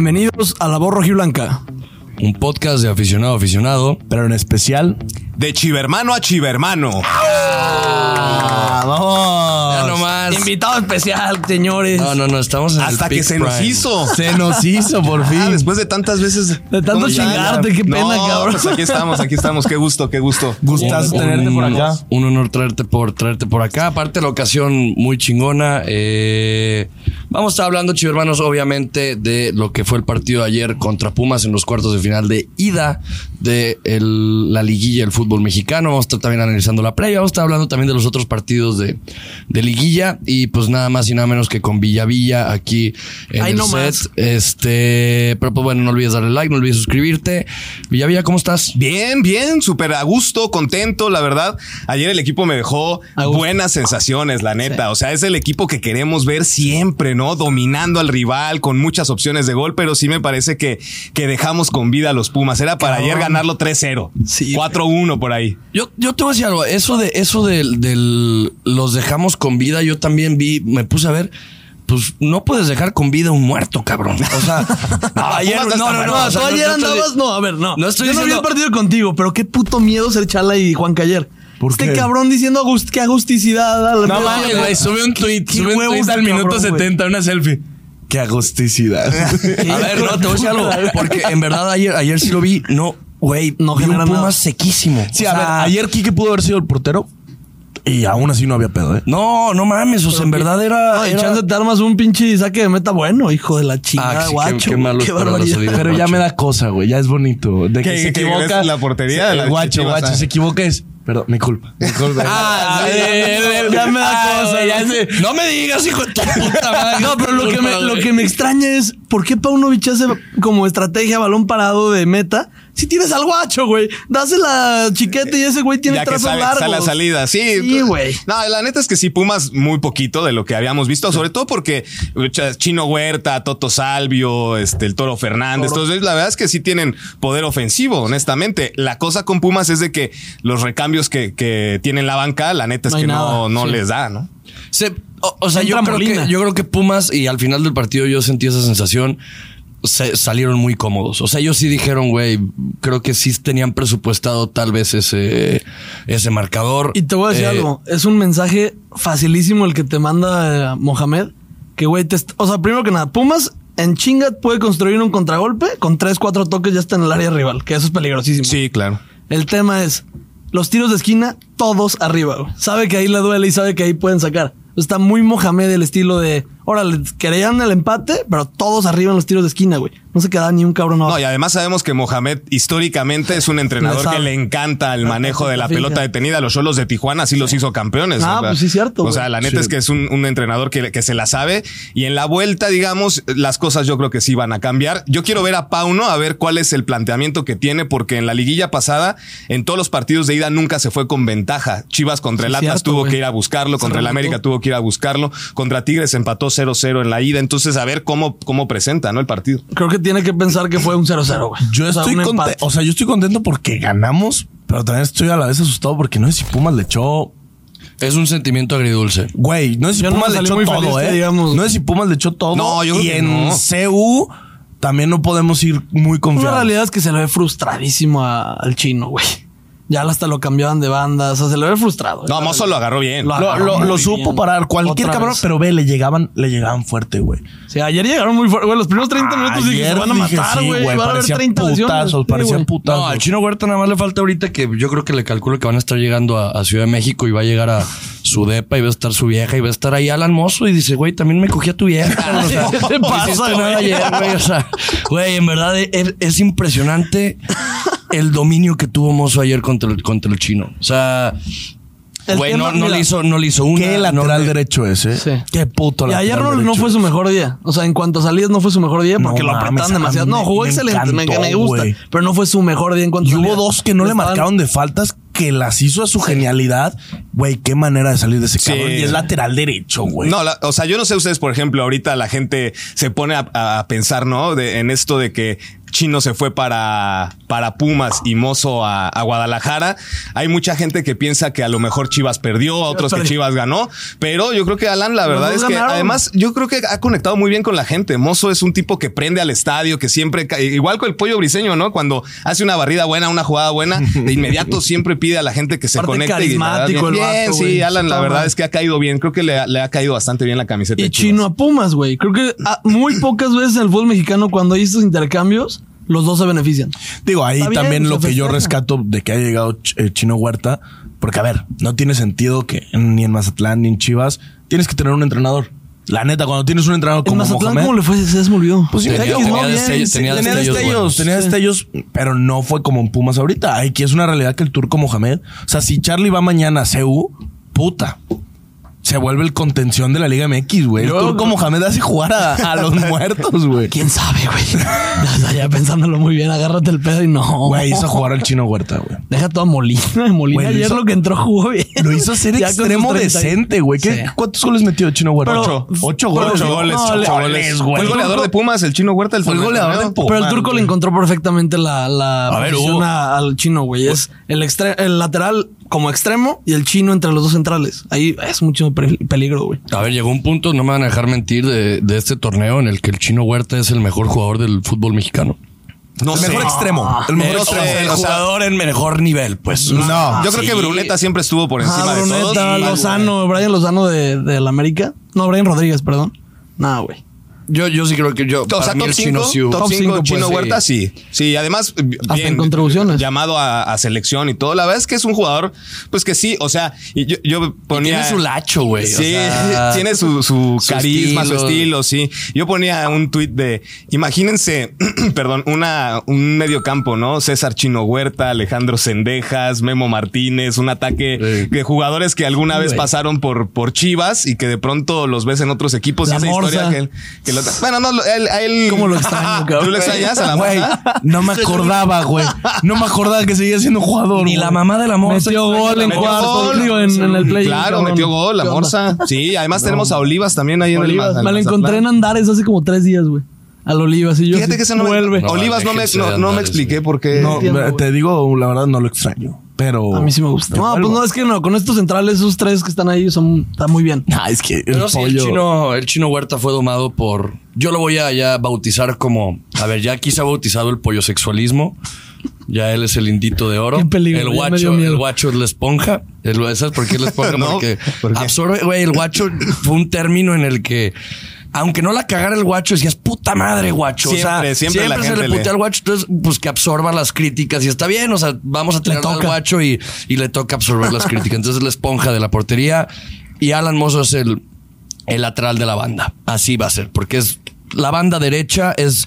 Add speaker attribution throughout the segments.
Speaker 1: Bienvenidos a La Voz Rojiblanca.
Speaker 2: Un podcast de aficionado a aficionado.
Speaker 1: Pero en especial,
Speaker 3: De chivermano a chivermano.
Speaker 2: Ya nomás.
Speaker 1: invitado especial, señores.
Speaker 2: No, no, no, estamos en el
Speaker 3: Hasta que
Speaker 2: peak
Speaker 3: se nos
Speaker 2: prime.
Speaker 3: hizo.
Speaker 1: Se nos hizo por fin.
Speaker 3: Ah, después de tantas veces.
Speaker 1: De tanto
Speaker 3: ¿Cómo están?
Speaker 1: chingarte, qué pena,
Speaker 3: No,
Speaker 1: cabrón.
Speaker 3: Pues aquí estamos, aquí estamos. Qué gusto, qué gusto.
Speaker 1: Gustazo tenerte por acá.
Speaker 2: Un honor traerte por traerte por acá. Aparte la ocasión muy chingona. eh, vamos a estar hablando, chivermanos, obviamente, de lo que fue el partido de ayer contra Pumas en los cuartos de final de ida de el- la liguilla del fútbol mexicano. Vamos a estar también analizando la previa. Vamos a estar hablando también de los otros partidos de, de liguilla. Y pues nada más y nada menos que con Villa Villa aquí en
Speaker 1: Ahí
Speaker 2: el
Speaker 1: no más.
Speaker 2: set. Este, pero pues bueno, no olvides darle like, no olvides suscribirte. Villa Villa, ¿cómo estás?
Speaker 3: Bien, bien, súper a gusto, contento, la verdad. Ayer el equipo me dejó
Speaker 1: A gusto.
Speaker 3: buenas sensaciones, la neta. O sea, es el equipo que queremos ver siempre, ¿no? Dominando al rival, con muchas opciones de gol, pero sí me parece que, que dejamos con vida a los Pumas. Era para ayer ganarlo 3-0,
Speaker 2: Sí.
Speaker 3: 4-1 por ahí.
Speaker 2: Yo, yo te voy a decir algo, eso de, eso del, del- los dejamos con vida, yo también vi, me puse a ver, pues no puedes dejar con vida un muerto, cabrón. O sea, ayer
Speaker 3: Pumas no está
Speaker 2: no, no,
Speaker 3: muerto.
Speaker 2: no, o
Speaker 1: tú
Speaker 2: sea, no,
Speaker 1: ayer
Speaker 2: no estoy-
Speaker 1: andabas, no, a ver, no.
Speaker 2: No estoy
Speaker 1: Yo no vi el
Speaker 2: diciendo-
Speaker 1: partido contigo, pero qué puto miedo ser Chala y Juan Cayer.
Speaker 4: ¿Por
Speaker 1: este
Speaker 4: qué?
Speaker 1: cabrón diciendo agust- que agusticidad. a la
Speaker 2: No
Speaker 1: mierda,
Speaker 2: mames,
Speaker 1: güey.
Speaker 2: güey, sube un tweet,
Speaker 1: qué
Speaker 2: sube un
Speaker 1: huevos, este
Speaker 2: tweet al
Speaker 1: cabrón,
Speaker 2: minuto
Speaker 1: güey.
Speaker 2: 70, una selfie.
Speaker 4: Qué agosticidad.
Speaker 2: A ver, no, te voy a decir algo, porque en verdad ayer, ayer sí lo vi, no, güey,
Speaker 1: No
Speaker 2: no vi un
Speaker 1: genera
Speaker 2: Pumas
Speaker 1: nada.
Speaker 2: sequísimo.
Speaker 4: sí,
Speaker 2: O sea,
Speaker 4: a ver, ayer Quique pudo haber sido el portero y aún así no había pedo, ¿eh?
Speaker 2: No, no mames, o sea, en verdad era...
Speaker 1: No, y
Speaker 2: era-
Speaker 1: chance te Ah, armas un pinche saque de meta bueno, hijo de la
Speaker 2: Ah,
Speaker 1: chingada,
Speaker 2: sí, qué-
Speaker 1: guacho.
Speaker 2: qué malo es para la
Speaker 1: barbaridad.
Speaker 2: salida.
Speaker 4: Pero ya
Speaker 2: Guacho.
Speaker 4: me da cosa, güey. Ya es bonito. De que,
Speaker 3: Que-
Speaker 4: se
Speaker 3: que
Speaker 4: equivoca.
Speaker 3: regrese la portería
Speaker 4: se-
Speaker 3: de la
Speaker 4: guacho,
Speaker 3: Chivas,
Speaker 4: guacho.
Speaker 3: ah.
Speaker 4: Se equivoca es. Perdón, mi culpa. Mi culpa.
Speaker 2: ¿eh? Ah,
Speaker 1: sí,
Speaker 2: sí,
Speaker 1: ya me da
Speaker 2: ah,
Speaker 1: cosa,
Speaker 2: güey,
Speaker 1: ya sé.
Speaker 2: No me digas, hijo de tu puta madre.
Speaker 1: No, pero lo que, me, lo que me extraña es por qué Paunovic hace como estrategia balón parado de meta. Si tienes al guacho, güey, dásela la chiquete y ese güey tiene
Speaker 3: ya que
Speaker 1: trazos
Speaker 3: sale,
Speaker 1: largos.
Speaker 3: sale a salida. Sí,
Speaker 1: Sí, güey.
Speaker 3: No, la neta es que sí, Pumas muy poquito de lo que habíamos visto, sobre todo porque ch- Chino Huerta, Toto Salvio, este, el Toro Fernández. Entonces, la verdad es que sí tienen poder ofensivo, honestamente. La cosa con Pumas es de que los recambios que, que tienen la banca, la neta es
Speaker 1: No hay
Speaker 3: que no,
Speaker 1: nada,
Speaker 3: no
Speaker 1: sí.
Speaker 3: les da, ¿no?
Speaker 2: Se- o, o sea, yo
Speaker 1: Entra
Speaker 2: creo,
Speaker 1: Molina.
Speaker 2: que, yo creo que Pumas y al final del partido yo sentí esa sensación. se- salieron muy cómodos. O sea, ellos sí dijeron, güey, creo que sí tenían presupuestado tal vez ese, ese marcador.
Speaker 1: Y te voy a decir
Speaker 2: Eh,
Speaker 1: algo. Es un mensaje facilísimo el que te manda eh, Mohamed. Que, güey, te est- o sea, primero que nada, Pumas en chinga puede construir un contragolpe con tres, cuatro toques ya está en el área rival, que eso es peligrosísimo.
Speaker 3: Sí, claro.
Speaker 1: El tema es los tiros de esquina, todos arriba. güey. Sabe que ahí le duele y sabe que ahí pueden sacar. Está muy Mohamed el estilo de, órale, querían el empate, pero todos arriba en los tiros de esquina, güey. No se queda ni un cabrón abajo.
Speaker 3: No, y además sabemos que Mohamed históricamente es un
Speaker 1: Le
Speaker 3: entrenador
Speaker 1: sabe.
Speaker 3: que le encanta el
Speaker 1: La
Speaker 3: manejo de la
Speaker 1: pelota
Speaker 3: pelota
Speaker 1: fija.
Speaker 3: detenida. Los Cholos de Tijuana sí los hizo campeones.
Speaker 1: Ah,
Speaker 3: o sea,
Speaker 1: pues sí, cierto,
Speaker 3: O sea,
Speaker 1: güey.
Speaker 3: la neta
Speaker 4: Sí.
Speaker 3: es que es un, un entrenador que, que se la sabe. Y en la vuelta, digamos, las cosas yo creo que sí van a cambiar. Yo quiero ver a Pauno a ver cuál es el planteamiento que tiene, porque en la liguilla pasada, en todos los partidos de ida nunca se fue con ventaja. Chivas contra el
Speaker 1: Sí,
Speaker 3: Atlas
Speaker 1: cierto,
Speaker 3: tuvo
Speaker 1: güey.
Speaker 3: que ir a buscarlo,
Speaker 1: Se
Speaker 3: contra el
Speaker 1: remontó.
Speaker 3: América tuvo que ir a buscarlo, contra Tigres empató 0-0 en la ida. Entonces, a ver cómo, cómo presenta, ¿no? El partido.
Speaker 1: Creo que tiene que pensar que fue un 0-0, güey.
Speaker 4: Yo
Speaker 1: O sea,
Speaker 4: estoy
Speaker 1: un empate.
Speaker 4: contento. O sea, yo estoy contento porque ganamos, pero también estoy a la vez asustado porque no sé si Pumas le echó
Speaker 2: Es un sentimiento agridulce.
Speaker 4: Güey, no es si
Speaker 1: Yo no
Speaker 4: Pumas
Speaker 1: me salí
Speaker 4: le echó
Speaker 1: muy
Speaker 4: todo,
Speaker 1: feliz,
Speaker 4: ¿eh?
Speaker 1: digamos.
Speaker 4: No es si Pumas le echó todo.
Speaker 3: No, yo creo
Speaker 4: y
Speaker 3: que
Speaker 4: en
Speaker 3: no.
Speaker 4: CU también no podemos ir muy
Speaker 1: La
Speaker 4: confiados.
Speaker 1: realidad es que se le ve frustradísimo a- al chino, güey. Ya hasta lo cambiaban de banda. O sea, se le ve frustrado.
Speaker 3: No, Mozo lo agarró Ah, bien.
Speaker 1: Lo
Speaker 4: Lo,
Speaker 1: agarró
Speaker 4: lo-
Speaker 1: muy
Speaker 4: lo
Speaker 1: bien.
Speaker 4: supo parar cualquier
Speaker 1: Otra
Speaker 4: cabrón,
Speaker 1: vez.
Speaker 4: pero ve, le llegaban, le llegaban fuerte, güey.
Speaker 1: O sea, ayer llegaron muy fuerte. Güey, los primeros 30 minutos dije, se
Speaker 4: Ah, Ayer
Speaker 1: van a
Speaker 4: dije,
Speaker 1: matar,
Speaker 4: sí,
Speaker 1: güey. van a haber
Speaker 4: parecían
Speaker 1: 30 lesiones.
Speaker 4: putazos,
Speaker 1: Sí,
Speaker 4: parecían
Speaker 1: güey.
Speaker 4: putazos.
Speaker 2: No, al Chino Huerta nada más le falta ahorita que yo creo que le calculo que van a estar llegando a, a Ciudad de México y va a llegar a su depa y va a estar su vieja y va a estar ahí Alan Mozo y dice, güey, también me cogí a tu vieja. O sea,
Speaker 1: ¿Qué te
Speaker 2: no
Speaker 1: pasa,
Speaker 2: hiciste
Speaker 1: güey?
Speaker 2: nada ayer, güey. O sea, güey, en verdad e- es, es impresionante el dominio que tuvo Mozo ayer contra el, contra el Chino. O sea,
Speaker 1: El
Speaker 2: güey,
Speaker 1: tema,
Speaker 2: no, no
Speaker 1: mira,
Speaker 2: le hizo, no le hizo una.
Speaker 4: Qué
Speaker 2: no
Speaker 4: lateral
Speaker 2: le-
Speaker 4: derecho ese. eh.
Speaker 1: Sí.
Speaker 4: Qué puto
Speaker 1: Y
Speaker 4: lateral
Speaker 1: ayer no, no
Speaker 4: derecho
Speaker 1: fue su mejor día. O sea, en cuanto a salidas no fue su mejor día porque
Speaker 4: No
Speaker 1: lo
Speaker 4: mames,
Speaker 1: apretaban
Speaker 4: a
Speaker 1: demasiado.
Speaker 4: mí
Speaker 1: No,
Speaker 4: me-
Speaker 1: jugó
Speaker 4: me
Speaker 1: excelente, me- me,
Speaker 4: encantó,
Speaker 1: gusta.
Speaker 4: güey.
Speaker 1: Pero no fue su mejor día en cuanto a
Speaker 4: Y hubo
Speaker 1: salidas.
Speaker 4: dos que no le
Speaker 1: Estaban-
Speaker 4: marcaron de faltas que las hizo a su genialidad. Güey, qué manera de salir de ese
Speaker 3: Sí.
Speaker 4: cabrón. Y es lateral derecho, güey.
Speaker 3: No, la- o sea, yo no sé ustedes, por ejemplo, ahorita la gente se pone a, a pensar, ¿no? De- en esto de que Chino se fue para, para Pumas y Mozo a, a Guadalajara. Hay mucha gente que piensa que a lo mejor Chivas perdió, a otros que
Speaker 1: perdió.
Speaker 3: Chivas ganó, pero yo creo que Alan, la
Speaker 1: Los
Speaker 3: verdad es
Speaker 1: dos
Speaker 3: que
Speaker 1: ganaron.
Speaker 3: además yo creo que ha conectado muy bien con la gente. Mozo es un tipo que prende al estadio, que siempre, ca- igual con el pollo briseño, ¿no? Cuando hace una barrida buena, una jugada buena, de inmediato siempre pide a la gente que se
Speaker 1: Aparte,
Speaker 3: conecte.
Speaker 1: carismático
Speaker 3: y, la verdad, bien,
Speaker 1: el
Speaker 3: bien,
Speaker 1: vato,
Speaker 3: sí,
Speaker 1: güey.
Speaker 3: Alan, la
Speaker 1: Está
Speaker 3: verdad
Speaker 1: mal.
Speaker 3: es que ha caído bien. Creo que le, ha- le ha caído bastante bien la camiseta.
Speaker 1: Y
Speaker 3: de
Speaker 1: chino a Pumas, güey. Creo que ah, muy pocas veces en el fútbol mexicano, cuando hay estos intercambios, los dos se benefician.
Speaker 4: Digo, ahí
Speaker 1: Está bien,
Speaker 4: también
Speaker 1: pues,
Speaker 4: lo
Speaker 1: se
Speaker 4: que yo
Speaker 1: festeja.
Speaker 4: rescato de que haya llegado Ch- eh, Chino Huerta, porque a ver, no tiene sentido que ni en Mazatlán ni en Chivas tienes que tener un entrenador. La neta, cuando tienes un entrenador
Speaker 1: En
Speaker 4: como
Speaker 1: Mazatlán,
Speaker 4: Mohamed,
Speaker 1: ¿cómo le fue? Se, se me olvidó.
Speaker 4: pues sí,
Speaker 2: Tenía-
Speaker 4: X,
Speaker 2: tenía
Speaker 4: ¿no? Bien,
Speaker 2: destellos-
Speaker 4: sí,
Speaker 2: tenía
Speaker 4: tenía
Speaker 2: destellos
Speaker 4: destellos,
Speaker 2: buenos.
Speaker 4: tenía destellos, pero no fue como en Pumas ahorita. Ay, que es una realidad que el turco Mohamed, o sea, si Charlie va mañana a CU, puta. Se vuelve el contención de la Liga MX, güey. El
Speaker 1: Yo-
Speaker 4: turco Mohamed hace jugar a, a los muertos, güey.
Speaker 1: ¿Quién sabe, güey? Ya, está, ya pensándolo muy bien, agárrate el pedo y no.
Speaker 4: Güey, hizo jugar al chino Huerta, güey.
Speaker 1: Deja toda Molina. Molina
Speaker 4: Güey, lo
Speaker 1: ayer
Speaker 4: hizo-
Speaker 1: lo que entró jugó bien.
Speaker 4: Lo hizo ser
Speaker 1: Ya con sus
Speaker 4: extremo
Speaker 1: 30 y-
Speaker 4: decente, güey. ¿Qué-
Speaker 1: Sí.
Speaker 4: ¿Cuántos goles metió Chino Huerta?
Speaker 1: Pero-
Speaker 4: ocho. Ocho
Speaker 1: pero-
Speaker 4: goles.
Speaker 3: Ocho goles,
Speaker 1: No,
Speaker 3: ocho
Speaker 1: le-
Speaker 3: goles. Fue el goleador de Pumas, el chino Huerta, el
Speaker 4: Fue el
Speaker 3: torneo.
Speaker 4: goleador de Pumas.
Speaker 1: Pero el turco le encontró perfectamente la, la
Speaker 2: A ver,
Speaker 1: posición
Speaker 2: hubo-
Speaker 1: a- al chino, güey. Es el, extre- el lateral como extremo y el chino entre los dos centrales. Ahí es mucho pre- peligro, güey.
Speaker 2: A ver, llegó un punto, no me van a dejar mentir, de, de este torneo en el que el chino Huerta es el mejor jugador del fútbol mexicano.
Speaker 3: No
Speaker 4: El
Speaker 3: sé.
Speaker 4: mejor extremo. Ah, El mejor
Speaker 3: No
Speaker 4: extremo.
Speaker 3: sé, o sea,
Speaker 2: en mejor nivel, pues.
Speaker 4: No.
Speaker 3: Yo creo que Bruneta siempre estuvo por encima
Speaker 1: Ah,
Speaker 3: de todos.
Speaker 1: Bruneta,
Speaker 3: Y-
Speaker 1: Lozano, Brian Lozano de, de la América. No, Brian Rodríguez, perdón. Nah, güey.
Speaker 2: Yo, yo sí creo que yo.
Speaker 3: O sea,
Speaker 2: para mí
Speaker 3: top
Speaker 2: el chino
Speaker 3: 5,
Speaker 2: sí hubo-
Speaker 1: Top
Speaker 3: top 5
Speaker 1: cinco,
Speaker 3: Chino
Speaker 2: pues,
Speaker 3: Huerta, sí. Sí, además, eh,
Speaker 1: Hasta
Speaker 3: bien,
Speaker 1: en contribuciones.
Speaker 3: Llamado a, a selección y todo. La verdad es que es un jugador, pues que sí, o sea, y yo, yo ponía.
Speaker 2: Tiene su lacho, güey. o
Speaker 3: Sí,
Speaker 2: sea,
Speaker 3: tiene su, su
Speaker 2: su
Speaker 3: carisma, su
Speaker 2: estilo.
Speaker 3: estilo, sí. Yo ponía un tuit de, imagínense, perdón, una, un medio campo, ¿no? César Chino Huerta, Alejandro Sendejas, Memo Martínez, un
Speaker 2: Sí.
Speaker 3: ataque de jugadores que alguna vez
Speaker 1: Güey.
Speaker 3: pasaron por, por Chivas y que de pronto los ves en otros equipos. y
Speaker 1: La
Speaker 3: esa historia
Speaker 1: Morsa.
Speaker 3: que él- que lo- bueno, no, lo- él, a él...
Speaker 1: ¿Cómo lo extraño, cabrón?
Speaker 3: ¿Tú lo extrañas a la
Speaker 4: Güey,
Speaker 3: Morsa?
Speaker 4: no me acordaba, güey. No me acordaba que seguía siendo jugador.
Speaker 1: Ni la
Speaker 4: güey.
Speaker 1: mamá de la morsa. Metió gol en
Speaker 3: Metió
Speaker 1: cuarto,
Speaker 3: gol.
Speaker 1: digo, en, en el play.
Speaker 3: Claro,
Speaker 1: cabrón.
Speaker 3: metió gol, la
Speaker 1: ¿Qué onda?
Speaker 3: Morsa. Sí, además tenemos a Olivas también ahí en el
Speaker 1: Olivas.
Speaker 3: Ma- en
Speaker 1: Me
Speaker 3: el
Speaker 1: la
Speaker 3: Mazatlán.
Speaker 1: encontré en Andares hace como tres días, güey. Al Olivas y yo.
Speaker 3: Fíjate
Speaker 1: así,
Speaker 3: que ese no
Speaker 1: Vuelve.
Speaker 3: Me, Olivas no me,
Speaker 2: Déjense de
Speaker 3: no, no me
Speaker 2: andares,
Speaker 3: expliqué
Speaker 2: güey.
Speaker 3: por qué.
Speaker 4: No,
Speaker 1: Entiendo,
Speaker 4: me-
Speaker 1: güey.
Speaker 4: te digo, la verdad, no lo extraño. Pero.
Speaker 1: A mí sí me gusta.
Speaker 4: Te
Speaker 1: No, pues
Speaker 4: vuelvo.
Speaker 1: no, es que no, con estos centrales, esos tres que están ahí, son, están muy bien.
Speaker 4: Ah, es que el
Speaker 2: Pero sí, el,
Speaker 4: pollo.
Speaker 2: chino, el chino Huerta fue domado por. Yo lo voy a ya bautizar como. A ver, ya aquí se ha bautizado el pollosexualismo. Ya él es el indito de oro.
Speaker 1: Qué peligro,
Speaker 2: el
Speaker 1: ya me dio
Speaker 2: guacho,
Speaker 1: miedo.
Speaker 2: el guacho es la esponja. El, ¿Sabes por qué es la esponja?
Speaker 3: No,
Speaker 2: Porque
Speaker 3: ¿por qué?
Speaker 2: absorbe, güey, el guacho fue un término en el que. Aunque no la cagara el guacho, decías puta madre, guacho. o sea,
Speaker 3: Siempre, siempre la
Speaker 2: se
Speaker 3: gente
Speaker 2: le
Speaker 3: le-
Speaker 2: putea al guacho. Entonces, pues que absorba las críticas y está bien. O sea, vamos a tener al
Speaker 1: toca.
Speaker 2: guacho y, y le toca absorber las críticas. Entonces, es la esponja de la portería y Alan Mozo es el, el lateral de la banda. Así va a ser, porque es la banda derecha es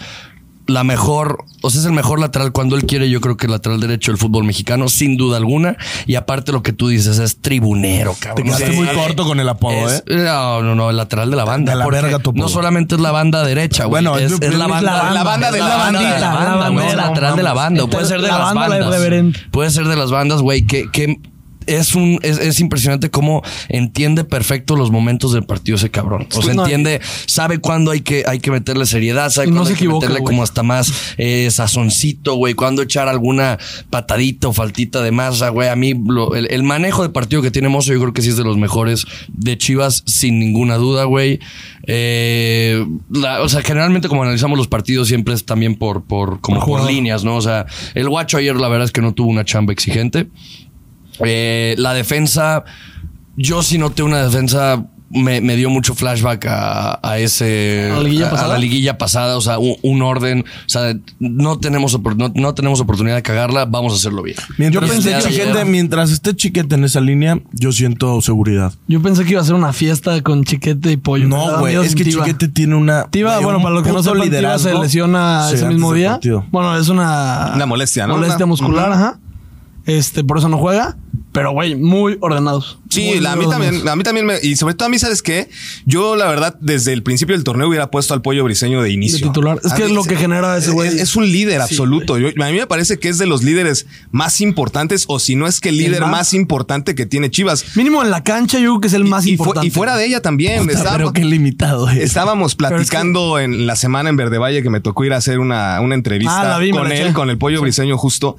Speaker 2: la mejor, o sea, es el mejor lateral cuando él quiere. Yo creo que el lateral derecho del fútbol mexicano, sin duda alguna. Y aparte, lo que tú dices es tribunero,
Speaker 4: Te
Speaker 2: cabrón.
Speaker 4: quedaste
Speaker 2: Sí.
Speaker 4: muy corto con el apodo,
Speaker 2: Es-
Speaker 4: ¿eh?
Speaker 2: No, no, no, el lateral de la banda.
Speaker 4: De la
Speaker 2: porque
Speaker 4: verga tu apodo.
Speaker 2: no solamente es la banda derecha, güey.
Speaker 4: Bueno,
Speaker 2: es,
Speaker 4: es-
Speaker 2: es la
Speaker 4: es
Speaker 2: banda,
Speaker 1: la
Speaker 2: es
Speaker 1: banda
Speaker 2: es
Speaker 1: de la
Speaker 2: banda,
Speaker 1: bandita,
Speaker 2: la
Speaker 1: la
Speaker 2: banda, güey,
Speaker 1: bandera.
Speaker 2: el lateral de la banda. o Puede ser de
Speaker 1: La
Speaker 2: las
Speaker 1: banda, la
Speaker 2: bandas.
Speaker 1: irreverente.
Speaker 2: Puede ser de las bandas, güey, que, que es un es, es impresionante cómo entiende perfecto los momentos del partido ese cabrón. O sea,
Speaker 1: No.
Speaker 2: entiende, sabe cuándo hay que hay que meterle seriedad, sabe
Speaker 1: Y no
Speaker 2: cuándo
Speaker 1: se
Speaker 2: hay que
Speaker 1: equivoca,
Speaker 2: meterle
Speaker 1: güey.
Speaker 2: como hasta más eh, sazoncito, güey, cuándo echar alguna patadita o faltita de masa, güey. A mí lo- el, el manejo de partido que tiene Mozo yo creo que sí es de los mejores de Chivas sin ninguna duda, güey. Eh, la- o sea, generalmente como analizamos los partidos siempre es también por por como por
Speaker 1: jugador.
Speaker 2: líneas, ¿no? O sea, el guacho ayer la verdad es que no tuvo una chamba exigente. Eh, la defensa, yo sí noté una defensa, me, me dio mucho flashback a, a ese.
Speaker 1: ¿A la liguilla pasada?
Speaker 2: la liguilla pasada, o sea, un, un orden. O sea, no tenemos, opor- no, no tenemos oportunidad de cagarla, vamos a hacerlo bien.
Speaker 4: Mientras,
Speaker 2: Yo
Speaker 4: esté
Speaker 2: pensé que-
Speaker 4: chiquete, mientras esté chiquete en esa línea, yo siento seguridad.
Speaker 1: Yo pensé que iba a ser una fiesta con chiquete y pollo. Me
Speaker 4: No,
Speaker 1: daba
Speaker 4: güey.
Speaker 1: miedo
Speaker 4: Es
Speaker 1: sin
Speaker 4: que
Speaker 1: Tiva.
Speaker 4: Chiquete tiene una.
Speaker 1: Tiva,
Speaker 4: güey,
Speaker 1: bueno,
Speaker 4: un
Speaker 1: para los que no
Speaker 4: puto
Speaker 1: sepan, Tiva
Speaker 4: liderazgo.
Speaker 1: se lesiona
Speaker 4: Sí,
Speaker 1: ese
Speaker 4: antes
Speaker 1: mismo
Speaker 4: del
Speaker 1: día.
Speaker 4: partido.
Speaker 1: Bueno, es una...
Speaker 3: Una molestia, ¿no?
Speaker 1: Molestia
Speaker 3: Una-
Speaker 1: muscular, ajá. Este, por eso no juega. Pero, güey, muy ordenados.
Speaker 3: Sí,
Speaker 1: Muy
Speaker 3: la- a mí
Speaker 1: dudoso.
Speaker 3: también, a mí también me- y sobre todo a mí, ¿sabes qué? Yo, la verdad, desde el principio del torneo hubiera puesto al pollo briseño de inicio.
Speaker 1: De titular. Es
Speaker 3: A
Speaker 1: que
Speaker 3: mí
Speaker 1: es lo
Speaker 3: se-
Speaker 1: que genera ese güey.
Speaker 3: Es, es un líder absoluto. Yo- a mí me parece que es de los líderes más importantes, o si no es que el
Speaker 1: El
Speaker 3: líder
Speaker 1: más-
Speaker 3: más? importante que tiene Chivas.
Speaker 1: Mínimo en la cancha, yo creo que es el más
Speaker 3: y, y fu-
Speaker 1: importante.
Speaker 3: y fuera de ella también.
Speaker 4: Pero
Speaker 3: Estábamos,
Speaker 4: qué limitado es.
Speaker 3: estábamos
Speaker 1: es que-
Speaker 3: platicando en la semana en Verde Valle que me tocó ir a hacer una, una
Speaker 1: Ah,
Speaker 3: entrevista
Speaker 1: la vi, me
Speaker 3: con
Speaker 1: la
Speaker 3: él,
Speaker 1: eché.
Speaker 3: con el pollo briseño justo.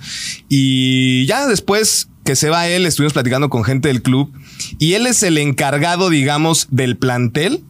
Speaker 3: Y ya después que se va él, estuvimos platicando con gente del club y él es el encargado, digamos, del plantel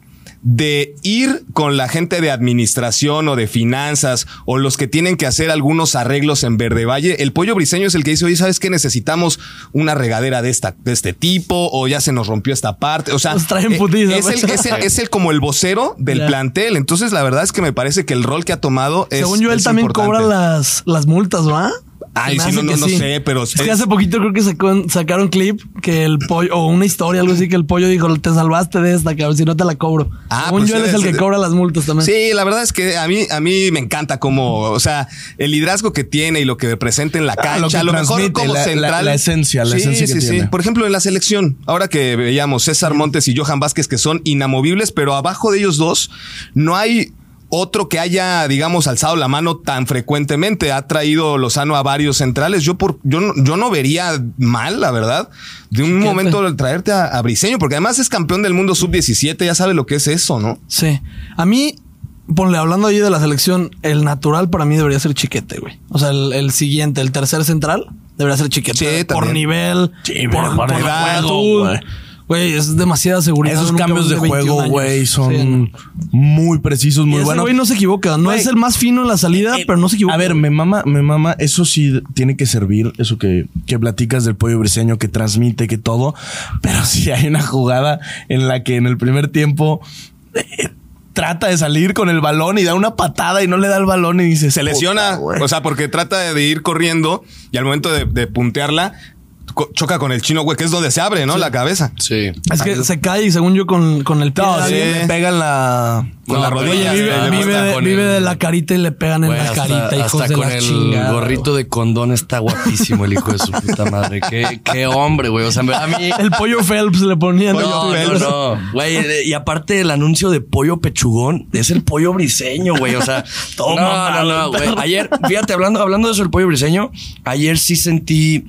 Speaker 3: de ir con la gente de administración o de finanzas o los que tienen que hacer algunos arreglos en Verde Valle. El pollo briseño es el que dice, oye, ¿sabes qué? Necesitamos una regadera de, esta, de este tipo o ya se nos rompió esta parte. O sea,
Speaker 1: Nos traen
Speaker 3: eh,
Speaker 1: putiza,
Speaker 3: es, el,
Speaker 1: pues.
Speaker 3: es el- es el como el vocero del
Speaker 1: Ya.
Speaker 3: plantel. Entonces, la verdad es que me parece que el rol que ha tomado es.
Speaker 1: Según yo, él
Speaker 3: es
Speaker 1: también
Speaker 3: importante.
Speaker 1: cobra las, las multas, ¿va?
Speaker 3: Ay,
Speaker 1: Se me
Speaker 3: sí,
Speaker 1: hace
Speaker 3: no, no,
Speaker 1: que
Speaker 3: no sé, pero
Speaker 1: Es que
Speaker 3: es-
Speaker 1: hace poquito creo que sacó- sacaron clip que el pollo, o una historia, algo así, que el pollo dijo, te salvaste de esta, cabrón, si no te la cobro.
Speaker 3: Ah,
Speaker 1: Según
Speaker 3: pues
Speaker 1: yo, él es
Speaker 3: eres-
Speaker 1: el que cobra las multas también.
Speaker 3: Sí, la verdad es que a mí, a mí me encanta cómo, o sea, el liderazgo que tiene y lo que representa en la
Speaker 4: Ah,
Speaker 3: cancha,
Speaker 4: lo que
Speaker 3: a lo mejor
Speaker 4: transmite,
Speaker 3: como
Speaker 4: la- la-
Speaker 3: central.
Speaker 4: la esencia, la
Speaker 3: Sí,
Speaker 4: esencia
Speaker 3: sí,
Speaker 4: que
Speaker 3: sí.
Speaker 4: tiene.
Speaker 3: Por ejemplo, en la selección, ahora que veíamos César Montes y Johan Vázquez, que son inamovibles, pero abajo de ellos dos no hay otro que haya, digamos, alzado la mano tan frecuentemente. Ha traído Lozano a varios centrales. Yo, por, yo, no- yo no vería mal, la verdad, de un
Speaker 1: Chiquete.
Speaker 3: momento el traerte a, a Briseño, porque además es campeón del mundo sub-17, ya sabe lo que es eso, ¿no?
Speaker 1: Sí. A mí, ponle, hablando ahí de la selección, el natural para mí debería ser chiquete, güey. O sea, el, el siguiente, el tercer central, debería ser chiquete.
Speaker 3: Sí,
Speaker 1: por
Speaker 3: también.
Speaker 1: nivel,
Speaker 4: Sí,
Speaker 1: por,
Speaker 4: por
Speaker 1: por
Speaker 4: edad,
Speaker 1: juventud.
Speaker 4: güey.
Speaker 1: Güey, es demasiada seguridad. en
Speaker 4: Esos
Speaker 1: un
Speaker 4: cambios de
Speaker 1: cabrón 21
Speaker 4: juego,
Speaker 1: años.
Speaker 4: güey, son
Speaker 1: Sí, no.
Speaker 4: muy precisos,
Speaker 1: Y
Speaker 4: muy
Speaker 1: ese
Speaker 4: buenos.
Speaker 1: güey no se equivoca. No
Speaker 4: Güey.
Speaker 1: es el más fino en la salida,
Speaker 4: Eh,
Speaker 1: Ah, pero no se equivoca.
Speaker 4: A ver, me mama, me mama. Eso sí tiene que servir, eso que, que platicas del pollo briseño, que transmite, que todo. Pero si hay una jugada en la que en el primer tiempo eh, trata de salir con el balón y da una patada y no le da el balón y dice
Speaker 3: se lesiona,
Speaker 4: güey.
Speaker 3: o sea, porque trata de ir corriendo y al momento de, de puntearla co- choca con el chino, güey, que es donde se abre, ¿no? La cabeza.
Speaker 2: Sí.
Speaker 1: Es que se cae, según yo, con, con el pie.
Speaker 4: No, sí,
Speaker 1: Alguien
Speaker 3: sí.
Speaker 4: le pegan la.
Speaker 3: Con
Speaker 2: No,
Speaker 3: la
Speaker 2: pero
Speaker 3: rodilla.
Speaker 2: vive-
Speaker 3: eh, le
Speaker 1: Vive,
Speaker 3: gusta.
Speaker 1: de,
Speaker 2: con
Speaker 1: vive
Speaker 2: el-
Speaker 1: de la carita y le pegan
Speaker 2: Güey,
Speaker 1: en la
Speaker 2: hasta-
Speaker 1: carita, hijos
Speaker 2: hasta
Speaker 1: de
Speaker 2: con
Speaker 1: la
Speaker 2: el
Speaker 1: chingada.
Speaker 2: gorrito de condón está guapísimo el hijo de su puta madre. Qué, qué hombre, güey. O sea, en verdad, a mí...
Speaker 1: El pollo Phelps le ponían.
Speaker 3: Pollo
Speaker 2: No,
Speaker 3: Phelps.
Speaker 2: no, no. Güey, eh, y aparte el anuncio de pollo pechugón, es el pollo briseño, güey. O sea,
Speaker 1: Toma,
Speaker 2: No, no, no, güey. Ayer, fíjate, hablando, hablando de eso, el pollo briseño, ayer sí sentí.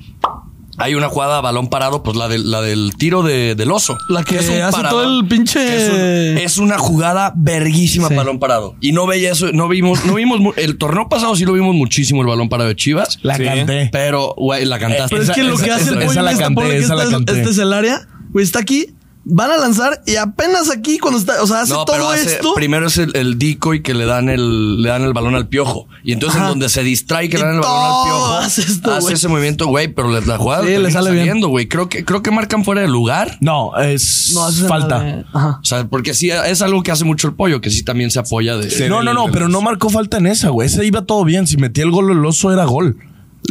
Speaker 2: Hay una jugada a balón parado, pues la del, la del tiro de- del oso.
Speaker 1: La que
Speaker 2: un
Speaker 1: hace todo el pinche-
Speaker 2: que Es, un- es una jugada verguísima
Speaker 1: Sí.
Speaker 2: balón parado. Y no veía eso, no vimos, no vimos, mu- el torneo pasado sí lo vimos muchísimo el balón parado de Chivas.
Speaker 4: La
Speaker 3: Sí.
Speaker 4: canté.
Speaker 2: Pero, güey, la cantaste.
Speaker 1: Eh. Pero es que lo
Speaker 4: esa-
Speaker 1: que hace el
Speaker 4: esa-
Speaker 1: pollo
Speaker 4: esa la
Speaker 1: en esta,
Speaker 4: canté,
Speaker 1: ponle que
Speaker 4: esa la
Speaker 1: esta es-
Speaker 4: canté.
Speaker 1: este es el área, güey, está aquí, van a lanzar y apenas aquí cuando está, o sea, hace
Speaker 2: No, pero
Speaker 1: todo
Speaker 2: hace-
Speaker 1: esto.
Speaker 2: primero es el, el decoy que le dan el, le dan el balón al piojo. Y entonces
Speaker 1: Ajá.
Speaker 2: en donde se distrae que
Speaker 1: Y
Speaker 2: le dan el balón
Speaker 1: todo
Speaker 2: al piojo.
Speaker 1: hace esto, güey.
Speaker 2: ese movimiento, güey, pero le- la jugada
Speaker 1: Sí,
Speaker 2: termina
Speaker 1: le sale bien.
Speaker 2: saliendo, güey. Creo que, creo que marcan fuera de lugar.
Speaker 4: No, es
Speaker 1: No, hace
Speaker 4: falta.
Speaker 1: nada, eh. Ajá.
Speaker 2: O sea, porque sí, es algo que hace mucho el pollo, que sí también se apoya de.
Speaker 3: Sí.
Speaker 4: No, no, no, pero no marcó falta en esa, güey. Esa iba todo bien. Si metía el gol, el oso era gol.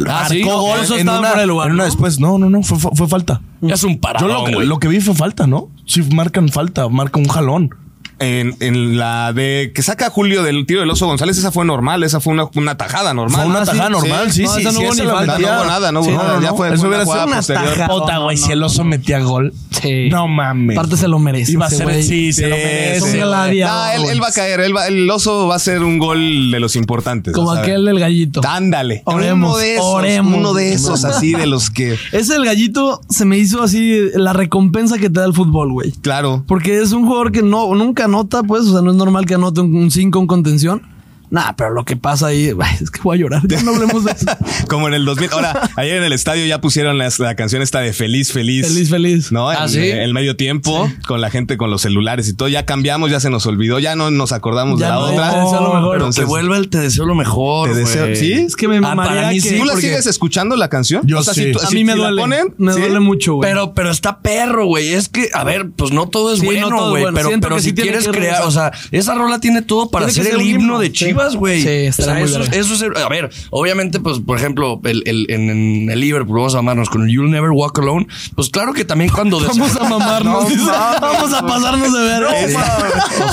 Speaker 2: Ah,
Speaker 4: Marcó
Speaker 2: sí.
Speaker 4: gol
Speaker 1: Eso
Speaker 4: en
Speaker 1: estaba
Speaker 4: una,
Speaker 1: fuera de lugar,
Speaker 4: en una
Speaker 1: ¿no?
Speaker 4: después. No, no, no, fue, fue- fue falta.
Speaker 2: Es un
Speaker 4: Yo
Speaker 2: parado.
Speaker 4: lo, que- lo que vi fue falta, ¿no? Si marcan falta, marca un jalón.
Speaker 3: En, en la de que saca Julio del tiro del oso González, esa fue normal, esa fue una, una tajada normal.
Speaker 4: fue una
Speaker 1: sí,
Speaker 4: tajada
Speaker 1: sí.
Speaker 4: normal, sí,
Speaker 1: Ah, No,
Speaker 4: sí.
Speaker 1: esa no
Speaker 4: sí,
Speaker 1: hubo
Speaker 4: esa
Speaker 1: ni
Speaker 4: la
Speaker 1: falta.
Speaker 4: metía.
Speaker 3: No hubo nada, no hubo
Speaker 4: Sí,
Speaker 3: nada, ya fue-
Speaker 4: Eso
Speaker 3: fue una
Speaker 4: hubiera sido
Speaker 3: jugada
Speaker 4: una
Speaker 3: posterior.
Speaker 4: tajada. Puta,
Speaker 1: No,
Speaker 4: güey,
Speaker 1: no,
Speaker 4: si el oso metía gol.
Speaker 1: Sí.
Speaker 4: No mames.
Speaker 1: Aparte se lo merece
Speaker 4: Iba a
Speaker 1: ese
Speaker 4: ser,
Speaker 1: güey.
Speaker 4: sí, se lo
Speaker 3: Sí,
Speaker 4: merece.
Speaker 1: sí.
Speaker 4: güey.
Speaker 1: Era la-
Speaker 3: Ah, él, él va a caer, él va- el oso va a ser un gol de los importantes.
Speaker 1: Como
Speaker 3: vas a ver.
Speaker 1: aquel del gallito.
Speaker 3: Ándale.
Speaker 1: Oremos,
Speaker 3: uno de esos,
Speaker 1: oremos.
Speaker 3: uno de esos así de los que.
Speaker 1: Ese del gallito se me hizo así la recompensa que te da el fútbol, güey.
Speaker 3: Claro.
Speaker 1: Porque es un jugador que no, nunca anota, pues. O sea, no es normal que anote un 5 en contención. Nah, pero lo que pasa ahí, es que voy a llorar. Ya no hablemos de eso.
Speaker 3: Como en el 2000. Ahora, ayer en el estadio ya pusieron las- la canción esta de Feliz, Feliz.
Speaker 1: Feliz, feliz.
Speaker 3: ¿No?
Speaker 2: Ah,
Speaker 3: en,
Speaker 2: ¿sí?
Speaker 3: en el medio tiempo, con la gente con los celulares y todo. Ya cambiamos, ya se nos olvidó, ya no nos acordamos
Speaker 1: Ya
Speaker 3: de la
Speaker 1: no,
Speaker 3: otra.
Speaker 1: te deseo lo mejor.
Speaker 2: Pero
Speaker 3: Entonces,
Speaker 2: que vuelva el te deseo lo mejor.
Speaker 3: Te
Speaker 2: güey.
Speaker 3: deseo- sí, es
Speaker 1: que me
Speaker 2: Ah, para
Speaker 1: mamaría
Speaker 2: mí
Speaker 1: que-
Speaker 2: sí,
Speaker 3: ¿Tú la
Speaker 2: porque-
Speaker 3: sigues escuchando la canción?
Speaker 4: Yo
Speaker 3: sea,
Speaker 4: sí.
Speaker 3: si tú-
Speaker 1: A
Speaker 3: si-
Speaker 1: mí me
Speaker 3: si la
Speaker 1: duele.
Speaker 3: ponen,
Speaker 1: me
Speaker 3: ¿sí?
Speaker 1: duele mucho, güey.
Speaker 2: Pero, pero está perro, güey. Es que, a ver, pues no todo es
Speaker 1: Sí, no
Speaker 2: bueno,
Speaker 1: todo es
Speaker 2: güey.
Speaker 1: bueno.
Speaker 2: Pero,
Speaker 1: Siento
Speaker 2: pero
Speaker 1: que
Speaker 2: si
Speaker 1: sí tiene
Speaker 2: quieres
Speaker 1: que
Speaker 2: crear, o sea,
Speaker 1: regresar.
Speaker 2: esa rola tiene todo para
Speaker 1: Tiene que
Speaker 2: ser el
Speaker 1: ser un
Speaker 2: himno,
Speaker 1: himno,
Speaker 2: de
Speaker 1: sí.
Speaker 2: Chivas, güey.
Speaker 1: Sí,
Speaker 2: o
Speaker 1: estará
Speaker 2: sea,
Speaker 1: muy
Speaker 2: eso,
Speaker 1: verga.
Speaker 2: eso es el- A ver, obviamente, pues, por ejemplo, el, el- en, en el Liverpool, vamos a amarnos con el You'll Never Walk Alone. Pues claro que también cuando
Speaker 1: Vamos a mamarnos.
Speaker 4: No
Speaker 1: dice.
Speaker 4: mames,
Speaker 1: vamos a pasarnos de ver.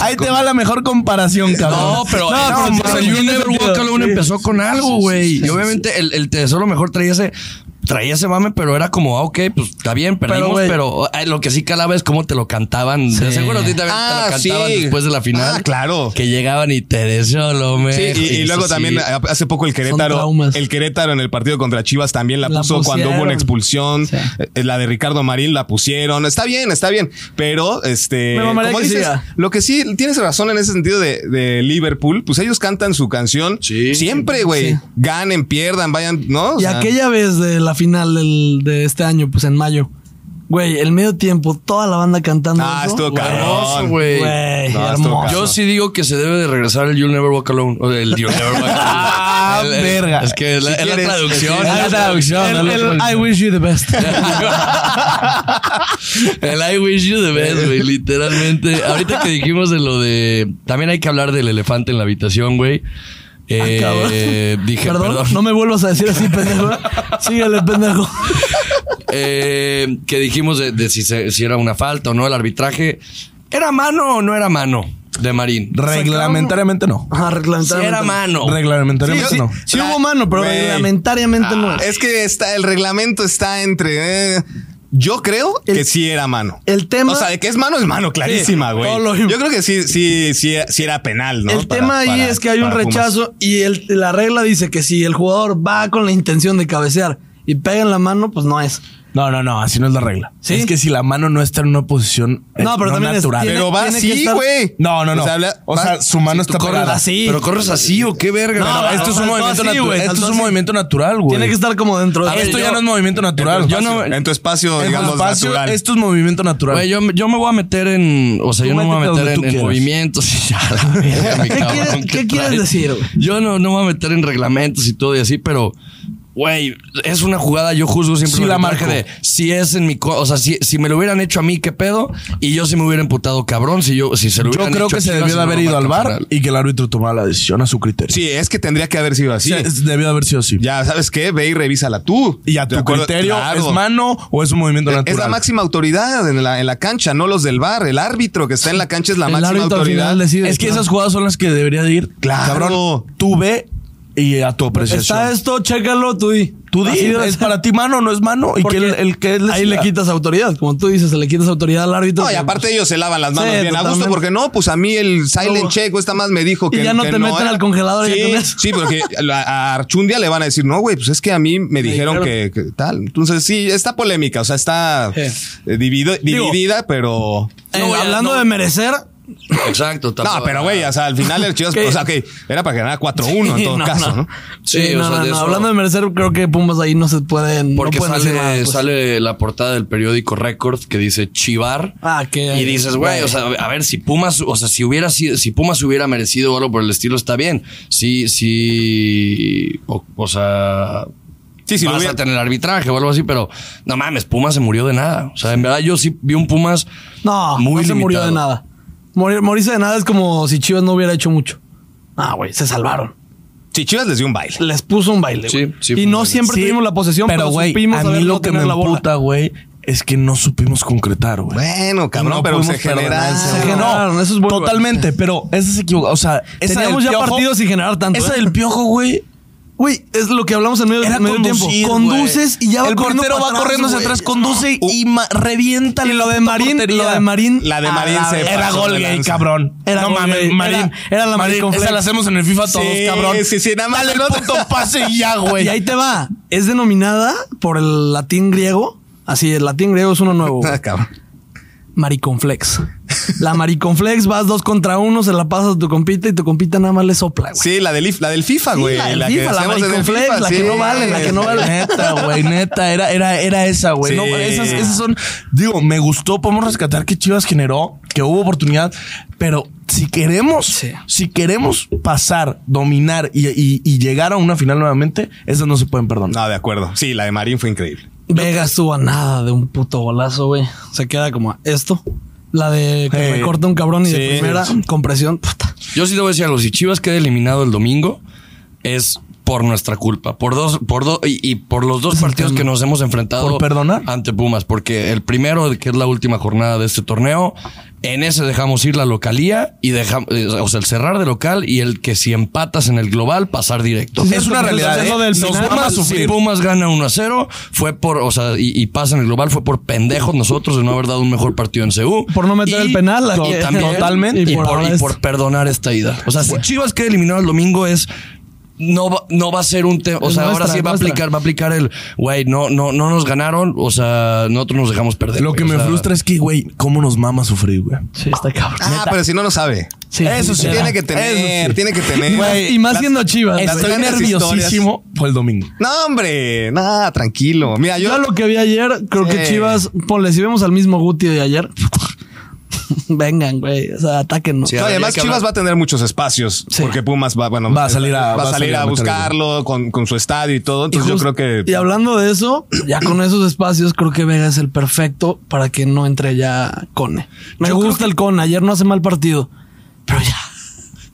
Speaker 4: Ahí te va la mejor comparación, cabrón.
Speaker 2: No, pero,
Speaker 1: No,
Speaker 2: no,
Speaker 1: pero
Speaker 2: pero
Speaker 1: sí,
Speaker 2: el You
Speaker 1: tiene
Speaker 2: Never
Speaker 1: sentido.
Speaker 2: Walk Alone
Speaker 1: Sí.
Speaker 2: empezó con algo, güey. y obviamente el, el Tesoro mejor traía ese. traía ese mame, pero era como, ah, ok, pues está bien, perdimos,
Speaker 1: güey.
Speaker 2: pero, ay, lo que sí calaba es cómo te lo cantaban. De seguro a ti también
Speaker 3: Ah,
Speaker 2: te lo cantaban
Speaker 3: sí.
Speaker 2: después de la final.
Speaker 3: Ah, claro.
Speaker 2: Que llegaban y te deseo lo
Speaker 3: Sí,
Speaker 2: mejor.
Speaker 3: y, y
Speaker 2: eso
Speaker 3: luego
Speaker 2: sí.
Speaker 3: también eh, a- hace poco el Querétaro,
Speaker 1: traumas.
Speaker 3: el Querétaro en el partido contra Chivas también la,
Speaker 1: La
Speaker 3: puso cuando hubo una
Speaker 1: pusieron.
Speaker 3: expulsión,
Speaker 1: Sí.
Speaker 3: Eh, la de Ricardo Marín la pusieron, está bien, está bien, pero este,
Speaker 1: Me mamaría
Speaker 3: como
Speaker 1: que
Speaker 3: dices,
Speaker 1: siga.
Speaker 3: lo que sí tienes razón en ese sentido de, de Liverpool, pues ellos cantan su canción
Speaker 2: Sí.
Speaker 3: siempre, güey,
Speaker 1: Sí.
Speaker 3: ganen, pierdan, vayan, ¿no? O
Speaker 1: Y
Speaker 3: sea,
Speaker 1: aquella vez de la final del- de este año, pues en mayo, güey, el medio tiempo, toda la banda cantando.
Speaker 3: Ah,
Speaker 1: eso,
Speaker 3: estuvo
Speaker 1: güey,
Speaker 2: Hermoso,
Speaker 3: cabrón.
Speaker 2: güey.
Speaker 1: Güey,
Speaker 3: No, estuvo
Speaker 1: hermoso.
Speaker 2: Yo sí digo que se debe de regresar el You'll Never Walk Alone. O el You'll Never Walk Alone.
Speaker 4: Ah,
Speaker 2: El- el-
Speaker 4: verga.
Speaker 2: Es que es la,
Speaker 3: Si
Speaker 2: es la
Speaker 3: quieres,
Speaker 2: traducción.
Speaker 3: sí.
Speaker 2: es la
Speaker 4: Ah,
Speaker 2: traducción.
Speaker 1: El-
Speaker 2: no la
Speaker 1: el I
Speaker 2: traducción.
Speaker 1: wish you the best.
Speaker 2: el I wish you the best, güey, literalmente. Ahorita que dijimos de lo de. También hay que hablar del elefante en la habitación, güey. Eh,
Speaker 1: cabrón.
Speaker 2: dije,
Speaker 1: perdón,
Speaker 2: perdón.
Speaker 1: no me vuelvas a decir así, pendejo. Síguele, pendejo.
Speaker 2: Eh, que dijimos de, de si, se- si era una falta o no el arbitraje. ¿Era mano o no era mano de Marín?
Speaker 4: Reglamentariamente no.
Speaker 1: Ajá,
Speaker 2: Si
Speaker 1: reglamentariamente.
Speaker 2: era mano.
Speaker 4: Reglamentariamente
Speaker 3: Sí,
Speaker 4: no.
Speaker 1: Ah, Sí hubo mano, pero
Speaker 3: Güey. Ah,
Speaker 1: reglamentariamente no.
Speaker 3: Es que está, el reglamento está entre. eh, yo creo que
Speaker 1: El-
Speaker 3: sí era mano.
Speaker 1: el tema-
Speaker 3: O sea, de que es mano es mano, clarísima,
Speaker 1: Sí,
Speaker 3: güey.
Speaker 1: todo lo mismo.
Speaker 3: yo creo que sí, sí, sí, sí era penal, ¿no?
Speaker 1: el
Speaker 3: Para-
Speaker 1: tema ahí
Speaker 3: para-
Speaker 1: es que hay un
Speaker 3: para Pumas.
Speaker 1: rechazo y el- la regla dice que si el jugador va con la intención de cabecear y pega en la mano, pues no es.
Speaker 4: No, no, no, así no es la regla.
Speaker 1: ¿Sí?
Speaker 4: Es que si la mano no está en una posición eh,
Speaker 1: No, pero también es-
Speaker 4: natural.
Speaker 1: tiene-
Speaker 3: Pero va
Speaker 1: tiene que
Speaker 3: así,
Speaker 1: estar-
Speaker 3: güey.
Speaker 4: No, no, no.
Speaker 3: O sea, habla-
Speaker 4: O
Speaker 3: va-
Speaker 4: sea, su mano
Speaker 1: tú
Speaker 4: está
Speaker 1: corres
Speaker 4: pegada.
Speaker 1: así.
Speaker 2: Pero corres así o qué verga.
Speaker 1: No,
Speaker 2: No,
Speaker 1: pero
Speaker 4: Esto es un
Speaker 1: saltó así,
Speaker 4: movimiento
Speaker 1: güey,
Speaker 4: natural. Esto
Speaker 1: saltó
Speaker 4: es un
Speaker 1: así.
Speaker 4: movimiento natural, güey.
Speaker 1: Tiene que estar como dentro de
Speaker 4: A ver, esto
Speaker 2: yo-
Speaker 4: ya no es movimiento natural.
Speaker 2: Entonces, yo no-
Speaker 3: En tu espacio,
Speaker 4: En tu
Speaker 3: digamos,
Speaker 4: espacio,
Speaker 3: natural.
Speaker 4: esto es movimiento natural.
Speaker 2: Güey, yo, yo me voy a meter en. O sea,
Speaker 4: Tú
Speaker 2: yo no me voy a
Speaker 4: métete
Speaker 2: meter
Speaker 4: donde
Speaker 2: en,
Speaker 4: tú
Speaker 2: en
Speaker 4: quieras.
Speaker 2: movimientos y a la verga, mi
Speaker 1: ¿Qué
Speaker 2: cabrón,
Speaker 1: quieres- qué quieres
Speaker 2: traes?
Speaker 1: decir, güey?
Speaker 2: Yo no, no me voy a meter en reglamentos y todo y así, pero. Güey, es una jugada, yo juzgo siempre
Speaker 4: Sí
Speaker 2: el
Speaker 4: la
Speaker 2: arbitraje
Speaker 4: marco.
Speaker 2: de si es en mi, co- o sea, si, si me lo hubieran hecho a mí, qué pedo, y yo sí me hubiera emputado cabrón, si yo si se lo
Speaker 4: Yo
Speaker 2: hubieran
Speaker 4: creo
Speaker 2: hecho a
Speaker 4: que se
Speaker 2: Chivas,
Speaker 4: debió
Speaker 2: si
Speaker 4: de
Speaker 2: no
Speaker 4: haber
Speaker 2: lo
Speaker 4: ido al
Speaker 2: marcan
Speaker 4: bar
Speaker 2: penal.
Speaker 4: y que el árbitro tomara la decisión a su criterio.
Speaker 3: Sí, es que tendría que haber sido así.
Speaker 4: O sea, es- debió de haber sido así.
Speaker 3: Ya, ¿sabes qué? Ve y revísala tú.
Speaker 4: Y a
Speaker 3: ¿De
Speaker 4: tu
Speaker 3: acuerdo?
Speaker 4: criterio,
Speaker 3: Claro.
Speaker 4: ¿es mano o es un movimiento
Speaker 3: Es-
Speaker 4: natural?
Speaker 3: Es la máxima autoridad en la, en la cancha, no los del bar. El árbitro que está en la cancha es la
Speaker 1: El
Speaker 3: máxima
Speaker 1: árbitro al
Speaker 3: autoridad.
Speaker 1: final decide.
Speaker 4: Es que
Speaker 1: claro.
Speaker 4: esas jugadas son las que debería de ir.
Speaker 3: Claro.
Speaker 4: Cabrón, tú ve y a tu apreciación.
Speaker 1: Está esto, chécalo, tú di.
Speaker 4: Pues Tú di,
Speaker 1: Así debe
Speaker 4: es
Speaker 1: ser.
Speaker 4: para ti mano, no es mano. Y que
Speaker 1: Porque
Speaker 4: el, el que él
Speaker 1: ahí le
Speaker 4: decida.
Speaker 1: quitas autoridad, como tú dices, le quitas autoridad al árbitro. Eh,
Speaker 3: No, y
Speaker 1: que-
Speaker 3: aparte ellos se lavan las manos
Speaker 1: Sí,
Speaker 3: bien a gusto
Speaker 1: totalmente.
Speaker 3: porque no, pues a mí el silent
Speaker 1: No.
Speaker 3: check o esta más me dijo
Speaker 1: Y
Speaker 3: que
Speaker 1: ya no
Speaker 3: que
Speaker 1: te meten
Speaker 3: era.
Speaker 1: al congelador ya
Speaker 3: Sí,
Speaker 1: con eso.
Speaker 3: sí, porque a a Archundia le van a decir, no, güey, pues es que a mí me dijeron que,
Speaker 1: dijeron.
Speaker 3: que tal. Entonces sí, está polémica, o sea, está
Speaker 1: Sí.
Speaker 3: eh, divido-
Speaker 1: Digo,
Speaker 3: dividida, pero...
Speaker 1: Eh,
Speaker 2: No, ya,
Speaker 1: hablando
Speaker 2: no.
Speaker 1: de merecer,
Speaker 2: Exacto,
Speaker 3: No,
Speaker 2: tampoco-
Speaker 3: pero güey, o sea, al final el Chivas,
Speaker 1: ¿Qué?
Speaker 3: o sea, que era para ganar 4-1 en todo
Speaker 1: no,
Speaker 3: caso,
Speaker 1: no.
Speaker 3: ¿no?
Speaker 2: Sí, o
Speaker 1: no,
Speaker 2: sea,
Speaker 1: no,
Speaker 2: de
Speaker 1: no,
Speaker 2: eso-
Speaker 1: hablando de merecer, creo que Pumas ahí no se pueden.
Speaker 2: Porque
Speaker 1: no pueden
Speaker 2: sale,
Speaker 1: hacer nada, pues.
Speaker 2: sale la portada del periódico Record que dice Chivar.
Speaker 1: Ah, que-
Speaker 2: Y dices, güey, o sea, a ver, si Pumas, o sea, si hubiera sido, si Pumas hubiera merecido o algo por el estilo, está bien. Sí, sí. O, o sea.
Speaker 3: Sí, sí, lo
Speaker 2: vas
Speaker 3: hubiera-
Speaker 2: a tener arbitraje o algo así, pero no mames, Pumas se murió de nada. O sea, en verdad yo sí vi un Pumas.
Speaker 1: No,
Speaker 2: muy
Speaker 1: no se murió
Speaker 2: limitado.
Speaker 1: de nada. Morir- morirse de nada es como si Chivas no hubiera hecho mucho. Ah, güey, se salvaron.
Speaker 3: Sí, Chivas les dio un baile.
Speaker 1: Les puso un baile.
Speaker 2: Sí,
Speaker 1: güey.
Speaker 2: sí, fue
Speaker 1: y
Speaker 2: un
Speaker 1: no
Speaker 2: baile.
Speaker 1: siempre
Speaker 4: Sí,
Speaker 1: tuvimos la posesión, pero,
Speaker 4: güey,
Speaker 1: supimos
Speaker 4: a mí
Speaker 1: saber
Speaker 4: lo
Speaker 1: no
Speaker 4: que
Speaker 1: tener
Speaker 4: me
Speaker 1: la bola.
Speaker 4: emputa, güey, es que no supimos concretar, güey.
Speaker 3: Bueno, cabrón,
Speaker 4: Y
Speaker 3: pero
Speaker 4: pudimos
Speaker 3: se generaron.
Speaker 4: perdonar ese
Speaker 1: Se
Speaker 4: gol.
Speaker 1: generaron, eso es bueno.
Speaker 4: Totalmente, pero ese es equivocado. O sea, esa
Speaker 1: Teníamos
Speaker 4: del
Speaker 1: ya
Speaker 4: piojo-
Speaker 1: partidos sin generar tanto.
Speaker 4: Esa
Speaker 1: ¿eh?
Speaker 4: del piojo, güey,
Speaker 1: Güey, es lo que hablamos en medio,
Speaker 4: era
Speaker 1: en medio
Speaker 4: conducir,
Speaker 1: tiempo.
Speaker 4: güey.
Speaker 1: Conduces y ya va
Speaker 4: El
Speaker 1: corriendo
Speaker 4: portero
Speaker 1: para
Speaker 4: va corriendo hacia
Speaker 1: güey.
Speaker 4: atrás, conduce y ma- revienta
Speaker 1: Y
Speaker 4: la
Speaker 1: lo de
Speaker 4: puta
Speaker 1: Marín,
Speaker 4: portería.
Speaker 1: lo de Marín.
Speaker 3: La de
Speaker 1: a
Speaker 3: Marín se
Speaker 1: verga.
Speaker 4: Era
Speaker 3: pasó
Speaker 4: gol
Speaker 3: de
Speaker 4: gay,
Speaker 3: lanza.
Speaker 4: cabrón.
Speaker 1: Era
Speaker 4: no
Speaker 1: gol
Speaker 4: mames,
Speaker 1: gay.
Speaker 4: Marín.
Speaker 1: Era- era la Marín con
Speaker 4: Esa
Speaker 1: flex.
Speaker 4: la hacemos en el FIFA todos,
Speaker 3: Sí,
Speaker 4: cabrón.
Speaker 3: sí, sí, nada más
Speaker 4: Dale
Speaker 3: el
Speaker 4: el
Speaker 3: otro.
Speaker 4: puto pase y ya, güey.
Speaker 1: Y ahí te va. Es denominada por el latín griego. Así, el latín griego es uno nuevo. güey.
Speaker 3: Ah, cabrón.
Speaker 1: Mariconflex. La Mariconflex, vas dos contra uno, se la pasas a tu compita y tu compita nada más le sopla, güey.
Speaker 3: Sí, la del, if- la del FIFA, güey.
Speaker 1: la del
Speaker 3: que
Speaker 1: FIFA, la
Speaker 3: hacemos desde el
Speaker 1: Maricón
Speaker 3: FIFA,
Speaker 1: Flex, la que
Speaker 3: sí.
Speaker 1: no vale, la que no vale.
Speaker 4: Neta, güey, neta, era, era, era esa, güey.
Speaker 3: Sí.
Speaker 4: No, esas, esas son. Digo, me gustó, podemos rescatar que Chivas generó, que hubo oportunidad, pero si queremos,
Speaker 1: Sí.
Speaker 4: si queremos pasar, dominar y, y- y llegar a una final nuevamente, esas no se pueden perdonar.
Speaker 3: No, de acuerdo. Sí, la de Marín fue increíble.
Speaker 1: Vega estuvo a nada de un puto golazo, güey. Se queda como a esto. La de que
Speaker 4: Eh,
Speaker 1: recorta un cabrón y de
Speaker 3: sí.
Speaker 1: primera, compresión. Puta.
Speaker 2: Yo sí te voy a decir algo. Si Chivas queda eliminado el domingo, es por nuestra culpa, por dos, por dos y, y por los dos partidos que nos hemos enfrentado
Speaker 4: Por perdonar.
Speaker 2: ante Pumas, porque el primero que es la última jornada de este torneo, en ese dejamos ir la localía y dejamos, o sea, el cerrar de local y el que si empatas en el global pasar directo.
Speaker 4: Es una realidad.
Speaker 1: Entonces, eso
Speaker 4: ¿eh?
Speaker 1: del
Speaker 4: Nos
Speaker 1: penal-
Speaker 4: van a
Speaker 2: Pumas, si
Speaker 4: sufrir.
Speaker 2: Pumas gana 1 a 0, fue por, o sea, y, y pasa en el global, fue por pendejos nosotros de no haber dado un mejor partido en CU.
Speaker 1: Por no meter
Speaker 2: Y-
Speaker 1: el penal,
Speaker 2: y
Speaker 1: aquí. eh,
Speaker 2: también-
Speaker 1: Totalmente.
Speaker 2: Y
Speaker 1: Y por
Speaker 2: por, y
Speaker 1: ahora es-
Speaker 2: por perdonar esta ida. O sea, si Chivas queda eliminado el domingo es. No va, no va a ser un tema. O
Speaker 1: Es
Speaker 2: sea,
Speaker 1: nuestra,
Speaker 2: ahora sí va a
Speaker 1: nuestra.
Speaker 2: aplicar, va a aplicar el güey, no, no, no nos ganaron. O sea, nosotros nos dejamos perder.
Speaker 4: Lo
Speaker 2: güey,
Speaker 4: que
Speaker 2: o
Speaker 4: me
Speaker 2: sea,
Speaker 4: frustra es que, güey, cómo nos mama sufrir, güey.
Speaker 1: Sí, está cabrón.
Speaker 3: Ah, pero si no, no sabe.
Speaker 1: Sí,
Speaker 4: eso sí.
Speaker 3: Tiene que tener, tiene que tener.
Speaker 1: Güey, y más siendo Chivas.
Speaker 3: las-
Speaker 4: Estoy
Speaker 3: grandes
Speaker 4: nerviosísimo por el domingo.
Speaker 3: No, hombre, nada, tranquilo. Mira,
Speaker 1: Yo
Speaker 3: yo,
Speaker 1: a lo que vi ayer, creo
Speaker 3: Sí.
Speaker 1: que Chivas, ponle, si vemos al mismo Guti de ayer, vengan, güey. O sea, atáquennos.
Speaker 2: Sí,
Speaker 3: No, y
Speaker 2: habría
Speaker 3: además
Speaker 2: que
Speaker 3: Chivas
Speaker 2: hablar.
Speaker 3: va a tener muchos espacios
Speaker 1: Sí.
Speaker 3: porque Pumas va, bueno,
Speaker 4: Va a salir a-
Speaker 3: va a, salir a
Speaker 4: meter el gol.
Speaker 3: buscarlo con, con su estadio y todo. Entonces
Speaker 1: Y
Speaker 3: yo
Speaker 1: just-
Speaker 3: creo que
Speaker 1: Y hablando de eso, ya con esos espacios, creo que Vega es el perfecto para que no entre ya Cone. Me
Speaker 2: Yo
Speaker 1: gusta
Speaker 2: creo
Speaker 1: el Cone. Ayer no hace mal partido. Pero ya.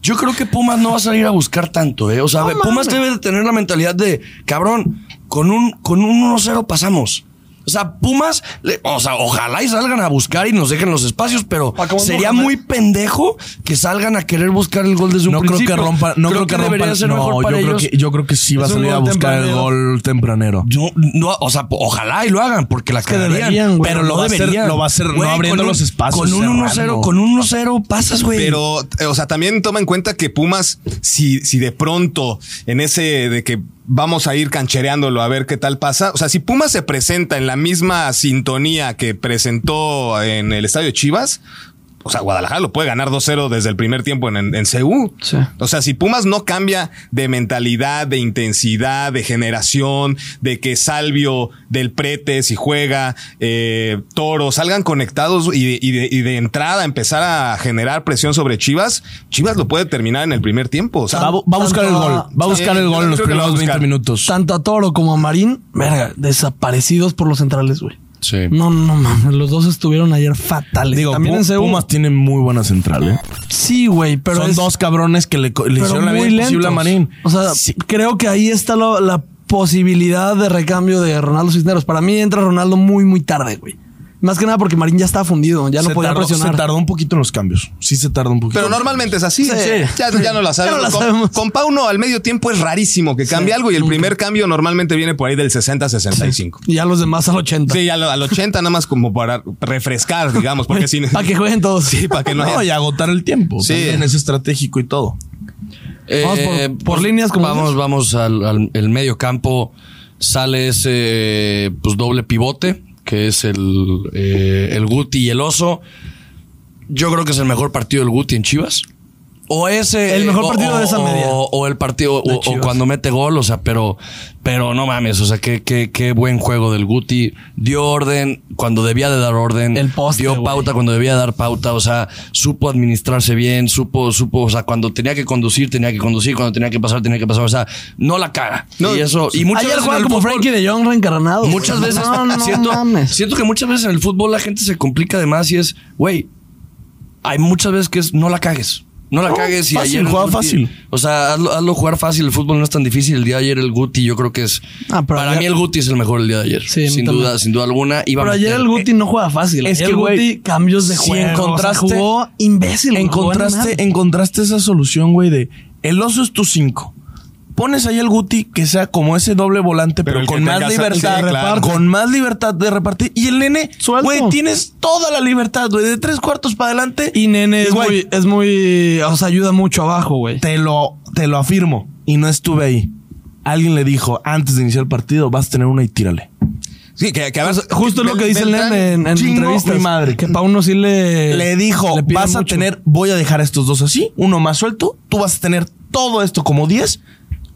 Speaker 2: Yo creo que Pumas no va a salir a buscar tanto, ¿eh? O sea,
Speaker 1: No
Speaker 2: ve, Pumas
Speaker 1: mames.
Speaker 2: debe de tener la mentalidad de, cabrón, con un, con un 1-0 pasamos. O sea, Pumas, le- o sea, ojalá y salgan a buscar y nos dejen los espacios, pero
Speaker 1: Acabamos
Speaker 2: sería
Speaker 1: ganando.
Speaker 2: muy pendejo que salgan a querer buscar el gol desde un
Speaker 4: No creo que
Speaker 2: principio.
Speaker 4: rompa, no creo, que,
Speaker 2: debería
Speaker 4: rompa.
Speaker 2: ser
Speaker 4: no,
Speaker 2: mejor para
Speaker 4: yo
Speaker 2: ellos.
Speaker 4: creo que yo creo que sí va a
Speaker 1: Es un
Speaker 4: salir a
Speaker 1: gol
Speaker 4: buscar
Speaker 1: tempranero.
Speaker 4: el gol tempranero.
Speaker 2: Yo, no, o sea, po- ojalá y lo hagan, porque la
Speaker 1: que
Speaker 2: cagarían,
Speaker 1: deberían, güey.
Speaker 2: pero
Speaker 1: Lo
Speaker 2: lo,
Speaker 4: va a hacer-
Speaker 2: deberían.
Speaker 4: lo va a hacer no
Speaker 2: Güey,
Speaker 4: abriendo
Speaker 2: con un-
Speaker 4: los espacios,
Speaker 2: Con un
Speaker 4: cerrando.
Speaker 2: 1-0, con un 1-0 pasas, güey.
Speaker 3: Pero, eh, o sea, también toma en cuenta que Pumas, si, si de pronto en ese de que vamos a ir canchereándolo a ver qué tal pasa, o sea, si Pumas se presenta en la misma sintonía que presentó en el estadio Chivas, o sea, Guadalajara lo puede ganar 2-0 desde el primer tiempo en, en, en CU.
Speaker 1: Sí.
Speaker 3: O sea, si Pumas no cambia de mentalidad, de intensidad, de generación, de que Salvio del Prete, si juega, eh, Toro, salgan conectados y de, y de- y de entrada empezar a generar presión sobre Chivas, Chivas lo puede terminar en el primer tiempo. O sea,
Speaker 4: Va, a bu- va a buscar el
Speaker 1: Tanto-
Speaker 4: gol, va a buscar
Speaker 3: Sí,
Speaker 4: el
Speaker 3: yo
Speaker 4: gol en los
Speaker 3: creo que lo va a
Speaker 4: primeros 20
Speaker 3: buscar.
Speaker 4: minutos.
Speaker 1: Tanto a Toro como a Marín, verga, desaparecidos por los centrales, güey.
Speaker 2: Sí.
Speaker 1: No, no mames. Los dos estuvieron ayer fatales.
Speaker 4: Digo,
Speaker 1: También en
Speaker 4: Pu-
Speaker 1: CU.
Speaker 4: Pumas tiene muy buena central, ¿eh?
Speaker 1: Sí, güey, pero
Speaker 4: Son
Speaker 1: es-
Speaker 4: dos cabrones que le, co- le
Speaker 1: pero
Speaker 4: hicieron la vida
Speaker 1: muy
Speaker 4: imposible a
Speaker 1: lentos.
Speaker 4: Marín.
Speaker 1: O sea,
Speaker 4: Sí.
Speaker 1: creo que ahí está la, la posibilidad de recambio de Ronaldo Cisneros. Para mí entra Ronaldo muy, muy tarde, güey. Más que nada porque Marín ya estaba fundido, ya no
Speaker 4: se
Speaker 1: podía
Speaker 4: tardó,
Speaker 1: presionar.
Speaker 4: Se tardó un poquito en los cambios. Sí, se tardó un poquito.
Speaker 3: Pero normalmente es así.
Speaker 1: Sí.
Speaker 3: Ya, ya no la
Speaker 1: Ya
Speaker 3: sabemos.
Speaker 1: no la
Speaker 3: con,
Speaker 1: sabemos.
Speaker 3: con Pauno al medio tiempo es rarísimo que cambie
Speaker 1: Sí,
Speaker 3: algo y el
Speaker 1: nunca.
Speaker 3: primer cambio normalmente viene por ahí del 60 a 65.
Speaker 1: Y ya los demás al 80.
Speaker 3: Sí, al, al 80 nada más como para refrescar, digamos, porque si
Speaker 1: Para que jueguen todos.
Speaker 3: Sí, para que no,
Speaker 4: No,
Speaker 3: haya-
Speaker 4: y agotar el tiempo.
Speaker 3: Sí.
Speaker 4: También es estratégico y todo.
Speaker 1: Vamos por- por líneas, como
Speaker 2: Eh, pues, vamos,
Speaker 1: dices.
Speaker 2: vamos al, al- el medio campo. Sale ese pues doble pivote, que es el, eh, el Guti y el oso. Yo creo que es el mejor partido del Guti en Chivas. O ese.
Speaker 1: El mejor
Speaker 2: o-
Speaker 1: partido de esa
Speaker 2: o-
Speaker 1: media.
Speaker 2: O, o el partido.
Speaker 1: De
Speaker 2: O, o
Speaker 1: Chivas.
Speaker 2: cuando mete gol, o sea, pero. Pero no mames, o sea, qué, qué, qué buen juego del Guti. Dio orden cuando debía de dar orden.
Speaker 1: El poste,
Speaker 2: Dio
Speaker 1: güey.
Speaker 2: pauta pauta cuando debía dar pauta, o sea, supo administrarse bien, supo, supo, o sea, cuando tenía que conducir, tenía que conducir, cuando tenía que pasar, tenía que pasar, o sea, no la caga.
Speaker 3: No,
Speaker 2: y eso, y muchas
Speaker 1: Ayer
Speaker 2: veces en
Speaker 1: juega
Speaker 2: el
Speaker 1: como
Speaker 2: fútbol-
Speaker 1: Frankie de Jong reencarnado. güey.
Speaker 2: Muchas veces
Speaker 1: No, no
Speaker 2: siento,
Speaker 1: mames.
Speaker 2: siento que muchas veces en el fútbol la gente se complica de más y es, güey, hay muchas veces que es no la cagues. No
Speaker 1: Oh,
Speaker 2: la cagues y
Speaker 4: fácil,
Speaker 2: ayer el
Speaker 4: juega fácil.
Speaker 2: O sea, hazlo, hazlo jugar fácil, el fútbol no es tan difícil. El día de ayer el Guti, yo creo que es
Speaker 1: Ah, pero
Speaker 2: para
Speaker 1: ayer-
Speaker 2: mí el Guti es el mejor el día de ayer.
Speaker 1: Sí, a mí
Speaker 2: sin
Speaker 1: también.
Speaker 2: duda, sin duda alguna. Iba a
Speaker 1: Pero ayer
Speaker 2: meter-
Speaker 1: el Guti no juega fácil.
Speaker 4: es
Speaker 1: Ayer
Speaker 4: que,
Speaker 1: el
Speaker 4: güey,
Speaker 1: Guti cambios de
Speaker 4: si
Speaker 1: juego.
Speaker 4: encontraste-
Speaker 1: o sea, jugó imbécil. güey, jugó en
Speaker 4: encontraste,
Speaker 1: nada.
Speaker 4: encontraste esa solución, güey, de el oso es tu 5. Pones ahí el Guti que sea como ese doble volante,
Speaker 3: Pero
Speaker 4: pero,
Speaker 3: el que
Speaker 4: con más
Speaker 3: tenga-
Speaker 4: libertad,
Speaker 3: sí, claro.
Speaker 4: con más libertad de repartir. Y el nene,
Speaker 1: Suelto.
Speaker 4: güey, tienes toda la libertad, güey, de tres cuartos para adelante.
Speaker 1: Y Nene es
Speaker 4: güey,
Speaker 1: muy, es muy. O sea, ayuda mucho abajo, güey.
Speaker 4: Te lo, te lo afirmo. Y no estuve ahí. Alguien le dijo antes de iniciar el partido, vas a tener una y tírale.
Speaker 3: Sí, que, que a ver,
Speaker 1: Justo lo que dice el
Speaker 3: Beltrán-
Speaker 1: Nene en, en
Speaker 4: chingo
Speaker 1: entrevistas.
Speaker 4: mi madre.
Speaker 1: Que Pauno sí le.
Speaker 4: Le dijo,
Speaker 1: le pide
Speaker 4: vas a
Speaker 1: mucho.
Speaker 4: tener, voy a dejar a estos dos así, uno más suelto, tú vas a tener todo esto como 10,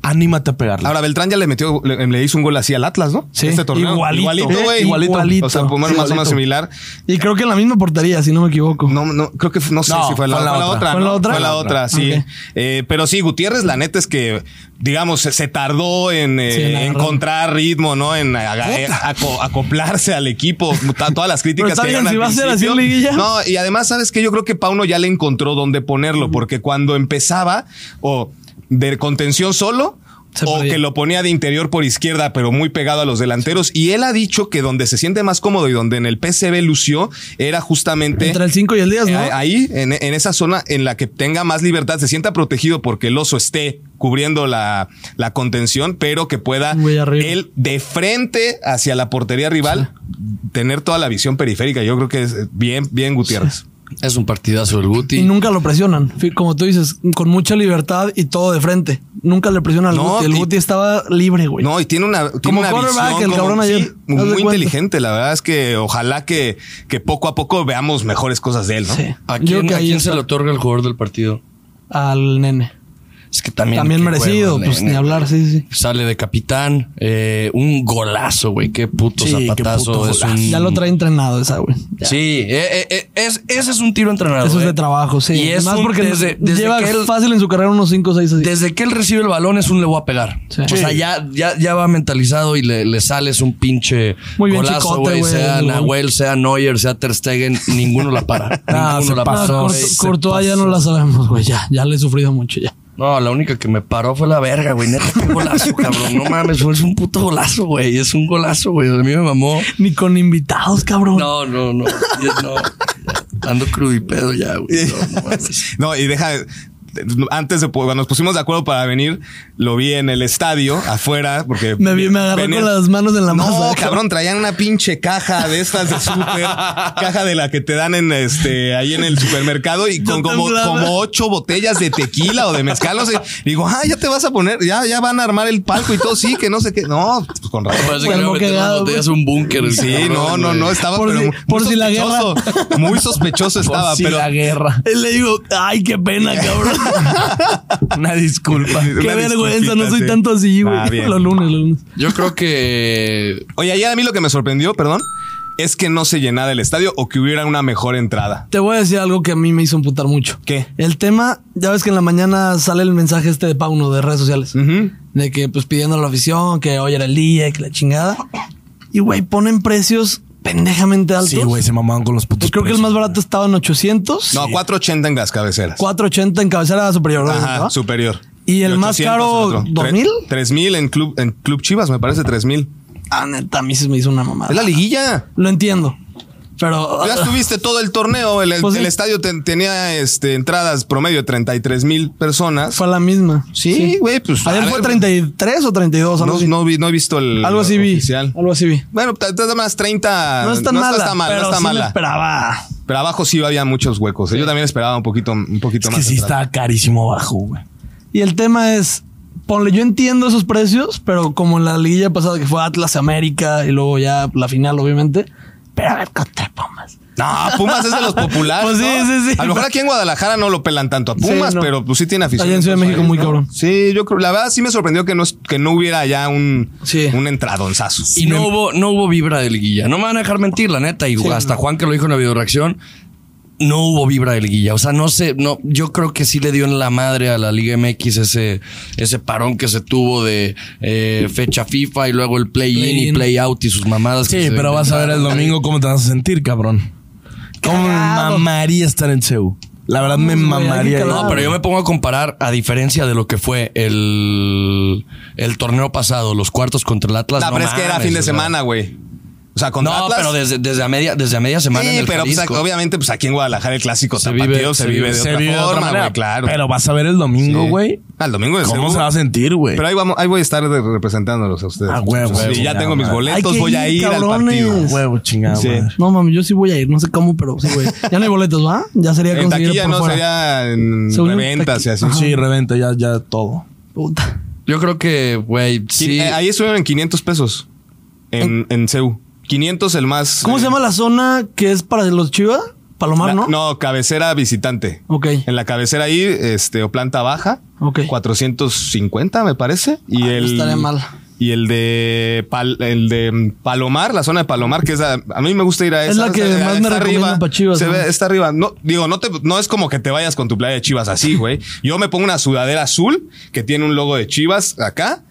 Speaker 4: anímate a pegarle.
Speaker 3: Ahora Beltrán ya le metió, le, le hizo un gol así al Atlas, ¿no?
Speaker 1: Sí.
Speaker 3: Este torneo.
Speaker 1: Igualito. Eh,
Speaker 3: güey.
Speaker 1: igualito.
Speaker 3: O sea, Pumas más o menos
Speaker 1: Igualito.
Speaker 3: similar.
Speaker 1: Y creo que en la misma portería, si no me equivoco.
Speaker 3: No, no, creo que fue- no sé
Speaker 4: No,
Speaker 3: si fue la,
Speaker 4: fue la
Speaker 3: fue la
Speaker 4: otra.
Speaker 3: otra.
Speaker 1: ¿Fue
Speaker 3: ¿no?
Speaker 1: la otra?
Speaker 3: Fue la otra, sí.
Speaker 1: Ok.
Speaker 3: Eh, pero sí, Gutiérrez, la neta es que, digamos, se, se tardó en eh,
Speaker 1: Sí, en agarrar.
Speaker 3: encontrar ritmo, ¿no? En aga- eh, aco- acoplarse al equipo. Ta- Todas las críticas
Speaker 1: Pero está
Speaker 3: que
Speaker 1: bien,
Speaker 3: llegaron
Speaker 1: si
Speaker 3: al
Speaker 1: va a ser
Speaker 3: principio.
Speaker 1: así en liguilla.
Speaker 3: No, y además, ¿sabes que Yo creo que Pauno ya le encontró dónde ponerlo, porque cuando empezaba, o de contención solo,
Speaker 1: Se
Speaker 3: o
Speaker 1: perdía.
Speaker 3: que lo ponía de interior por izquierda, pero muy pegado a los delanteros. Y él ha dicho que donde se siente más cómodo y donde en el PCB lució era justamente
Speaker 1: Entre el 5 y el 10, ¿no?
Speaker 3: eh, ahí, en, en esa zona en la que tenga más libertad, se sienta protegido porque el oso esté cubriendo la, la contención, pero que pueda
Speaker 1: Güey, arriba.
Speaker 3: él de frente hacia la portería rival tener toda la visión periférica. Yo creo que es eh, bien, bien Gutiérrez.
Speaker 2: Es un partidazo del Guti.
Speaker 1: Y nunca lo presionan. Fi- Como tú dices, con mucha libertad y todo de frente. Nunca le presionan al
Speaker 3: No,
Speaker 1: Guti. El
Speaker 3: y-
Speaker 1: Guti estaba libre, güey.
Speaker 3: No, y tiene una, tiene
Speaker 1: Como
Speaker 3: una
Speaker 1: quarterback,
Speaker 3: visión
Speaker 1: el
Speaker 3: como-
Speaker 1: cabrón ayer. Haz de
Speaker 3: muy
Speaker 1: cuenta.
Speaker 3: inteligente. La verdad es que ojalá que, que poco a poco veamos mejores cosas de él, ¿no?
Speaker 1: Sí.
Speaker 2: ¿A
Speaker 1: Yo
Speaker 2: quién,
Speaker 1: que
Speaker 2: a
Speaker 1: ahí
Speaker 2: quién
Speaker 1: está.
Speaker 2: se le otorga el jugador del partido?
Speaker 1: Al nene.
Speaker 2: Es que también.
Speaker 1: También
Speaker 2: qué
Speaker 1: merecido,
Speaker 2: huevos,
Speaker 1: pues
Speaker 2: nene.
Speaker 1: ni hablar, sí, sí, sí.
Speaker 2: Sale de capitán. eh, un golazo, güey. Qué puto
Speaker 4: Sí, qué
Speaker 2: zapatazo.
Speaker 4: puto
Speaker 2: es
Speaker 4: golazo.
Speaker 2: un-
Speaker 1: Ya lo trae entrenado esa, güey. Ya.
Speaker 2: Mm. Sí, eh, eh, eh, es, ese es un tiro entrenado.
Speaker 1: Eso es
Speaker 2: eh.
Speaker 1: de trabajo, sí.
Speaker 2: Y es
Speaker 1: Más
Speaker 2: un-
Speaker 1: porque
Speaker 2: desde- desde
Speaker 1: lleva
Speaker 2: que él-
Speaker 1: fácil en su carrera unos 5 o 6 así.
Speaker 2: Desde que él recibe el balón es un le voy a pegar.
Speaker 1: Sí.
Speaker 2: O sea, ya, ya, ya va mentalizado y le, le sales un pinche
Speaker 1: Muy bien
Speaker 2: golazo,
Speaker 1: chicote,
Speaker 2: güey.
Speaker 1: güey,
Speaker 2: Sea
Speaker 1: el gol.
Speaker 2: Nahuel, sea Neuer, sea Ter Stegen, ninguno la para.
Speaker 4: Ah,
Speaker 2: ninguno
Speaker 4: se
Speaker 2: la
Speaker 1: Ah,
Speaker 4: pasó,
Speaker 2: para.
Speaker 1: Courto-
Speaker 2: güey. Se
Speaker 1: Courtois ya
Speaker 2: pasó.
Speaker 1: no la sabemos, güey. Ya, ya le he sufrido mucho ya.
Speaker 2: No, la única que me paró fue la verga, güey. Neta, qué golazo, cabrón. No mames, güey, es un puto golazo, güey. Es un golazo, güey. A mí me mamó.
Speaker 1: Ni con invitados, cabrón.
Speaker 2: No, no, no. Ya, no. Ando crudo y pedo ya, güey. No, no mames.
Speaker 3: No, y deja. Antes de cuando nos pusimos de acuerdo para venir, lo vi en el estadio afuera porque
Speaker 1: Me vi- me agarré con las manos en la
Speaker 3: no,
Speaker 1: masa.
Speaker 3: cabrón, traían una pinche caja de estas de súper, caja de la que te dan en este ahí en el supermercado
Speaker 1: Yo
Speaker 3: y con como,
Speaker 1: temblaba.
Speaker 3: como ocho botellas de tequila o de mezcal, no sé. Digo, ah, ya te vas a poner, ya ya van a armar el palco y todo, sí, que no sé qué. No, pues, con razón.
Speaker 2: Parece que
Speaker 1: Bueno,
Speaker 2: le voy a meter
Speaker 1: cagado,
Speaker 2: las
Speaker 1: güey.
Speaker 2: botellas a un búnker. el
Speaker 3: Sí,
Speaker 2: cabrón,
Speaker 3: no, no,
Speaker 2: güey.
Speaker 3: no, estaba
Speaker 1: Por
Speaker 3: pero
Speaker 1: si-
Speaker 3: muy
Speaker 1: por si la guerra.
Speaker 3: sospechoso, muy sospechoso estaba,
Speaker 4: Por si
Speaker 3: pero
Speaker 4: la guerra.
Speaker 1: Él le digo, ay, qué pena, cabrón.
Speaker 4: Una disculpa.
Speaker 1: qué
Speaker 3: Una
Speaker 1: vergüenza,
Speaker 3: disculpita,
Speaker 1: no soy
Speaker 3: sí.
Speaker 1: tanto así, güey.
Speaker 3: Ah, bien.
Speaker 1: los lunes, los lunes.
Speaker 2: Yo creo que
Speaker 3: Oye, ayer a mí lo que me sorprendió, perdón, es que no se llenara el estadio o que hubiera una mejor entrada.
Speaker 1: Te voy a decir algo que a mí me hizo emputar mucho.
Speaker 3: ¿Qué?
Speaker 1: El tema, ya ves que en la mañana sale el mensaje este de Pauno de redes sociales.
Speaker 3: Ujú.
Speaker 1: De que, pues, pidiendo a la afición, que hoy era el día, y que la chingada. Y, güey, ponen precios pendejamente altos.
Speaker 4: Sí, güey, se mamaban con los putos.
Speaker 1: Pues creo que el
Speaker 4: precios.
Speaker 1: más barato estaba en 800.
Speaker 3: No, 480 en las cabeceras.
Speaker 1: 480 en cabecera superior. ¿verdad?
Speaker 3: Ajá,
Speaker 1: ¿no?
Speaker 3: superior.
Speaker 1: ¿Y el más
Speaker 3: 800
Speaker 1: caro,
Speaker 3: en otro.
Speaker 1: 2000?
Speaker 3: Tre- 3000 en club en Club Chivas, me parece 3000.
Speaker 1: Ah, neta, a mí se me hizo una mamada.
Speaker 3: Es la liguilla.
Speaker 1: Lo entiendo. Pero.
Speaker 3: Ya estuviste todo el torneo, el, el-
Speaker 1: Ah. Pues sí.
Speaker 3: el estadio te- tenía este, entradas promedio de 33 mil personas.
Speaker 1: Fue la misma.
Speaker 3: Sí, güey, pues.
Speaker 1: Ayer
Speaker 3: a
Speaker 1: fue
Speaker 3: ver,
Speaker 1: 33 o 32. Algo
Speaker 3: No,
Speaker 1: así,
Speaker 3: no vi- no he visto el
Speaker 1: algo así vi.
Speaker 3: oficial.
Speaker 1: Algo así vi.
Speaker 3: Bueno, te te da más 30.
Speaker 1: No está mala.
Speaker 3: está mal,
Speaker 1: pero
Speaker 3: no está
Speaker 1: sí me
Speaker 3: mala.
Speaker 1: esperaba.
Speaker 3: Pero abajo sí había muchos huecos. ¿eh? Yo también esperaba un poquito, un poquito
Speaker 4: Es que
Speaker 3: más.
Speaker 4: sí
Speaker 3: atrás.
Speaker 4: estaba carísimo abajo, güey.
Speaker 1: Y el tema es. Ponle, yo entiendo esos precios, pero como en la liguilla pasada que fue Atlas América y luego ya la final, obviamente. Pero a ver, contra Pumas.
Speaker 3: No, Ah, Pumas es de los populares.
Speaker 1: Pues sí,
Speaker 3: ¿no?
Speaker 1: sí, sí.
Speaker 3: A lo mejor aquí en Guadalajara no lo pelan tanto a Pumas,
Speaker 1: Sí, no.
Speaker 3: pero pues sí tiene afición.
Speaker 1: Allá en Ciudad de México, muy cabrón.
Speaker 3: Sí, yo creo. La verdad sí me sorprendió que no, es- que no hubiera allá un,
Speaker 1: Sí.
Speaker 3: un entradonzazo.
Speaker 2: Y no hubo, no hubo vibra de liguilla. No me van a dejar mentir, la neta. Y hasta Juan que lo dijo en la videoreacción, no hubo vibra de liguilla. O sea, no sé, no, yo creo que sí le dio en la madre a la Liga MX ese, ese parón que se tuvo de eh, fecha FIFA y luego el play-in y
Speaker 1: Play-in.
Speaker 2: play-out y sus mamadas. que
Speaker 4: Sí,
Speaker 2: se
Speaker 4: pero vas a ver el domingo cómo te vas a sentir, cabrón. ¿Cómo me
Speaker 1: Cagado.
Speaker 4: mamaría estar en CEU? La verdad me
Speaker 1: Vamos, güey,
Speaker 4: mamaría.
Speaker 1: hay que
Speaker 4: ir.
Speaker 1: calar.
Speaker 2: No, pero yo me pongo a comparar, a diferencia de lo que fue el, el torneo pasado, los cuartos contra el Atlas.
Speaker 3: La
Speaker 2: pues no
Speaker 3: pero es que era
Speaker 2: mames,
Speaker 3: fin de
Speaker 2: o sea.
Speaker 3: semana, güey. O sea, con
Speaker 2: No, pero desde, desde, a media, desde a media semana. en
Speaker 3: Sí,
Speaker 2: el
Speaker 3: pero pues,
Speaker 2: Jalisco.
Speaker 3: obviamente, pues aquí en Guadalajara el clásico
Speaker 2: Se
Speaker 3: tapatío
Speaker 2: vive-
Speaker 3: se,
Speaker 2: se
Speaker 3: vive de
Speaker 4: Se
Speaker 3: otra
Speaker 4: vive de otra
Speaker 3: forma,
Speaker 4: manera,
Speaker 3: güey, claro.
Speaker 4: Pero vas a ver el
Speaker 3: Sí.
Speaker 4: domingo, güey.
Speaker 3: Al domingo de
Speaker 4: ¿Cómo
Speaker 3: seguro.
Speaker 4: se va a sentir, güey?
Speaker 3: Pero ahí, vamos, ahí voy a estar de- representándolos a ustedes.
Speaker 4: A huevo,
Speaker 3: Sí,
Speaker 4: huevo,
Speaker 3: ya
Speaker 4: ya,
Speaker 3: tengo mis
Speaker 4: madre.
Speaker 1: Hay
Speaker 3: boletos,
Speaker 1: que
Speaker 3: voy a
Speaker 1: ir,
Speaker 3: ir al
Speaker 1: cabrones.
Speaker 3: partido.
Speaker 4: Huevo, chingada
Speaker 3: Sí.
Speaker 4: madre.
Speaker 1: No mami, yo sí voy a ir, no sé cómo, pero sí, güey. Ya no hay boletos, ¿va? Ya sería
Speaker 3: En
Speaker 1: conseguir
Speaker 3: taquilla
Speaker 1: por
Speaker 3: no
Speaker 1: fuera.
Speaker 3: sería en
Speaker 1: Según en
Speaker 3: reventas y así.
Speaker 1: taquilla. Ajá.
Speaker 4: Sí, reventa ya, ya todo.
Speaker 1: Puta.
Speaker 2: Yo creo que, güey, sí.
Speaker 3: Eh, Ahí estuvieron en 500 pesos en, en CEU. 500 el más.
Speaker 1: ¿Cómo
Speaker 3: eh,
Speaker 1: se llama la zona que es para los Chivas? Palomar,
Speaker 3: la-
Speaker 1: ¿no?
Speaker 3: No, cabecera visitante.
Speaker 1: Ok.
Speaker 3: En la cabecera ahí, este, o planta baja.
Speaker 1: Ok.
Speaker 3: 450, me parece. Y
Speaker 1: Ah, no
Speaker 3: el.
Speaker 1: estaré mal.
Speaker 3: Y el de, Pal- el de mm, Palomar, la zona de Palomar, que es la- a mí me gusta ir a esa.
Speaker 1: Es la que
Speaker 3: está-
Speaker 1: más me
Speaker 3: está
Speaker 1: recomiendan
Speaker 3: arriba,
Speaker 1: pa' Chivas,
Speaker 3: Se
Speaker 1: ¿no?
Speaker 3: ve, está arriba. No, digo, no, te, no es como que te vayas con tu playa de Chivas así, güey. Yo me pongo una sudadera azul que tiene un logo de Chivas acá,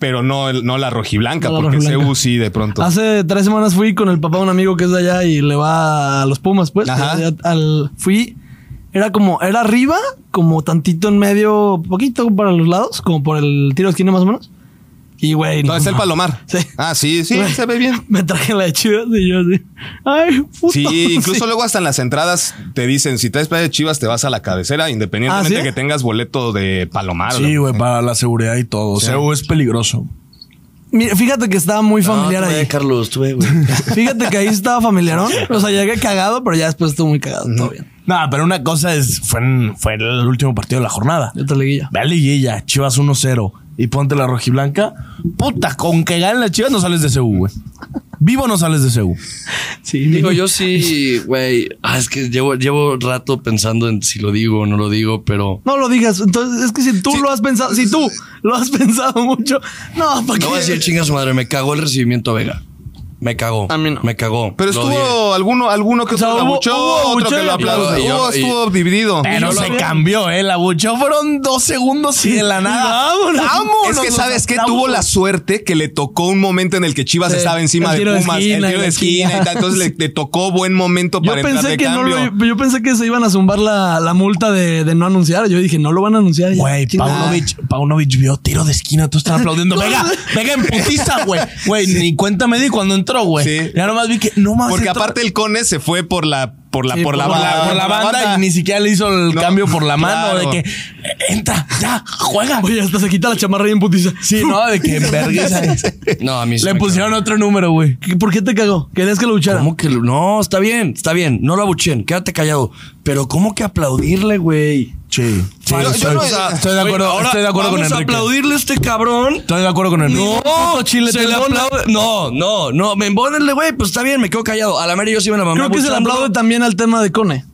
Speaker 3: pero no, el- no la rojiblanca,
Speaker 1: No la
Speaker 3: porque
Speaker 1: rojiblanca. Ah,
Speaker 3: CU sí de pronto.
Speaker 1: Hace tres semanas fui con el papá de un amigo que es de allá y le va a los Pumas, pues.
Speaker 3: Ajá.
Speaker 1: Ya- ya al, fui Era como, era arriba, como tantito en medio, poquito para los lados, como por el tiro de esquina más o menos. Y güey.
Speaker 3: No, es el
Speaker 1: mames.
Speaker 3: Palomar.
Speaker 1: Sí.
Speaker 3: Ah, sí, sí,
Speaker 1: Güey,
Speaker 3: se ve bien.
Speaker 1: Me traje la de chivas y yo así. Ay, puto.
Speaker 3: Sí, incluso luego hasta en las entradas te dicen, si traes playa de Chivas te vas a la cabecera, independientemente
Speaker 1: ¿Ah, sí?
Speaker 3: que tengas boleto de Palomar.
Speaker 4: Sí,
Speaker 3: ¿no?
Speaker 4: güey, para la seguridad y todo. O sea, güey, es peligroso.
Speaker 1: Mira, fíjate que estaba muy familiar
Speaker 2: No, tú ve,
Speaker 1: ahí.
Speaker 2: Carlos, tú ve, güey.
Speaker 1: Fíjate que ahí estaba familiarón. O sea, llegué cagado, pero ya después estuvo muy cagado. Todo bien.
Speaker 4: Nada, pero una cosa es, fue, en- fue el último partido de la jornada.
Speaker 1: Yo te liguilla.
Speaker 4: Ve a Liguilla, Chivas 1-0 y ponte la rojiblanca. Puta, con que ganen las Chivas no sales de CU, güey. Vivo no sales de CU.
Speaker 1: Sí,
Speaker 2: Digo,
Speaker 1: yo.
Speaker 2: yo sí, güey. Ah, es que llevo, llevo rato pensando en si lo digo o no lo digo, pero.
Speaker 1: No lo digas. Entonces, es que si tú lo has pensado, si tú lo has pensado mucho, no, ¿para qué?
Speaker 2: No voy a decir chinga su madre, me cagó el recibimiento a Vega. Me cagó.
Speaker 1: A mí no.
Speaker 2: Me cagó.
Speaker 3: Pero
Speaker 2: Lo odié.
Speaker 3: estuvo alguno, alguno que
Speaker 1: O sea,
Speaker 3: otro lo
Speaker 1: hubo-
Speaker 3: abuchó,
Speaker 1: hubo
Speaker 3: otro que
Speaker 1: abucheo
Speaker 3: lo
Speaker 1: y-
Speaker 3: aplaudió.
Speaker 2: y-
Speaker 3: Hubo-
Speaker 2: y-
Speaker 3: estuvo dividido.
Speaker 4: Pero
Speaker 1: no
Speaker 4: se
Speaker 1: lo-
Speaker 4: cambió, ¿eh? La buchó fueron dos segundos y de la nada.
Speaker 1: Vámonos.
Speaker 3: Es que,
Speaker 4: los
Speaker 3: ¿sabes qué?
Speaker 4: aplausos.
Speaker 3: Tuvo la suerte que le tocó un momento en el que Chivas
Speaker 1: Sí.
Speaker 3: estaba
Speaker 1: El
Speaker 3: encima de
Speaker 1: tiro de
Speaker 3: Pumas,
Speaker 1: esquina
Speaker 3: el
Speaker 1: y
Speaker 3: tiro
Speaker 1: la
Speaker 3: de esquina y
Speaker 1: chingada.
Speaker 3: tal. Entonces le, le tocó buen momento
Speaker 1: Yo
Speaker 3: para entrar
Speaker 1: pensé
Speaker 3: de
Speaker 1: que no
Speaker 3: cambio.
Speaker 1: lo, yo pensé que se iban a zumbar la, la multa de, de no anunciar. Yo dije, no lo van a anunciar. ya.
Speaker 4: Güey,
Speaker 1: Chingada.
Speaker 4: Paunovic, Paunovic vio tiro de esquina, tú estabas aplaudiendo. Venga, venga en putiza, güey. Güey, ni cuenta me di cuando entró, güey.
Speaker 3: Sí.
Speaker 4: Ya nomás vi que no más.
Speaker 3: Porque
Speaker 4: entró-
Speaker 3: aparte el Cone se fue por la, por la,
Speaker 1: Sí,
Speaker 3: por la,
Speaker 4: por la,
Speaker 3: banda-
Speaker 4: por la banda, y ni siquiera le hizo el
Speaker 3: No,
Speaker 4: cambio por la mano
Speaker 3: claro.
Speaker 4: de que "Eh, entra, ya, juega.
Speaker 1: Oye, hasta se quita la chamarra y en putiza.
Speaker 4: Sí, no, de que vergüenza.
Speaker 2: No, a mí sí
Speaker 4: Le
Speaker 2: me
Speaker 4: pusieron otro número, güey.
Speaker 1: ¿Qué- ¿Por qué te cagó? ¿Querías que lo
Speaker 2: cagó.
Speaker 1: luchara?
Speaker 2: ¿Cómo que lo- No, está bien, está bien. No lo abuchen, quédate callado. Pero, ¿cómo que aplaudirle, güey?
Speaker 4: Sí.
Speaker 3: Yo- yo
Speaker 4: estoy,
Speaker 3: no-
Speaker 4: estoy de acuerdo,
Speaker 2: Güey, ahora
Speaker 4: estoy de acuerdo con
Speaker 2: vamos a
Speaker 4: Enrique.
Speaker 2: aplaudirle a este cabrón.
Speaker 4: Estoy de acuerdo con Enrique.
Speaker 2: No,
Speaker 1: Chile,
Speaker 2: se
Speaker 1: te
Speaker 2: le
Speaker 1: embona.
Speaker 2: aplaude. No, no, no. Me embónenle, güey. Pues está bien, me quedo callado. A la mera yo sí me la mamá.
Speaker 1: Creo que se le aplaude también al tema de Cone.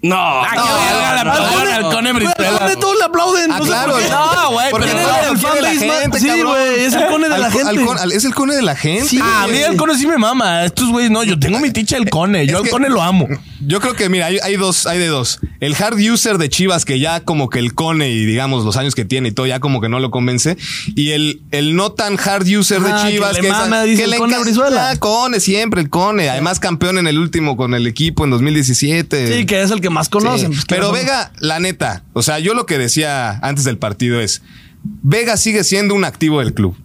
Speaker 2: No.
Speaker 4: qué verga, le aplauden al Cone Brizuela.
Speaker 1: Al Cone todos le aplauden.
Speaker 3: Ah,
Speaker 1: no sé
Speaker 3: claro.
Speaker 1: por qué.
Speaker 4: No, güey,
Speaker 3: Porque
Speaker 1: pero
Speaker 3: el Cone
Speaker 1: el
Speaker 3: lo quiere la
Speaker 1: fanbase más-
Speaker 3: gente,
Speaker 1: sí,
Speaker 3: cabrón.
Speaker 1: güey, es el Cone de
Speaker 3: Al-
Speaker 1: la
Speaker 3: al
Speaker 1: gente.
Speaker 3: Cone- al- es el Cone de la gente.
Speaker 1: Sí,
Speaker 4: Ah, a mí el cone sí me mama. Estos güeyes, no, yo tengo mi ticha el cone. Yo
Speaker 3: Es
Speaker 4: al
Speaker 3: que-
Speaker 4: cone lo amo.
Speaker 3: Yo creo que, mira, hay, hay dos, hay de dos. El hard user de Chivas, que ya como que el cone y digamos los años que tiene y todo, ya como que no lo convence. Y el, el no tan hard user
Speaker 1: Ah,
Speaker 3: de
Speaker 1: que
Speaker 3: Chivas,
Speaker 1: le mama, dice el Cone
Speaker 3: enca-
Speaker 1: Brizuela.
Speaker 3: Ah, cone, siempre el cone. Además, campeón en el último con el equipo en 2017.
Speaker 1: Sí, que es el que más conocen.
Speaker 3: Sí.
Speaker 1: pues,
Speaker 3: Pero
Speaker 1: claro.
Speaker 3: Vega, la neta, o sea, yo lo que decía antes del partido es, Vega sigue siendo un activo del club.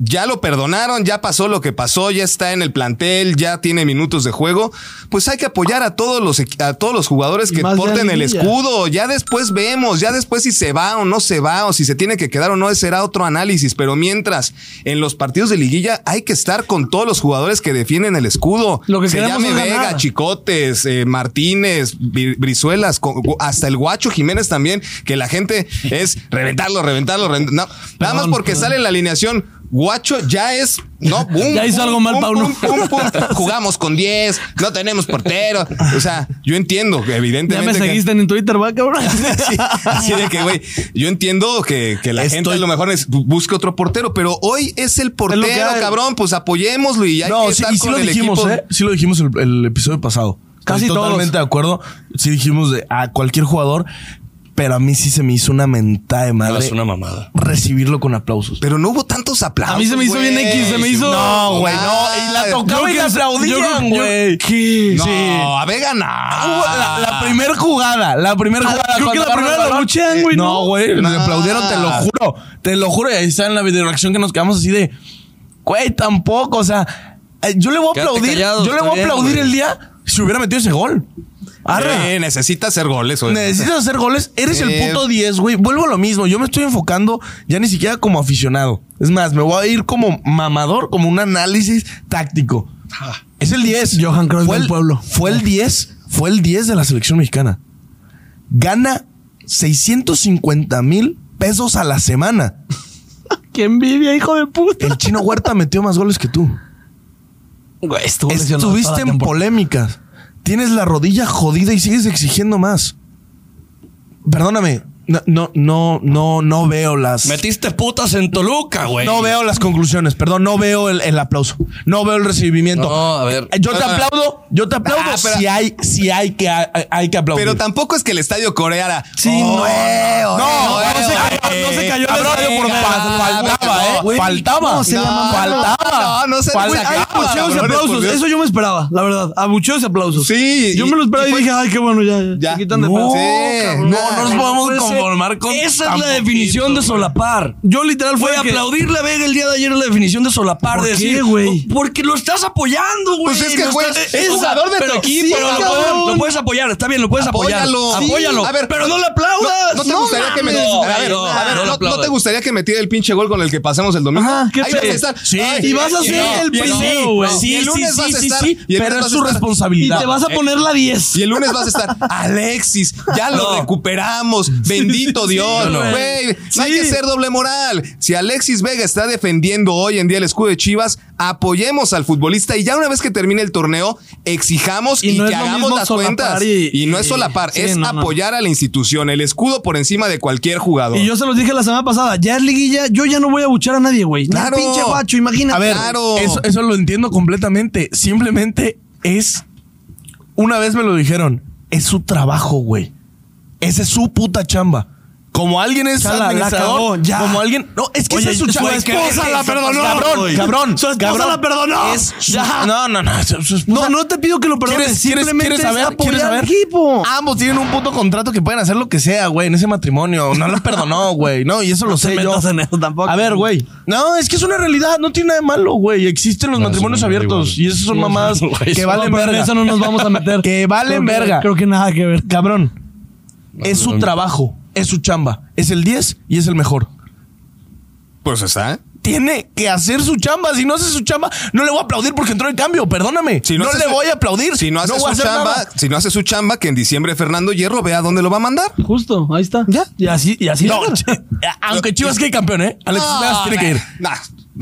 Speaker 3: Ya lo perdonaron, ya pasó lo que pasó, ya está en el plantel, ya tiene minutos de juego. Pues hay que apoyar a todos los equi- a todos los jugadores
Speaker 1: Y
Speaker 3: que
Speaker 1: más ya
Speaker 3: porten el
Speaker 1: liguilla.
Speaker 3: escudo. Ya después vemos, ya después si se va o no se va o si se tiene que quedar o no, ese será otro análisis. Pero mientras en los partidos de liguilla hay que estar con todos los jugadores que defienden el escudo.
Speaker 1: Lo que
Speaker 3: se
Speaker 1: queremos
Speaker 3: llame
Speaker 1: es
Speaker 3: Vega,
Speaker 1: ganar.
Speaker 3: Chico. Cotes, eh, Martínez, Bri- Brizuelas, co- gu- hasta el Guacho Jiménez también, que la gente es reventarlo, reventarlo, revent- no, nada más
Speaker 1: Perdón,
Speaker 3: porque
Speaker 1: perdón.
Speaker 3: sale en la alineación. Guacho ya es. No, boom,
Speaker 1: Ya hizo
Speaker 3: boom,
Speaker 1: algo mal,
Speaker 3: boom,
Speaker 1: Pauno.
Speaker 3: boom, boom, boom. Jugamos con 10, no tenemos portero. O sea, yo entiendo que
Speaker 1: Ya me
Speaker 3: evidentemente. que-
Speaker 1: seguiste en Twitter, va, cabrón.
Speaker 3: Sí, así de que, güey, yo entiendo que, que la
Speaker 4: Estoy-
Speaker 3: gente a lo mejor es- busca otro portero, pero hoy es el portero,
Speaker 1: que hay.
Speaker 3: cabrón. Pues apoyémoslo y hay
Speaker 4: No,
Speaker 3: que
Speaker 4: sí,
Speaker 3: estar
Speaker 4: y sí
Speaker 3: con
Speaker 4: lo
Speaker 3: el
Speaker 4: dijimos,
Speaker 3: equipo.
Speaker 4: ¿eh? Sí lo dijimos el, el episodio pasado. Estoy
Speaker 1: Casi todos.
Speaker 4: totalmente de acuerdo. Sí dijimos de, a cualquier jugador, pero a mí sí se me hizo una mentada de
Speaker 2: No,
Speaker 4: madre
Speaker 2: es una mamada.
Speaker 4: recibirlo con aplausos.
Speaker 3: Pero no hubo tantos aplausos.
Speaker 1: A mí se me hizo bien
Speaker 3: güey.
Speaker 1: X, se me hizo-
Speaker 4: No, güey, no.
Speaker 3: Ah,
Speaker 4: Y la tocaba y
Speaker 1: Yo
Speaker 4: la
Speaker 1: que- yo
Speaker 4: aplaudían,
Speaker 1: que- yo-
Speaker 4: güey.
Speaker 1: ¿Qué?
Speaker 3: No,
Speaker 4: Sí.
Speaker 3: a Vega no.
Speaker 4: Hubo La, la primera jugada, la primera
Speaker 1: Ah,
Speaker 4: jugada.
Speaker 1: creo
Speaker 4: cuando
Speaker 1: que la
Speaker 4: agarra el
Speaker 1: primera la
Speaker 4: balón.
Speaker 1: buchean, güey,
Speaker 4: No,
Speaker 1: ¿no?
Speaker 4: güey.
Speaker 3: No.
Speaker 4: Le aplaudieron, te lo juro. Te lo juro. Y ahí está en la videoreacción que nos quedamos así de, güey, tampoco. O sea, eh, yo le voy a
Speaker 2: Quédate
Speaker 4: aplaudir.
Speaker 2: callado,
Speaker 4: yo le
Speaker 2: está
Speaker 4: voy a
Speaker 2: bien,
Speaker 4: aplaudir
Speaker 2: güey.
Speaker 4: el día si hubiera metido ese gol. Arre.
Speaker 3: Sí, necesita hacer goles. güey.
Speaker 4: Necesitas hacer goles. Eres
Speaker 3: Sí.
Speaker 4: el puto 10, güey. Vuelvo a lo mismo. Yo me estoy enfocando ya ni siquiera como aficionado. Es más, me voy a ir como mamador, como un análisis táctico. Es el 10.
Speaker 1: Johan Cruyff
Speaker 4: Fue
Speaker 1: del
Speaker 4: el-
Speaker 1: pueblo. Ah.
Speaker 4: Fue el 10. Fue el 10 de la selección mexicana. Gana 650 mil pesos a la semana.
Speaker 1: Qué envidia, hijo de puta.
Speaker 4: El chino Huerta metió más goles que tú.
Speaker 1: Güey, estuvo lesionado toda
Speaker 4: Estuviste
Speaker 1: la
Speaker 4: en
Speaker 1: temporada.
Speaker 4: polémicas. Tienes la rodilla jodida y sigues exigiendo más. Perdóname. No, no, no, no, no veo las.
Speaker 2: Metiste putas en Toluca, güey.
Speaker 4: No veo las conclusiones, perdón, no veo el, el aplauso, no veo el recibimiento.
Speaker 2: No, a ver.
Speaker 4: Yo te
Speaker 3: Ah.
Speaker 4: aplaudo, yo te aplaudo
Speaker 3: Ah, pero-
Speaker 4: si hay, si hay que, hay, hay que aplaudir.
Speaker 3: Pero tampoco es que el estadio coreara.
Speaker 1: Sí, no.
Speaker 3: eh,
Speaker 4: No,
Speaker 3: eh,
Speaker 4: no se
Speaker 3: eh,
Speaker 4: cayó- no se cayó el
Speaker 3: cabrón, eh,
Speaker 4: estadio por
Speaker 3: venga,
Speaker 4: fal- faltaba,
Speaker 3: venga,
Speaker 4: ¿eh?
Speaker 1: güey.
Speaker 4: faltaba.
Speaker 1: No, se la mamaron.
Speaker 4: faltaba.
Speaker 3: No, no se-
Speaker 1: Güey,
Speaker 3: Sacaba,
Speaker 1: hay abucheos y
Speaker 3: cabrones, por
Speaker 1: aplausos.
Speaker 3: Dios.
Speaker 1: Eso yo me esperaba, la verdad. Abucheos y aplausos.
Speaker 3: Sí,
Speaker 1: Yo
Speaker 3: y-
Speaker 1: me lo esperaba
Speaker 3: y
Speaker 1: y,
Speaker 3: fue-
Speaker 1: dije, ay, qué bueno, ya.
Speaker 3: Ya.
Speaker 1: Se quitan de
Speaker 3: No,
Speaker 1: pedo.
Speaker 3: sí,
Speaker 1: cabrón.
Speaker 3: no,
Speaker 2: No nos
Speaker 1: puede
Speaker 2: podemos
Speaker 1: ser.
Speaker 2: conformar con.
Speaker 1: Esa
Speaker 2: tan
Speaker 1: es la
Speaker 2: poquito,
Speaker 1: definición de
Speaker 2: güey.
Speaker 1: solapar. Yo literal fue
Speaker 2: Fue aplaudirle a Vega el día de ayer la definición de solapar.
Speaker 1: ¿Por
Speaker 2: de
Speaker 1: qué,
Speaker 2: decir,
Speaker 1: güey?
Speaker 2: Porque lo estás apoyando, güey.
Speaker 3: Pues es que,
Speaker 2: Lo
Speaker 3: güey,
Speaker 2: estás-
Speaker 3: es
Speaker 2: o sea,
Speaker 3: jugador de tu
Speaker 2: pero-
Speaker 3: equipo,
Speaker 2: sí, pero lo,
Speaker 3: cabrón.
Speaker 2: puedes, lo puedes apoyar, está bien, lo puedes apoyar.
Speaker 3: Apóyalo. Sí.
Speaker 2: Apóyalo.
Speaker 3: A ver,
Speaker 2: pero no le aplaudas.
Speaker 3: No, no te gustaría que me
Speaker 2: mames.
Speaker 3: a ver,
Speaker 2: No,
Speaker 3: a ver,
Speaker 2: no le
Speaker 3: no- no
Speaker 2: aplaudas.
Speaker 3: te gustaría que metiera el pinche gol con el que pasamos el domingo.
Speaker 1: Ajá, qué
Speaker 3: Ahí vas a
Speaker 1: pe-
Speaker 3: estar.
Speaker 4: Sí.
Speaker 3: Ay,
Speaker 1: Y vas a
Speaker 3: y
Speaker 1: ser
Speaker 3: no,
Speaker 1: el
Speaker 3: y no,
Speaker 1: primero,
Speaker 3: no.
Speaker 1: güey.
Speaker 3: Y
Speaker 4: Sí,
Speaker 3: el
Speaker 4: sí,
Speaker 3: lunes vas
Speaker 4: sí,
Speaker 3: a
Speaker 4: sí,
Speaker 3: estar-
Speaker 4: sí,
Speaker 3: y el lunes
Speaker 4: pero es
Speaker 3: vas
Speaker 4: su
Speaker 3: a estar-
Speaker 1: Y
Speaker 4: responsabilidad.
Speaker 1: te vas a poner la 10.
Speaker 3: Y el lunes vas a estar, Alexis, ya lo
Speaker 2: No.
Speaker 3: recuperamos. Bendito Dios,
Speaker 2: no.
Speaker 3: güey. No hay
Speaker 1: Sí.
Speaker 3: que ser doble moral. Si Alexis Vega está defendiendo hoy en día el escudo de Chivas, apoyemos al futbolista y ya una vez que termine el torneo, exijamos y,
Speaker 1: Y no es
Speaker 3: que
Speaker 1: lo
Speaker 3: hagamos
Speaker 1: mismo
Speaker 3: las
Speaker 1: solapar
Speaker 3: cuentas.
Speaker 1: y-
Speaker 3: Y, no es
Speaker 1: y-
Speaker 3: solapar,
Speaker 1: sí,
Speaker 3: es
Speaker 1: no, no.
Speaker 3: apoyar a la institución, el escudo por encima de cualquier jugador.
Speaker 1: Y yo se los dije la semana pasada, ya es liguilla, yo ya no voy a buchar a nadie, güey. Ni al
Speaker 3: Claro.
Speaker 1: pinche guacho, imagínate.
Speaker 3: A ver,
Speaker 1: güey.
Speaker 3: Claro.
Speaker 4: Eso, eso lo entiendo completamente. Simplemente es. Una vez me lo dijeron. Es su trabajo, güey. Esa es su puta chamba. Como alguien es
Speaker 1: Chala, la
Speaker 4: administrador,
Speaker 1: cagó, ya.
Speaker 4: Como alguien. No, es que
Speaker 1: Oye,
Speaker 4: esa es su
Speaker 1: su
Speaker 4: chamba.
Speaker 1: esposa la perdonó.
Speaker 4: Cabrón, cabrón.
Speaker 1: Su esposa
Speaker 4: cabrón.
Speaker 1: la perdonó.
Speaker 4: Es su-
Speaker 1: Ya.
Speaker 4: No, no, no. su- su esposa-
Speaker 1: No, no te pido que lo perdones.
Speaker 4: ¿Quieres, quieres,
Speaker 1: simplemente
Speaker 4: quieres
Speaker 1: es
Speaker 4: saber?
Speaker 1: apoyar
Speaker 4: ¿Quieres
Speaker 1: al
Speaker 4: saber?
Speaker 1: equipo.
Speaker 4: Ambos tienen un puto contrato que pueden hacer lo que sea, güey, en ese matrimonio. No lo perdonó, güey. No, y eso lo sé
Speaker 1: te
Speaker 4: yo.
Speaker 1: metas en eso tampoco.
Speaker 4: A ver, güey. No, es que es una realidad. No tiene nada de malo, güey. Existen los
Speaker 2: No,
Speaker 4: matrimonios
Speaker 2: eso no es
Speaker 4: abiertos.
Speaker 2: igual.
Speaker 4: Y esas son
Speaker 2: No,
Speaker 4: mamadas
Speaker 2: no, güey,
Speaker 4: que
Speaker 2: eso
Speaker 4: valen
Speaker 1: no, pero en
Speaker 4: verga.
Speaker 1: eso no nos vamos a meter.
Speaker 4: Que valen
Speaker 1: Creo que-
Speaker 4: verga.
Speaker 1: Creo que nada que ver.
Speaker 4: Cabrón. Es
Speaker 2: no,
Speaker 4: su
Speaker 2: no.
Speaker 4: trabajo. Es su chamba. Es el 10 y es el mejor.
Speaker 3: Pues está.
Speaker 4: Tiene que hacer su chamba. Si no hace su chamba, no le voy a aplaudir porque entró el cambio. Perdóname.
Speaker 3: Si
Speaker 4: no
Speaker 3: hace
Speaker 4: le
Speaker 3: su-
Speaker 4: voy a aplaudir.
Speaker 3: Si no hace
Speaker 4: voy a
Speaker 3: su
Speaker 4: hacer
Speaker 3: chamba,
Speaker 4: nada.
Speaker 3: si no hace su chamba, que en diciembre Fernando Hierro vea dónde lo va a mandar.
Speaker 1: Justo, ahí está. Ya. Y así, y así.
Speaker 4: No, aunque Chivas quede campeón, ¿eh? Alexis Vegas tiene que ir.
Speaker 3: Ah, Nah,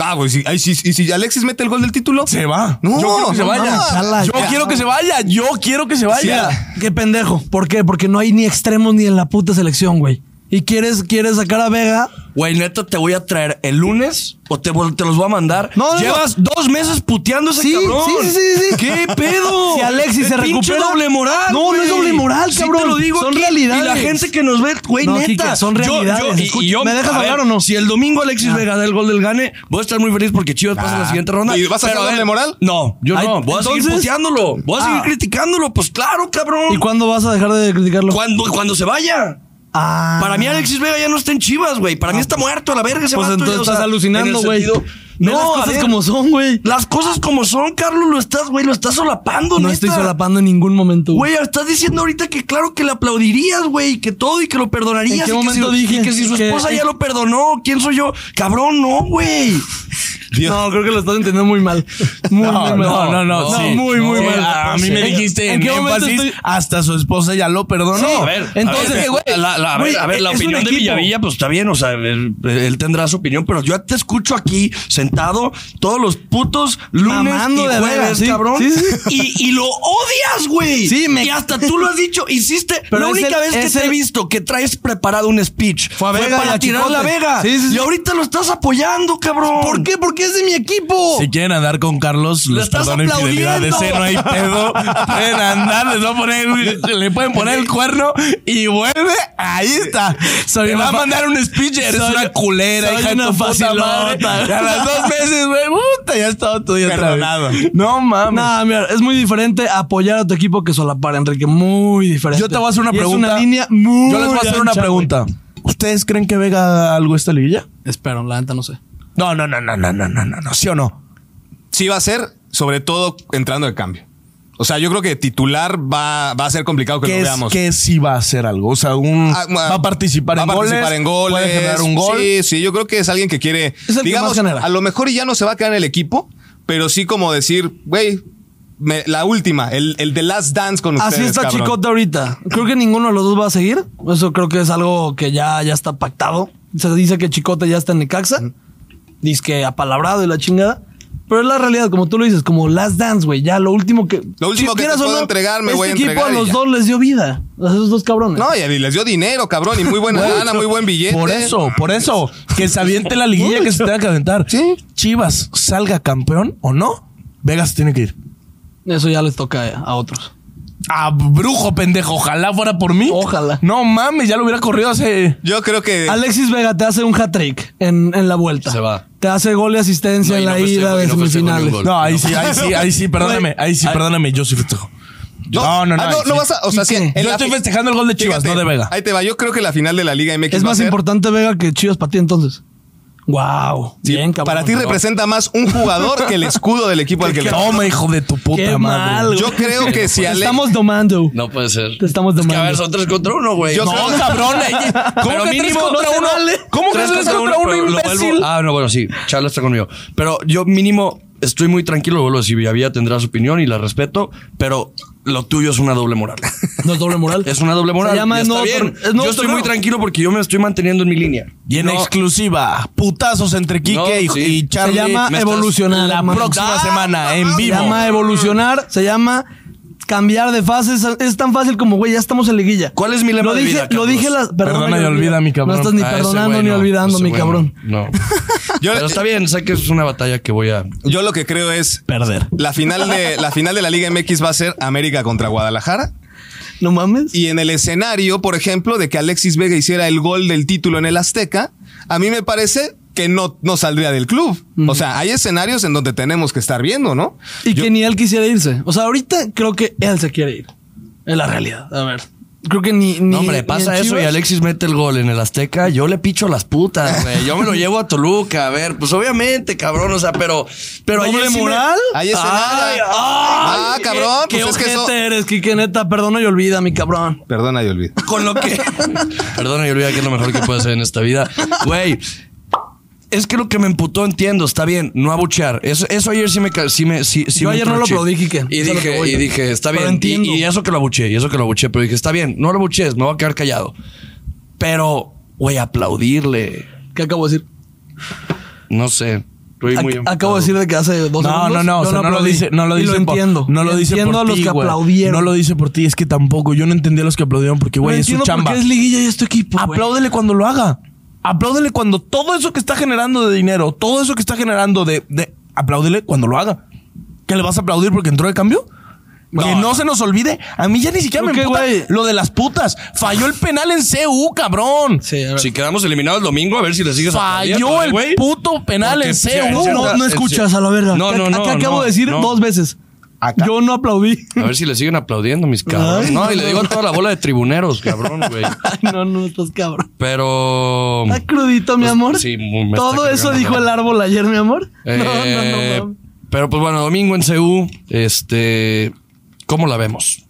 Speaker 3: nah, güey, si, ay, si- y si Alexis mete el gol del título.
Speaker 4: Se va.
Speaker 3: No,
Speaker 4: yo quiero que se
Speaker 3: no,
Speaker 4: vaya.
Speaker 3: no,
Speaker 1: chala,
Speaker 4: yo
Speaker 1: ya.
Speaker 4: quiero que se vaya. Yo quiero que se vaya.
Speaker 1: Mira, qué pendejo. ¿Por qué? Porque no hay ni extremos ni en la puta selección, güey. Y quieres, quieres sacar a Vega.
Speaker 2: Güey, neta, te voy a traer el lunes o te, vol- te los voy a mandar.
Speaker 1: No, no,
Speaker 2: Llevas dos meses puteando a ese
Speaker 1: Sí,
Speaker 2: cabrón.
Speaker 1: sí, sí, sí, sí.
Speaker 2: ¿Qué pedo?
Speaker 1: Si Alexis se
Speaker 2: El pinche
Speaker 1: recupera-
Speaker 2: doble moral.
Speaker 1: No, no
Speaker 2: güey.
Speaker 1: es doble moral,
Speaker 2: Sí
Speaker 1: cabrón.
Speaker 2: te lo digo.
Speaker 1: Son
Speaker 2: aquí.
Speaker 1: realidades.
Speaker 2: Y la gente que nos ve, güey,
Speaker 1: No,
Speaker 2: neta.
Speaker 1: Quique, son
Speaker 2: Yo- yo-
Speaker 1: realidades.
Speaker 2: y-
Speaker 1: Escucha,
Speaker 2: y yo-
Speaker 1: ¿me dejas
Speaker 2: a
Speaker 1: hablar o no? Ah.
Speaker 2: Si el domingo Alexis
Speaker 1: Ya.
Speaker 2: Vega da el gol del gane, voy a estar muy feliz porque Chivas pasa
Speaker 3: Ah.
Speaker 2: la siguiente ronda.
Speaker 3: ¿Y vas a
Speaker 2: Pero,
Speaker 3: hacer
Speaker 2: ver,
Speaker 3: doble moral?
Speaker 2: No, yo
Speaker 1: Ay,
Speaker 2: no. Voy a seguir
Speaker 1: entonces-
Speaker 2: puteándolo. Voy a seguir
Speaker 1: Ah.
Speaker 2: criticándolo. Pues claro, cabrón.
Speaker 1: ¿Y cuándo vas a dejar de criticarlo?
Speaker 2: cuando, cuando se vaya.
Speaker 1: Ah.
Speaker 2: Para mí Alexis Vega ya no está en Chivas, güey. Para mí está muerto a la verga ese
Speaker 1: Pues
Speaker 2: vato,
Speaker 1: entonces
Speaker 2: ya, o sea,
Speaker 1: estás
Speaker 2: en
Speaker 1: alucinando,
Speaker 2: el
Speaker 1: güey.
Speaker 2: sentido-
Speaker 1: No,
Speaker 2: a
Speaker 1: las cosas
Speaker 2: ver,
Speaker 1: como son, güey.
Speaker 2: Las cosas como son, Carlos, lo estás, güey, lo estás solapando,
Speaker 1: No
Speaker 2: neta.
Speaker 1: estoy solapando en ningún momento.
Speaker 2: Güey, estás diciendo ahorita que claro que le aplaudirías, güey, que todo y que lo perdonarías.
Speaker 1: ¿En qué
Speaker 2: y que si-
Speaker 1: momento dije
Speaker 2: y que si su
Speaker 1: que-
Speaker 2: esposa ya lo perdonó, ¿quién soy yo? Cabrón, no, güey.
Speaker 3: Dios.
Speaker 1: No, creo que lo estás entendiendo muy mal. Muy, muy mal.
Speaker 4: sí.
Speaker 1: muy, muy
Speaker 4: Sí,
Speaker 1: mal.
Speaker 4: A, a mí me
Speaker 1: ¿En-
Speaker 4: dijiste
Speaker 1: ¿En,
Speaker 4: en,
Speaker 1: qué momento
Speaker 4: énfasis,
Speaker 1: estoy?
Speaker 4: hasta su esposa ya lo perdonó.
Speaker 2: Sí, a ver,
Speaker 1: entonces,
Speaker 2: a ver,
Speaker 1: eh, güey,
Speaker 2: la, la- a ver,
Speaker 1: güey,
Speaker 2: a ver, la
Speaker 1: es un
Speaker 2: opinión de
Speaker 1: equipo.
Speaker 2: Villavilla, pues está bien, o sea, él, él tendrá su opinión, pero yo te escucho aquí sentado todos los putos lunes
Speaker 1: Mamando
Speaker 2: y
Speaker 1: de
Speaker 2: jueves,
Speaker 1: veras, sí,
Speaker 2: cabrón,
Speaker 1: sí, sí.
Speaker 2: Y, y lo odias, güey.
Speaker 1: Sí, me-
Speaker 2: Y hasta tú lo has dicho, hiciste,
Speaker 1: Pero
Speaker 2: la
Speaker 1: es
Speaker 2: única
Speaker 1: el-
Speaker 2: vez que
Speaker 1: es
Speaker 2: te he
Speaker 1: el-
Speaker 2: visto que traes preparado un speech
Speaker 1: Fue a Vega y
Speaker 2: para
Speaker 1: a
Speaker 2: tirar la
Speaker 1: Chicote.
Speaker 2: vega.
Speaker 1: Sí, sí, sí.
Speaker 2: Y ahorita lo estás apoyando, cabrón.
Speaker 1: ¿Por qué? Porque es de mi equipo.
Speaker 4: Si quieren andar con Carlos, les
Speaker 2: estás
Speaker 4: perdono infidelidad de
Speaker 2: aplaudiendo.
Speaker 4: cero, hay pedo. Pueden andar, les voy a poner, le pueden poner el cuerno y vuelve. Ahí está.
Speaker 1: Soy
Speaker 4: Te
Speaker 1: una
Speaker 4: va a
Speaker 1: fa-
Speaker 4: mandar un speech, eres
Speaker 1: Soy-
Speaker 4: una culera,
Speaker 1: soy
Speaker 4: hija de
Speaker 1: una
Speaker 4: tu puta madre.
Speaker 1: facilota.
Speaker 4: Y a las dos meses, güey, puta, ya estaba todo día
Speaker 3: Perdonado.
Speaker 4: No mames.
Speaker 1: Nah, mira, es muy diferente apoyar a tu equipo que solapar, Enrique. Muy diferente.
Speaker 4: Yo te voy a hacer una
Speaker 1: Y
Speaker 4: pregunta.
Speaker 1: Es una línea muy.
Speaker 4: Yo les voy a hacer una
Speaker 1: ancha,
Speaker 4: pregunta. ¿Ustedes creen que Vega haga algo esta liguilla?
Speaker 1: güey. Espero, la neta no sé.
Speaker 4: No, no, no, no, no, no, no, no, no, sí o no.
Speaker 3: Sí va a ser, sobre todo entrando de cambio. O sea, yo creo que titular va, va a ser complicado que lo
Speaker 4: ¿Qué, es,
Speaker 3: veamos.
Speaker 4: ¿Qué sí va a hacer algo? O sea, un,
Speaker 3: Ah, ah,
Speaker 4: va a participar,
Speaker 3: va
Speaker 4: en,
Speaker 3: a
Speaker 4: goles,
Speaker 3: participar en goles.
Speaker 4: Puede generar un gol.
Speaker 3: Sí, sí, yo creo que es alguien que quiere.
Speaker 1: el que
Speaker 3: digamos,
Speaker 1: más genera.
Speaker 3: a lo mejor y ya no se va a quedar en el equipo, pero sí como decir, güey, me- la última, el, el The Last Dance con ustedes.
Speaker 1: Así está
Speaker 3: cabrón.
Speaker 1: Chicote ahorita. Creo que ninguno de los dos va a seguir. Eso creo que es algo que ya, ya está pactado. Se dice que Chicote ya está en Necaxa. Dice que apalabrado y la chingada. Pero es la realidad, como tú lo dices, como Last Dance, güey. Ya lo último que.
Speaker 3: Lo último que te
Speaker 1: quieras o
Speaker 3: puedo entregar, me
Speaker 1: este
Speaker 3: voy a
Speaker 1: equipo
Speaker 3: entregar
Speaker 1: a
Speaker 3: y
Speaker 1: los
Speaker 3: ya.
Speaker 1: dos les dio vida. A esos dos cabrones.
Speaker 3: No, y y les dio dinero, cabrón, y muy buena
Speaker 4: Güey,
Speaker 3: lana, muy buen billete.
Speaker 4: Por eso, por eso. Que se aviente la liguilla que se tenga que aventar.
Speaker 3: Sí.
Speaker 4: Chivas, salga campeón o no, Vega se tiene que ir.
Speaker 1: Eso ya les toca eh, a otros.
Speaker 4: Ah, brujo, pendejo. Ojalá fuera por mí.
Speaker 1: Ojalá.
Speaker 4: No mames, ya lo hubiera corrido hace.
Speaker 3: Yo creo que.
Speaker 1: Alexis Vega te hace un hat trick en, en la vuelta.
Speaker 2: Se va.
Speaker 1: te hace gol y asistencia
Speaker 2: No, y
Speaker 1: en
Speaker 2: no
Speaker 1: la
Speaker 2: festejo,
Speaker 1: ida
Speaker 2: y
Speaker 1: de
Speaker 2: no festejo ni un
Speaker 1: semifinales.
Speaker 2: gol.
Speaker 4: No, ahí sí, ahí sí, ahí sí, perdóname. Ahí sí, perdóname, yo sí festejo. No, no, no.
Speaker 3: Ah,
Speaker 4: ahí
Speaker 3: no,
Speaker 4: sí.
Speaker 3: vas a. O sea, sí,
Speaker 1: ¿Y qué?
Speaker 3: en
Speaker 4: Yo
Speaker 3: la
Speaker 4: estoy
Speaker 3: fi-
Speaker 4: festejando el gol de Chivas,
Speaker 3: Fíjate,
Speaker 4: no de Vega.
Speaker 3: Ahí te va. Yo creo que la final de la Liga MX
Speaker 1: Es
Speaker 3: va a
Speaker 1: más
Speaker 3: ser-
Speaker 1: importante Vega que Chivas para ti entonces. Wow.
Speaker 3: Sí,
Speaker 1: bien, cabrón.
Speaker 3: para ti representa más un jugador que el escudo del equipo al que le
Speaker 4: Toma, hijo de tu puta
Speaker 1: Qué mal,
Speaker 4: madre.
Speaker 1: güey.
Speaker 3: Yo creo que si
Speaker 1: Te
Speaker 3: Ale-
Speaker 1: Estamos domando.
Speaker 2: No puede ser.
Speaker 1: Te estamos
Speaker 2: Es que, a
Speaker 1: domando.
Speaker 2: ver, son tres contra uno, güey.
Speaker 3: Yo
Speaker 2: No,
Speaker 3: creo-
Speaker 4: cabrón. ey,
Speaker 2: Pero
Speaker 4: ¿Cómo que tres
Speaker 2: mínimo
Speaker 4: contra
Speaker 1: no se
Speaker 4: uno?
Speaker 1: vale.
Speaker 4: ¿Cómo que tres contra uno,
Speaker 2: pero lo
Speaker 4: imbécil?
Speaker 2: vuelvo- Ah, no, bueno, sí. Charla está conmigo. Pero yo mínimo estoy muy tranquilo, lo vuelvo a decir. Villavía tendrá su opinión y la respeto, pero lo tuyo es una doble moral.
Speaker 1: No es doble moral.
Speaker 2: Es una doble moral.
Speaker 1: Se llama
Speaker 2: y
Speaker 1: es
Speaker 2: está
Speaker 1: nuevo
Speaker 2: bien.
Speaker 1: tor- es nuevo
Speaker 2: yo estoy muy
Speaker 1: torneo.
Speaker 2: tranquilo porque yo me estoy manteniendo en mi línea.
Speaker 4: Y en
Speaker 2: No,
Speaker 4: exclusiva, putazos entre Quique
Speaker 2: No,
Speaker 4: y,
Speaker 2: sí.
Speaker 4: y
Speaker 2: Se
Speaker 4: Charlie.
Speaker 1: Se llama
Speaker 2: me estás-
Speaker 1: evolucionar.
Speaker 4: la
Speaker 1: mamá.
Speaker 4: próxima
Speaker 1: Ah,
Speaker 4: semana en
Speaker 1: Se
Speaker 4: vivo.
Speaker 1: llama evolucionar, se llama cambiar de fase. Es, es tan fácil como, güey, ya estamos en liguilla.
Speaker 2: ¿Cuál es mi lema
Speaker 1: lo
Speaker 2: de
Speaker 1: dije,
Speaker 2: vida,
Speaker 1: Lo
Speaker 2: Carlos?
Speaker 1: dije las.
Speaker 4: Perdona y olvida, mi cabrón.
Speaker 1: No estás ni
Speaker 2: a Ah, ese
Speaker 1: perdonando
Speaker 2: güey
Speaker 1: ni
Speaker 2: no,
Speaker 1: olvidando,
Speaker 2: ese
Speaker 1: mi
Speaker 2: güey
Speaker 1: cabrón.
Speaker 2: No.
Speaker 3: Yo-
Speaker 2: Pero está bien, sé que es una batalla que voy a.
Speaker 3: Yo lo que creo es
Speaker 4: Perder.
Speaker 3: la final de la final de la Liga MX va a ser América contra Guadalajara
Speaker 1: No mames.
Speaker 3: y en el escenario, por ejemplo, de que Alexis Vega hiciera el gol del título en el Azteca, a mí me parece que no, no saldría del club. O sea, hay escenarios en donde tenemos que estar viendo, ¿no?
Speaker 1: Y
Speaker 3: Yo-
Speaker 1: que ni él quisiera irse. O sea, ahorita creo que él se quiere ir. Es la realidad. A ver. Creo que ni. ni
Speaker 2: No, hombre,
Speaker 1: ni
Speaker 2: pasa
Speaker 1: en
Speaker 2: eso y
Speaker 1: Chivas.
Speaker 2: Alexis mete el gol en el Azteca. Yo le picho las putas, güey. Yo me lo llevo a Toluca. A ver, pues obviamente, cabrón. O sea, pero. pero
Speaker 1: ¿Doble
Speaker 2: ayer sí me-
Speaker 1: moral?
Speaker 3: Hay escenario.
Speaker 2: Ay, ay,
Speaker 3: ah, cabrón,
Speaker 1: Qué
Speaker 3: pues es que eso-
Speaker 1: ojete eres, Kike, neta. Perdona y olvida, mi cabrón.
Speaker 3: Perdona y olvido.
Speaker 2: con lo que. Perdona, yo olvida que es lo mejor que puede hacer en esta vida. Güey. Es que lo que me emputó, entiendo, está bien, no abuchear. Eso, eso ayer sí me. ca- Sí me sí, sí
Speaker 1: Yo
Speaker 2: me
Speaker 1: ayer no lo
Speaker 2: entroché.
Speaker 1: aplaudí, Quique.
Speaker 2: Y
Speaker 1: Eso es lo que
Speaker 2: dije,
Speaker 1: voy.
Speaker 2: y dije, está
Speaker 1: Pero
Speaker 2: bien. Y,
Speaker 1: entiendo.
Speaker 2: y eso que lo abuché, y eso que lo abuché, pero dije, está bien, no lo abuchees, me voy a quedar callado. Pero, güey, aplaudirle.
Speaker 1: ¿Qué acabo de decir?
Speaker 2: No sé. Estoy muy
Speaker 1: Ac- acabo de decir de que hace dos
Speaker 4: No,
Speaker 1: segundos.
Speaker 4: no, no, o
Speaker 1: yo
Speaker 4: sea, no, lo
Speaker 1: aplaudí.
Speaker 4: dice, no lo
Speaker 1: Y
Speaker 4: dice
Speaker 1: lo
Speaker 4: por-
Speaker 1: entiendo.
Speaker 4: no lo
Speaker 1: Y
Speaker 4: dice
Speaker 1: entiendo
Speaker 4: por
Speaker 1: a los
Speaker 4: ti,
Speaker 1: que
Speaker 4: güey.
Speaker 1: aplaudieron.
Speaker 4: No lo dice por ti, es que tampoco, yo no entendí a los que aplaudieron porque
Speaker 1: Lo
Speaker 4: güey, es su
Speaker 1: entiendo
Speaker 4: chamba.
Speaker 1: porque es liguilla y es tu equipo.
Speaker 2: Pues,
Speaker 1: güey.
Speaker 4: Apláudele cuando lo haga. Apláudele cuando todo eso que está generando de dinero, todo eso que está generando de, de apláudele cuando lo haga. ¿Que le vas a aplaudir porque entró de cambio? que no se nos olvide. A mí ya ni siquiera
Speaker 1: Creo
Speaker 4: me
Speaker 1: que,
Speaker 4: importa
Speaker 1: güey-
Speaker 4: lo de las putas. Falló el penal en CU, cabrón.
Speaker 1: Sí, a ver.
Speaker 2: Si quedamos eliminados el domingo, a ver si le sigues
Speaker 4: Falló
Speaker 2: aplaudiendo,
Speaker 4: el
Speaker 2: güey.
Speaker 4: puto penal
Speaker 2: Porque
Speaker 4: en
Speaker 2: sí,
Speaker 4: CU.
Speaker 2: sí,
Speaker 1: Eh, No, no,
Speaker 2: sí.
Speaker 1: escuchas a la verga.
Speaker 2: No,
Speaker 1: Acá-
Speaker 2: no, no,
Speaker 1: acá acabo
Speaker 2: no,
Speaker 1: de decir
Speaker 2: no.
Speaker 1: dos veces.
Speaker 4: Acá.
Speaker 1: Yo no aplaudí.
Speaker 2: A ver si le siguen aplaudiendo, mis cabrones.
Speaker 1: Ay,
Speaker 2: No,
Speaker 1: no.
Speaker 2: y le digo a toda la bola de tribuneros, cabrón, güey.
Speaker 1: Ay, no, no, estás cabrón.
Speaker 4: Mm.
Speaker 2: Pero.
Speaker 1: Está crudito, mi
Speaker 2: Pues,
Speaker 1: amor.
Speaker 2: sí, me está
Speaker 1: Todo eso
Speaker 2: cargando.
Speaker 1: dijo el árbol ayer, mi amor. No,
Speaker 2: eh,
Speaker 1: no, no, no.
Speaker 2: Pero pues bueno, domingo en CU, este. ¿Cómo la vemos?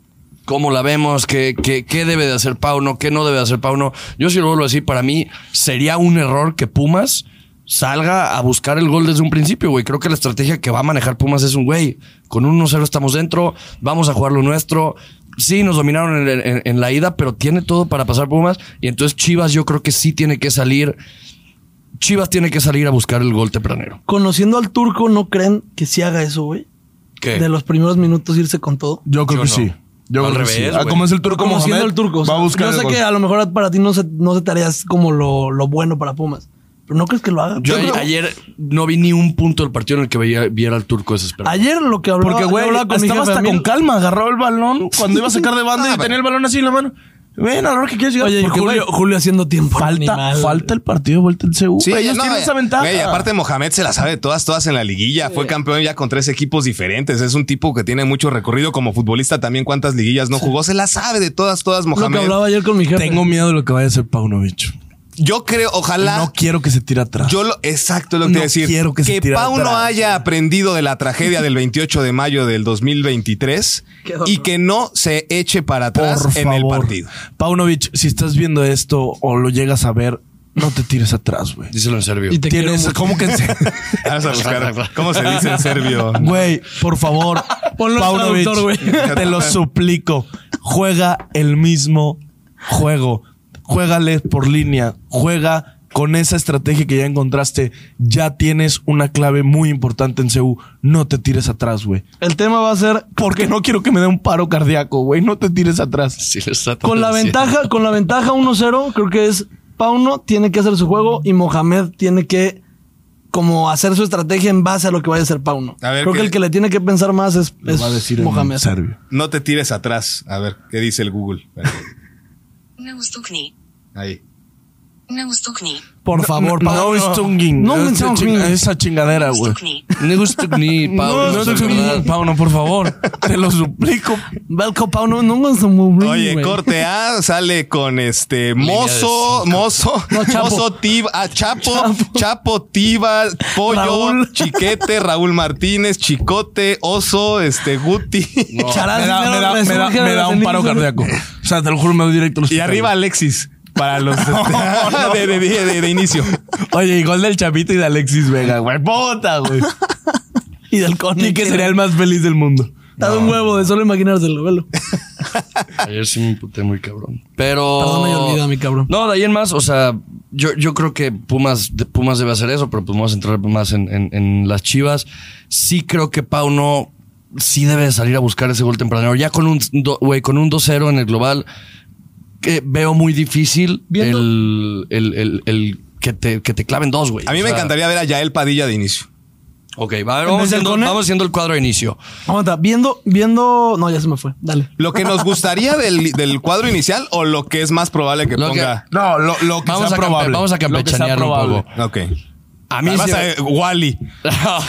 Speaker 2: ¿Cómo la vemos? ¿Qué, qué, qué debe de hacer Pauno? ¿Qué no debe de hacer Pauno? Yo sí lo vuelvo a decir, para mí sería un error que Pumas salga a buscar el gol desde un principio, güey. Creo que la estrategia que va a manejar Pumas es un, güey, con 1-0 estamos dentro, vamos a jugar lo nuestro. Sí, nos dominaron en, en- en la ida, pero tiene todo para pasar Pumas. Y entonces Chivas yo creo que sí tiene que salir. Chivas tiene que salir a buscar el gol tempranero.
Speaker 1: Conociendo al turco, ¿no creen que sí haga eso, güey?
Speaker 2: ¿Qué?
Speaker 1: De los primeros minutos irse con todo.
Speaker 4: Yo creo
Speaker 2: Yo
Speaker 4: que
Speaker 2: no.
Speaker 4: sí. Yo
Speaker 2: Al
Speaker 4: creo que sí.
Speaker 2: revés,
Speaker 4: Ah,
Speaker 2: güey.
Speaker 4: como es el turco
Speaker 1: Conociendo
Speaker 4: Mohamed,
Speaker 1: al turco. o sea,
Speaker 4: va a buscar
Speaker 1: yo
Speaker 4: el
Speaker 1: sé
Speaker 4: gol.
Speaker 1: que a lo mejor para ti no se, no se te haría así como lo, lo bueno para Pumas. Pero no crees que lo haga.
Speaker 2: Yo
Speaker 1: creo-
Speaker 2: ayer no vi ni un punto del partido en el que veía, viera al turco desesperado.
Speaker 1: Ayer lo que hablaba,
Speaker 4: Porque, güey,
Speaker 1: yo hablaba con mi
Speaker 4: estaba
Speaker 1: jefe,
Speaker 4: hasta
Speaker 1: a mí-
Speaker 4: con calma. Agarró el balón cuando iba a sacar de banda y tenía el balón así en la mano. Ven, a lo Ah, que quieres llegar.
Speaker 1: Oye, y
Speaker 4: Porque,
Speaker 1: Julio,
Speaker 4: güey,
Speaker 1: Julio haciendo tiempo.
Speaker 4: falta,
Speaker 1: animal.
Speaker 4: falta el partido de vuelta en CU.
Speaker 3: Sí,
Speaker 4: Ellos
Speaker 3: no,
Speaker 4: tienen
Speaker 3: eh,
Speaker 4: esa ventaja.
Speaker 3: güey, aparte Mohamed se la sabe todas, todas en la liguilla. Fue campeón ya con tres equipos diferentes. Es un tipo que tiene mucho recorrido como futbolista también. ¿Cuántas liguillas no jugó? Se la sabe de todas, todas
Speaker 1: Lo que
Speaker 3: Mohamed.
Speaker 1: hablaba ayer con mi jefe.
Speaker 4: Tengo miedo de lo que vaya a hacer Paunovic.
Speaker 3: Yo creo, ojalá.
Speaker 4: No quiero que se tire atrás.
Speaker 3: Yo lo, exacto, es lo que
Speaker 4: No
Speaker 3: te iba a decir.
Speaker 4: quiero que se tire
Speaker 3: Pau no
Speaker 4: atrás,
Speaker 3: haya aprendido de la tragedia del 28 de mayo del 2023
Speaker 1: Qué dolor.
Speaker 3: y que no se eche para
Speaker 4: Por
Speaker 3: atrás en el
Speaker 4: favor.
Speaker 3: partido.
Speaker 4: Paunovic, si estás viendo esto o lo llegas a ver, no te tires atrás, güey.
Speaker 2: Díselo en serbio.
Speaker 1: Y te quiero
Speaker 4: Tienes
Speaker 1: mucho.
Speaker 4: como que en serio?
Speaker 3: Vamos a buscar cómo se dice en serbio.
Speaker 4: Güey, por favor,
Speaker 1: Ponlo en
Speaker 4: Paunovic,
Speaker 1: traductor, güey.
Speaker 4: te lo suplico. Juega el mismo juego. Juégale por línea. Juega con esa estrategia que ya encontraste. Ya tienes una clave muy importante en CU. No te tires atrás, güey.
Speaker 1: El tema va a ser
Speaker 4: Porque no quiero que me dé un paro cardíaco, güey. No te tires atrás.
Speaker 2: Sí, lo está
Speaker 1: con la
Speaker 2: diciendo.
Speaker 1: ventaja, con la ventaja 1-0, creo que es Pauno tiene que hacer su juego y Mohamed tiene que como hacer su estrategia en base a lo que vaya a hacer Pauno.
Speaker 3: A ver,
Speaker 1: creo
Speaker 3: ¿qué-
Speaker 1: que el que le tiene que pensar más es,
Speaker 4: Lo
Speaker 1: es
Speaker 4: va a decir en
Speaker 1: Mohamed.
Speaker 4: serbio.
Speaker 3: No te tires atrás. A ver, ¿qué dice el Google?
Speaker 5: Ne ustukni.
Speaker 3: Ahí.
Speaker 5: Neustukni.
Speaker 1: Por favor,
Speaker 4: no,
Speaker 1: Pau.
Speaker 4: no, Stunking.
Speaker 1: No,
Speaker 4: Esa
Speaker 1: no,
Speaker 4: chinga-
Speaker 1: no.
Speaker 4: Esa chingadera, güey.
Speaker 5: Neustukni.
Speaker 2: No gusto ni Pau.
Speaker 4: No,
Speaker 2: No,
Speaker 4: Stunking, Pau, no, por favor. Te lo suplico.
Speaker 1: Belko Pau, no, no, no, no,
Speaker 3: Oye,
Speaker 1: güey.
Speaker 3: corte A sale con este mozo, mozo,
Speaker 1: No, Chapo.
Speaker 3: mozo, Tiva, ah, Chapo, Chapo, Tiva, Pollo,
Speaker 1: Raúl.
Speaker 3: Chiquete, Raúl Martínez, Chicote, Oso, este Guti.
Speaker 1: Charaz,
Speaker 4: me,
Speaker 1: primero
Speaker 4: da, me da- me da-
Speaker 1: resurge
Speaker 4: me
Speaker 1: de
Speaker 4: da
Speaker 1: las
Speaker 4: un paro
Speaker 1: cenizas.
Speaker 4: cardíaco. O sea, te lo juro, me doy directo
Speaker 3: Y
Speaker 4: al hospital.
Speaker 3: arriba Alexis para los este, de, de- de- de- de inicio.
Speaker 4: Oye, y gol del Chapito y de Alexis Vega, güey. Puta, güey.
Speaker 1: Y del cone.
Speaker 4: Y que sería el más feliz del mundo.
Speaker 1: Está de un huevo de solo imaginárselo, velo.
Speaker 2: Ayer sí me imputé muy cabrón. Pero.
Speaker 1: Perdón, me olvidé, mi cabrón.
Speaker 2: No, de ahí en más, o sea, yo, yo creo que Pumas, de- Pumas debe hacer eso, pero pues vamos a entrar más en, en- en las chivas. Sí creo que Pau no. Sí debe de salir a buscar ese gol temprano. Ya con un do- güey, con un 2-0 en el global, que veo muy difícil
Speaker 1: Viendo-
Speaker 2: el, el- el- el que, te, que te claven dos, güey.
Speaker 3: A mí
Speaker 2: O
Speaker 3: me
Speaker 2: sea,
Speaker 3: encantaría ver a Yael Padilla de inicio.
Speaker 2: Ok, va, a ver, vamos
Speaker 1: ¿Desde el
Speaker 2: haciendo,
Speaker 1: Cone?
Speaker 2: vamos haciendo el cuadro de inicio.
Speaker 1: Aguanta, viendo, viendo. No, ya se me fue. Dale.
Speaker 3: Lo que nos gustaría del, del cuadro inicial o lo que es más probable que
Speaker 2: Lo que-
Speaker 3: ponga.
Speaker 4: No, lo, lo que
Speaker 2: Vamos
Speaker 4: sea
Speaker 2: a campe-
Speaker 4: probable.
Speaker 2: vamos a
Speaker 4: Lo que sea
Speaker 2: campechanearlo un
Speaker 4: probable.
Speaker 2: poco.
Speaker 3: Ok.
Speaker 2: A mí
Speaker 3: Vas
Speaker 2: sí-
Speaker 3: a- Wally.
Speaker 2: eh,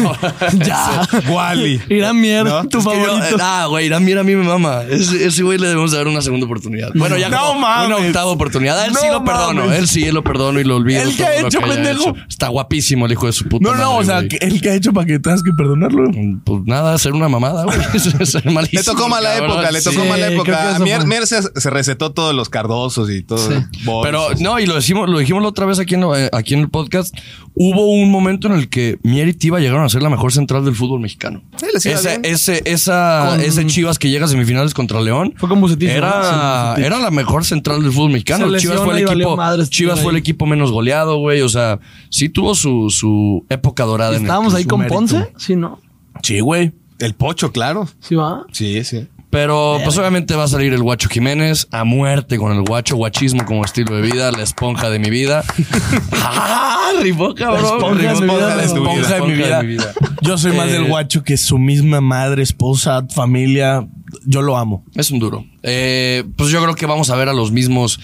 Speaker 1: Ya.
Speaker 3: Wally.
Speaker 1: Irán Mier,
Speaker 3: No,
Speaker 1: tu
Speaker 2: Es que yo-
Speaker 1: favorito.
Speaker 2: eh, ah, güey, Irán mira a mí me mama. Ese, ese güey le debemos dar una segunda oportunidad. Bueno, ya
Speaker 4: No
Speaker 2: como
Speaker 4: mames.
Speaker 2: una octava oportunidad. A él
Speaker 4: No
Speaker 2: sí lo perdono.
Speaker 4: mames.
Speaker 2: Él sí lo perdono y lo olvido.
Speaker 4: ¿El qué
Speaker 2: todo
Speaker 4: ha
Speaker 2: lo
Speaker 4: hecho,
Speaker 2: haya
Speaker 4: pendejo?
Speaker 2: Está guapísimo el hijo de su puta
Speaker 4: No, no, o
Speaker 2: madre,
Speaker 4: sea,
Speaker 2: güey.
Speaker 4: que- el que ha hecho para que tengas que perdonarlo.
Speaker 2: Pues nada, ser una mamada, güey. Ser malísimo,
Speaker 3: Le tocó mala
Speaker 2: cabrón.
Speaker 3: época, le
Speaker 2: Sí.
Speaker 3: tocó mala
Speaker 1: creo que
Speaker 3: época.
Speaker 1: eso
Speaker 3: A Mier,
Speaker 1: fue.
Speaker 3: Mier se, se recetó todos los cardosos y todo. Boris.
Speaker 2: Pero
Speaker 1: pues,
Speaker 2: no, y lo decimos, lo dijimos la otra vez aquí en, lo- eh, aquí en el podcast. Hubo un momento en el que Mier y Tiva llegaron a ser la mejor central del fútbol mexicano.
Speaker 3: Sí, les iba
Speaker 2: Ese,
Speaker 3: bien.
Speaker 2: ese, esa,
Speaker 1: Con-
Speaker 2: ese Chivas que llega a semifinales contra León.
Speaker 1: Fue con Bucetich, ¿no? Sí,
Speaker 2: Era,
Speaker 1: Bucetich.
Speaker 2: era la mejor central del fútbol mexicano.
Speaker 1: Se lesiona
Speaker 2: Chivas fue
Speaker 1: y
Speaker 2: el
Speaker 1: valió
Speaker 2: equipo,
Speaker 1: madres,
Speaker 2: Chivas
Speaker 1: tío,
Speaker 2: fue el
Speaker 1: ahí.
Speaker 2: equipo menos goleado, güey. O sea, sí tuvo su, su época dorada. en el
Speaker 1: Estábamos
Speaker 2: club.
Speaker 1: ahí
Speaker 4: su
Speaker 1: con
Speaker 4: mérito.
Speaker 1: Ponce. Sí, ¿no?
Speaker 4: Sí, güey.
Speaker 3: El pocho, claro.
Speaker 1: Sí, va.
Speaker 3: Sí, sí.
Speaker 2: Pero pues obviamente va a salir el Guacho Jiménez a muerte con el Guacho, guachismo como estilo de vida, la esponja de mi vida. ¡Ah! Rifó, cabrón.
Speaker 1: La esponja de
Speaker 2: Rifó,
Speaker 1: mi vida,
Speaker 2: la
Speaker 1: la
Speaker 2: esponja
Speaker 4: Esponja de mi vida. Yo soy más
Speaker 2: Eh,
Speaker 4: del guacho que su misma madre, esposa, familia. Yo lo amo.
Speaker 2: Es un duro. Eh, pues yo creo que vamos a ver a los mismos.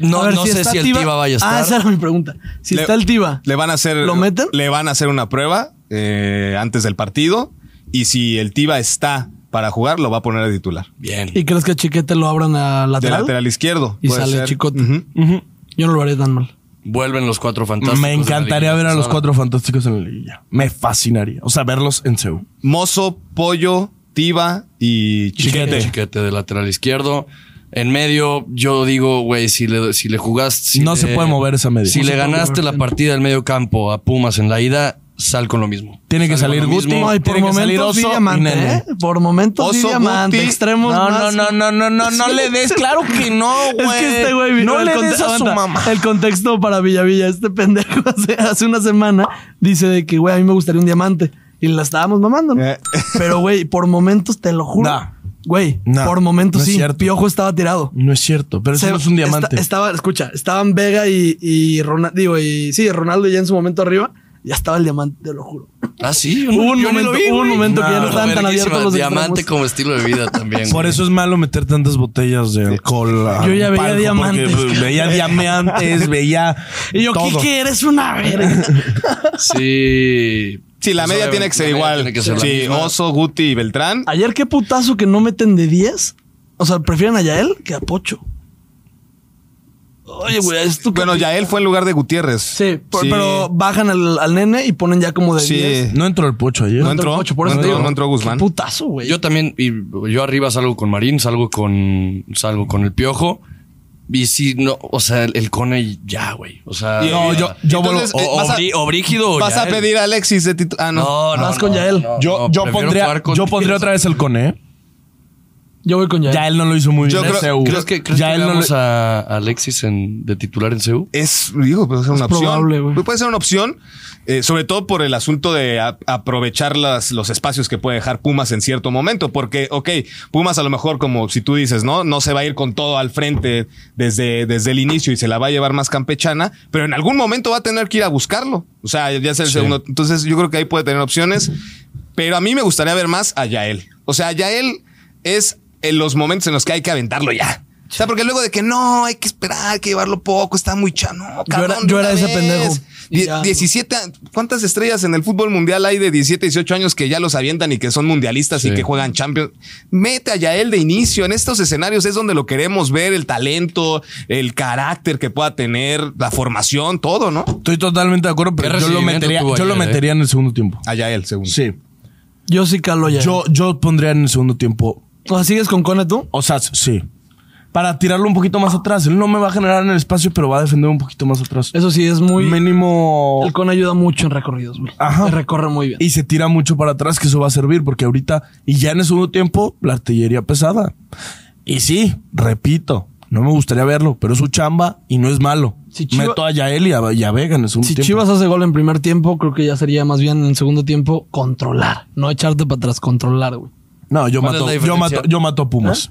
Speaker 2: No,
Speaker 1: A ver,
Speaker 2: no sé
Speaker 1: está
Speaker 2: si el Tiva vaya a estar.
Speaker 1: Ah, esa era mi pregunta. Si
Speaker 3: Le-
Speaker 1: está el Tiva.
Speaker 3: Le van a hacer.
Speaker 1: ¿Lo meten?
Speaker 3: Le van a hacer una prueba eh, antes del partido. Y si el Tiva está para jugar, lo va a poner de titular.
Speaker 2: Bien.
Speaker 1: ¿Y crees que Chiquete lo abran a
Speaker 3: De
Speaker 1: lateral?
Speaker 3: lateral izquierdo.
Speaker 1: Y
Speaker 3: puede
Speaker 1: sale
Speaker 3: ser.
Speaker 1: Chicote.
Speaker 3: Ujú.
Speaker 1: Yo no lo haré tan mal.
Speaker 2: Vuelven los cuatro fantásticos.
Speaker 4: me encantaría
Speaker 2: de la
Speaker 4: ver a
Speaker 2: liga
Speaker 4: los
Speaker 2: pasada.
Speaker 4: cuatro fantásticos en la liguilla. Me fascinaría. O sea, verlos en Seúl.
Speaker 3: Mozo, Pollo, Tiva y Chiquete.
Speaker 4: Chiquete.
Speaker 2: Chiquete de lateral izquierdo. En medio, yo digo, güey, si le, si le jugaste. si
Speaker 4: No
Speaker 2: le-
Speaker 4: se puede mover esa media.
Speaker 2: Si
Speaker 4: No
Speaker 2: le
Speaker 1: se puede
Speaker 2: ganaste
Speaker 1: mover.
Speaker 2: la partida del medio campo a Pumas en la ida, sal con lo mismo.
Speaker 4: Tiene que
Speaker 2: Sal con
Speaker 4: salir
Speaker 2: lo mismo.
Speaker 4: Guti.
Speaker 1: No, y por
Speaker 4: tiene que salir
Speaker 1: momentos vi
Speaker 4: Oso y
Speaker 1: diamante,
Speaker 4: Nene.
Speaker 1: ¿eh? Por momentos vi
Speaker 3: Oso,
Speaker 1: diamante.
Speaker 3: Guti.
Speaker 1: Extremos más.
Speaker 4: no, no, no, no le des. Claro que no,
Speaker 1: Es que este güey
Speaker 4: No
Speaker 1: el
Speaker 4: le
Speaker 1: conte-
Speaker 4: des a su
Speaker 1: aguanta,
Speaker 4: mamá.
Speaker 1: El contexto para Villavilla, este pendejo hace, hace una semana dice de que, güey, a mí me gustaría un diamante. Y la estábamos mamando, ¿no?
Speaker 3: Eh.
Speaker 1: Pero, güey, por momentos, te lo juro.
Speaker 4: No.
Speaker 1: Güey,
Speaker 4: No,
Speaker 1: por momentos
Speaker 4: no es
Speaker 1: sí.
Speaker 4: cierto.
Speaker 1: Piojo estaba tirado.
Speaker 4: No es cierto, pero eso
Speaker 1: Se-
Speaker 4: no es un diamante.
Speaker 1: esta- estaba, escucha, estaban Vega y, y Ronaldo, digo, y sí, Ronaldo ya en su momento arriba. Ya estaba el diamante, te lo juro.
Speaker 2: Ah, sí.
Speaker 1: Hubo un momento- hubo un momento que ya no
Speaker 2: está
Speaker 1: estaban tan abiertos los
Speaker 2: Ah, Diamante
Speaker 1: extremos.
Speaker 2: como estilo de vida también.
Speaker 4: Por
Speaker 2: güey.
Speaker 4: eso es malo meter tantas botellas de alcohol. a
Speaker 1: Yo ya
Speaker 4: un
Speaker 1: veía
Speaker 4: palco,
Speaker 1: diamantes.
Speaker 4: porque, pues, Veía diamantes, veía.
Speaker 1: Y yo,
Speaker 4: todo.
Speaker 1: Kike, eres una verga.
Speaker 2: Sí.
Speaker 3: Sí, la
Speaker 2: Pues,
Speaker 3: media tiene que ser
Speaker 2: la media
Speaker 3: igual.
Speaker 2: tiene que ser la
Speaker 3: sí,
Speaker 2: misma.
Speaker 3: Oso, Guti y Beltrán.
Speaker 1: Ayer qué putazo que no meten de 10. O sea, prefieren a Yael que a Pocho. Oye, güey, es tu
Speaker 3: Bueno, Yael fue en lugar de Gutiérrez.
Speaker 1: Sí, por-
Speaker 3: Sí.
Speaker 1: pero bajan al, al nene y ponen ya como de
Speaker 3: Sí.
Speaker 1: 10.
Speaker 4: No entró el pocho ayer.
Speaker 3: No entró.
Speaker 1: Pocho, por
Speaker 3: no
Speaker 1: eso te
Speaker 3: entró-
Speaker 1: digo.
Speaker 3: no entró Guzmán.
Speaker 1: Qué putazo, güey.
Speaker 2: Yo también, y yo arriba salgo con Marín, salgo con, salgo con el Piojo. Y sí, no, o sea, el, el Cone ya, güey. O sea,
Speaker 3: Y-
Speaker 4: No,
Speaker 2: ya.
Speaker 4: yo- yo
Speaker 3: Entonces,
Speaker 2: O,
Speaker 3: eh,
Speaker 2: o
Speaker 3: vas a-
Speaker 2: Brí- o Brígido o
Speaker 3: Vas a
Speaker 2: Yael.
Speaker 3: pedir a Alexis de titular. Ah, no.
Speaker 2: No, no.
Speaker 1: Vas
Speaker 2: no,
Speaker 1: con Yael.
Speaker 2: no,
Speaker 4: Yo,
Speaker 2: no,
Speaker 4: yo
Speaker 2: prefiero
Speaker 4: pondría,
Speaker 2: jugar con
Speaker 4: yo pondría otra vez el cone. ¿eh?
Speaker 1: Yo voy con Yael.
Speaker 4: Ya él no lo hizo muy
Speaker 3: Yo
Speaker 4: bien. en
Speaker 3: creo-
Speaker 4: CU.
Speaker 2: ¿Crees que, crees
Speaker 4: ya
Speaker 2: que
Speaker 4: él no lo
Speaker 2: veamos a Alexis en, de titular en CEU?
Speaker 3: Es, digo, pues, puede ser una opción. Pues
Speaker 1: probable, güey.
Speaker 3: Puede ser una opción, eh, sobre todo por el asunto de a- aprovechar las, los espacios que puede dejar Pumas en cierto momento, porque, ok, Pumas a lo mejor, como si tú dices, ¿no? No se va a ir con todo al frente desde, desde el inicio y se la va a llevar más campechana, pero en algún momento va a tener que ir a buscarlo. O sea, ya sea el
Speaker 2: Sí.
Speaker 3: segundo. Entonces, yo creo que ahí puede tener opciones, pero a mí me gustaría ver más a Yael. O sea, Yael es en los momentos en los que hay que aventarlo ya. O sea, porque luego de que no, hay que esperar, hay que llevarlo poco, está muy chano.
Speaker 1: Yo era- yo era ese pendejo. Y ya.
Speaker 3: 17, a- ¿cuántas estrellas en el fútbol mundial hay de 17, 18 años que ya los avientan y que son mundialistas
Speaker 2: Sí.
Speaker 3: y que juegan Champions? Mete a Yael de inicio. En estos escenarios es donde lo queremos ver, el talento, el carácter que pueda tener, la formación, todo, ¿no?
Speaker 4: Estoy totalmente de acuerdo, pero
Speaker 2: ¿Qué
Speaker 4: yo lo
Speaker 2: recibimiento
Speaker 4: metería,
Speaker 2: tuvo
Speaker 4: yo lo
Speaker 2: ayer, eh?
Speaker 4: metería en el segundo tiempo.
Speaker 3: A Yael, según.
Speaker 4: Sí.
Speaker 1: Yo sí calo ya.
Speaker 4: Yo, yo pondría en el segundo tiempo.
Speaker 1: O sea, ¿sigues con Cone tú?
Speaker 4: O sea, sí. Para tirarlo un poquito más atrás. Él no me va a generar en el espacio, pero va a defender un poquito más atrás.
Speaker 1: Eso sí, es muy...
Speaker 4: mínimo.
Speaker 1: El Cone ayuda mucho en recorridos, güey.
Speaker 4: Ajá.
Speaker 1: Se recorre muy bien.
Speaker 4: Y se tira mucho para atrás, que eso va a servir, porque ahorita, y ya en el segundo tiempo, la artillería pesada. Y sí, repito, no me gustaría verlo, pero es su chamba y no es malo.
Speaker 1: Si Chivas-
Speaker 4: Meto a Yael y a, y a Vega en el segundo
Speaker 1: Si
Speaker 4: tiempo.
Speaker 1: Chivas hace gol en primer tiempo, creo que ya sería más bien en segundo tiempo controlar. No echarte para atrás, controlar, güey.
Speaker 4: No, yo
Speaker 2: ¿Cuál es
Speaker 4: mato,
Speaker 2: la
Speaker 4: yo
Speaker 2: diferencia?
Speaker 4: mato, yo mato a Pumas.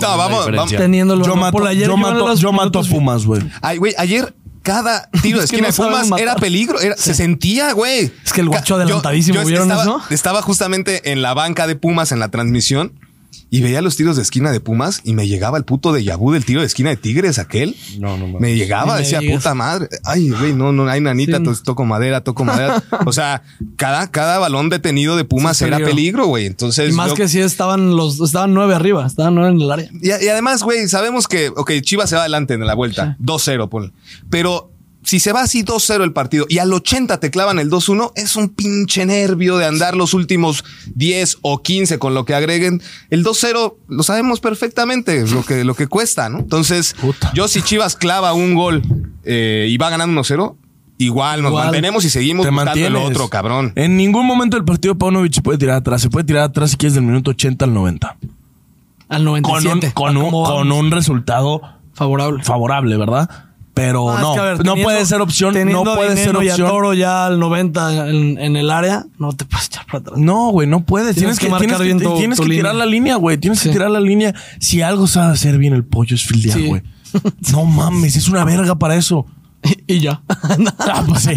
Speaker 3: No, vamos, vamos.
Speaker 2: Ya.
Speaker 1: Teniendo el
Speaker 4: Yo
Speaker 1: balón.
Speaker 4: mato,
Speaker 1: ¿Eh? Por ayer
Speaker 4: yo
Speaker 1: en
Speaker 4: mato,
Speaker 1: los
Speaker 4: yo mato a
Speaker 1: minutos-
Speaker 4: Pumas, güey.
Speaker 3: Ay, güey, ayer cada tiro de
Speaker 1: Es que
Speaker 3: esquina
Speaker 1: no
Speaker 3: de
Speaker 1: saben
Speaker 3: Pumas
Speaker 1: matar.
Speaker 3: era peligro, era- se sentía, güey.
Speaker 1: Es que el guacho
Speaker 3: Ca- yo-
Speaker 1: adelantadísimo, ¿vieron
Speaker 3: estaba,
Speaker 1: eso?
Speaker 3: Estaba justamente en la banca de Pumas en la transmisión y veía los tiros de esquina de Pumas y me llegaba el puto de Yabú del tiro de esquina de Tigres, aquel.
Speaker 2: No, no mames.
Speaker 3: Me
Speaker 1: Ni
Speaker 3: llegaba,
Speaker 1: me
Speaker 3: decía,
Speaker 1: digas.
Speaker 3: puta madre. Ay, güey, no, no, ay, nanita,
Speaker 1: Sí.
Speaker 3: entonces toco madera, toco madera. O sea, cada, cada balón detenido de Pumas
Speaker 1: Sí, es
Speaker 3: era
Speaker 1: peligro.
Speaker 3: peligro, güey. Entonces,
Speaker 1: Y más
Speaker 3: yo-
Speaker 1: que si estaban los... Estaban nueve arriba. Estaban nueve en el área.
Speaker 3: y, y además, güey, sabemos que, ok, Chivas se va adelante en la vuelta, 2-0, ponle. Pero si se va así 2-0 el partido y al 80 te clavan el 2-1, es un pinche nervio de andar los últimos 10 o 15 con lo que agreguen. El 2-0 lo sabemos perfectamente, lo que, lo que cuesta, ¿no? Entonces,
Speaker 4: Puta.
Speaker 3: yo si Chivas clava un gol eh, y va ganando 1-0, igual nos
Speaker 1: Igual.
Speaker 3: mantenemos y seguimos
Speaker 4: Te
Speaker 3: buscando el
Speaker 4: mantienes. Eh,
Speaker 3: otro, cabrón.
Speaker 4: En ningún momento del partido Paunovic se puede tirar atrás. Se puede tirar atrás si quieres del minuto 80 al 90.
Speaker 1: Al
Speaker 4: Con un,
Speaker 1: 97.
Speaker 4: con un,
Speaker 1: ¿Cómo vamos?
Speaker 4: con un resultado
Speaker 1: Favorable.
Speaker 4: favorable, ¿verdad? Pero
Speaker 1: Ah, es
Speaker 4: no,
Speaker 1: que, a ver,
Speaker 4: no
Speaker 1: teniendo-
Speaker 4: puede ser opción, no
Speaker 1: teniendo a
Speaker 4: puede ser
Speaker 1: Dineno y a
Speaker 4: opción.
Speaker 1: Toro ya al 90 en, en el área, no te puedes echar para atrás.
Speaker 4: No, güey, no puedes.
Speaker 1: Tienes
Speaker 4: Tienes,
Speaker 1: que
Speaker 4: que,
Speaker 1: marcar
Speaker 4: tienes que-
Speaker 1: bien tu-
Speaker 4: tienes
Speaker 1: tu
Speaker 4: que
Speaker 1: línea.
Speaker 4: tirar la línea, güey. Tienes
Speaker 1: Sí.
Speaker 4: que tirar la línea. Si algo sabe hacer bien el pollo es fildear,
Speaker 1: Sí.
Speaker 4: güey. No mames, es una verga para eso.
Speaker 1: Y, y ya.
Speaker 4: Ah, pues sí.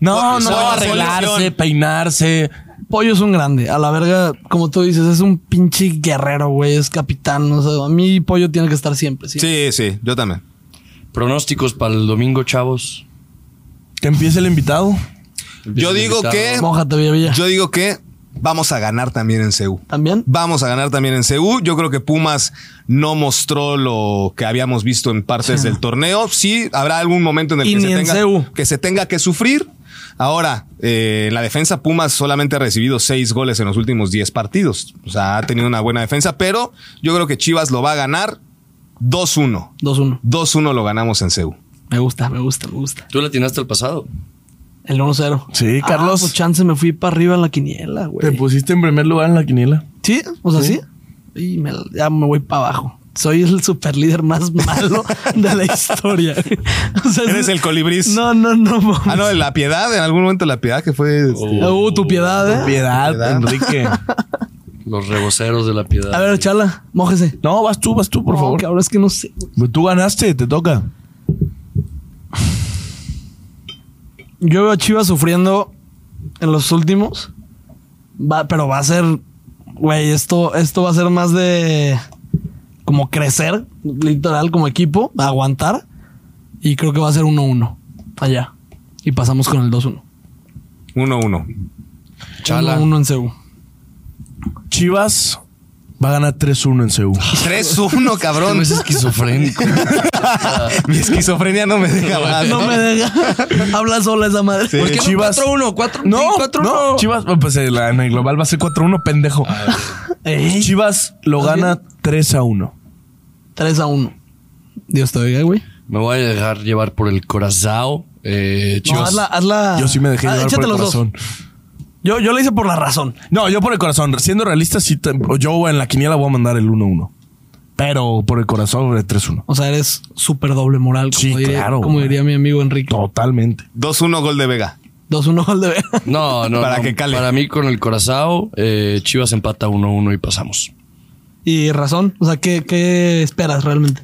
Speaker 4: No,
Speaker 3: Soy
Speaker 4: no,
Speaker 3: la
Speaker 4: arreglarse,
Speaker 3: solución.
Speaker 4: peinarse.
Speaker 1: Pollo es un grande. A la verga, como tú dices, es un pinche guerrero, güey. Es capitán. O sea, a mí Pollo tiene que estar siempre. Sí.
Speaker 3: Sí, sí, yo también.
Speaker 2: Pronósticos para el domingo, chavos.
Speaker 4: Que empiece el invitado.
Speaker 3: Yo digo que,
Speaker 1: Mójate, Villa Villa.
Speaker 3: yo digo que vamos a ganar también en CEU.
Speaker 1: También.
Speaker 3: Vamos a ganar también en CU. Yo creo que Pumas no mostró lo que habíamos visto en partes
Speaker 1: Sí.
Speaker 3: del torneo. Sí, habrá algún momento en el
Speaker 1: Y
Speaker 3: que se,
Speaker 1: ni en
Speaker 3: tenga,
Speaker 1: CU.
Speaker 3: que se tenga que sufrir. Ahora, eh, en la defensa Pumas solamente ha recibido seis goles en los últimos diez partidos. O sea, ha tenido una buena defensa, pero yo creo que Chivas lo va a ganar 2-1.
Speaker 1: 2-1.
Speaker 3: 2-1 lo ganamos en CEU.
Speaker 1: Me gusta, me gusta, me gusta.
Speaker 2: Tú le atinaste al pasado.
Speaker 1: El 1-0.
Speaker 4: Sí, Carlos.
Speaker 1: Ah, pues chance me fui para arriba en la quiniela,
Speaker 4: Te
Speaker 1: güey.
Speaker 4: pusiste en primer lugar en la quiniela.
Speaker 1: Sí, o sea, sí. Y me- ya me voy para abajo. Soy el super líder más malo de la historia. O sea,
Speaker 3: Eres
Speaker 1: sí-
Speaker 3: el colibrís.
Speaker 1: No, no, no. mames.
Speaker 3: Ah, no, en la piedad, en algún momento la piedad que fue. este,
Speaker 1: Uh, tu piedad, ¿eh?
Speaker 4: Piedad,
Speaker 3: Piedad.
Speaker 4: Enrique.
Speaker 2: Los reboceros de la piedad.
Speaker 1: A ver, chala, mójese.
Speaker 4: No, vas tú, vas tú, por
Speaker 1: No,
Speaker 4: favor. Pues
Speaker 1: Cabrón, es que no sé.
Speaker 4: Tú ganaste, te toca.
Speaker 1: Yo veo a Chivas sufriendo en los últimos. Va, pero va a ser. Güey, esto, esto va a ser más de. Como crecer, literal, como equipo, aguantar. Y creo que va a ser 1-1 allá. Y pasamos con el 2-1.
Speaker 3: 1-1.
Speaker 2: Chala.
Speaker 1: 1-1 en Seúl.
Speaker 4: Chivas va a ganar 3-1 en Seúl.
Speaker 3: 3-1,
Speaker 2: No
Speaker 3: cabrón.
Speaker 2: es esquizofrénico.
Speaker 3: Mi esquizofrenia no me deja más.
Speaker 1: No me deja. Habla sola esa madre.
Speaker 3: Sí.
Speaker 2: ¿Por qué
Speaker 4: Chivas-
Speaker 2: Chivas. 4-1, 4
Speaker 4: No,
Speaker 2: 4
Speaker 4: no, Chivas, oh, pues eh, la- en el global va a ser 4-1, pendejo.
Speaker 1: Ah, Ey,
Speaker 4: Chivas lo
Speaker 1: ¿Estás
Speaker 4: gana 3-1.
Speaker 1: 3 a 1. Dios te oiga, güey.
Speaker 2: Me voy a dejar llevar por el corazón. Eh,
Speaker 1: No,
Speaker 2: Chivas.
Speaker 1: hazla, hazla.
Speaker 4: Yo sí me dejé
Speaker 1: Ah,
Speaker 4: llevar
Speaker 1: échate
Speaker 4: por el
Speaker 1: los dos.
Speaker 4: corazón.
Speaker 1: Yo, yo le hice por la razón.
Speaker 4: No, yo por el corazón. Siendo realista, sí te- yo en la quiniela voy a mandar el 1-1. Pero por el corazón, el 3-1.
Speaker 1: O sea, eres súper doble moral, como,
Speaker 4: Sí,
Speaker 1: diría,
Speaker 4: claro,
Speaker 1: como
Speaker 4: güey.
Speaker 1: diría mi amigo Enrique.
Speaker 4: Totalmente.
Speaker 3: 2-1 gol de Vega.
Speaker 1: 2-1 gol de ver.
Speaker 2: No, no.
Speaker 3: Para
Speaker 2: no.
Speaker 3: que cale.
Speaker 2: Para mí, con el corazón, eh, Chivas empata 1-1 y pasamos.
Speaker 1: Y razón, o sea, ¿qué, qué esperas realmente?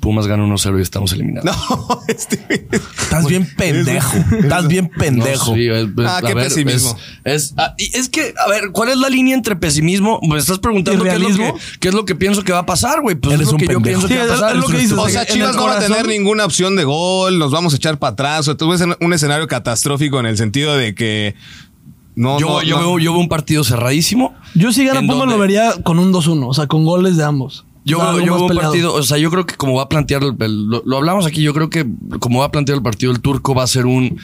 Speaker 2: Pumas gana 1-0 y estamos eliminados.
Speaker 3: No, este.
Speaker 4: Estás
Speaker 1: Pues,
Speaker 4: bien pendejo. Estás bien pendejo.
Speaker 2: No, sí, es- es-
Speaker 3: Ah,
Speaker 2: a
Speaker 3: qué pesimismo.
Speaker 2: Es, es- ah, y es que, a ver, ¿cuál es la línea entre pesimismo? Me estás preguntando
Speaker 1: ¿Y
Speaker 2: qué es, lo que,
Speaker 1: realismo?
Speaker 2: qué es lo que pienso que va a pasar, güey. Pues es
Speaker 4: Eres
Speaker 2: lo
Speaker 4: un
Speaker 2: que yo pienso
Speaker 4: pendejo.
Speaker 2: que
Speaker 1: Sí,
Speaker 2: va a
Speaker 1: es-
Speaker 2: pasar.
Speaker 1: es lo que dices.
Speaker 3: O sea,
Speaker 1: En el
Speaker 3: Chivas no va a
Speaker 1: corazón-
Speaker 3: tener ninguna opción de gol, nos vamos a echar para atrás. O sea, es un escenario catastrófico en el sentido de que no.
Speaker 2: yo,
Speaker 3: no-
Speaker 2: yo
Speaker 3: no-
Speaker 2: Veo, yo veo un partido cerradísimo.
Speaker 1: Yo si gana
Speaker 2: ¿En
Speaker 1: Pumas
Speaker 2: dónde?
Speaker 1: lo vería con un 2-1, o sea, con goles de ambos.
Speaker 2: Yo,
Speaker 1: O sea,
Speaker 2: veo-
Speaker 1: algo
Speaker 2: yo
Speaker 1: más
Speaker 2: veo un
Speaker 1: peleado.
Speaker 2: partido, o sea, yo creo que como va a plantear, el- el- lo, lo hablamos aquí, yo creo que como va a plantear el partido el turco va a ser un,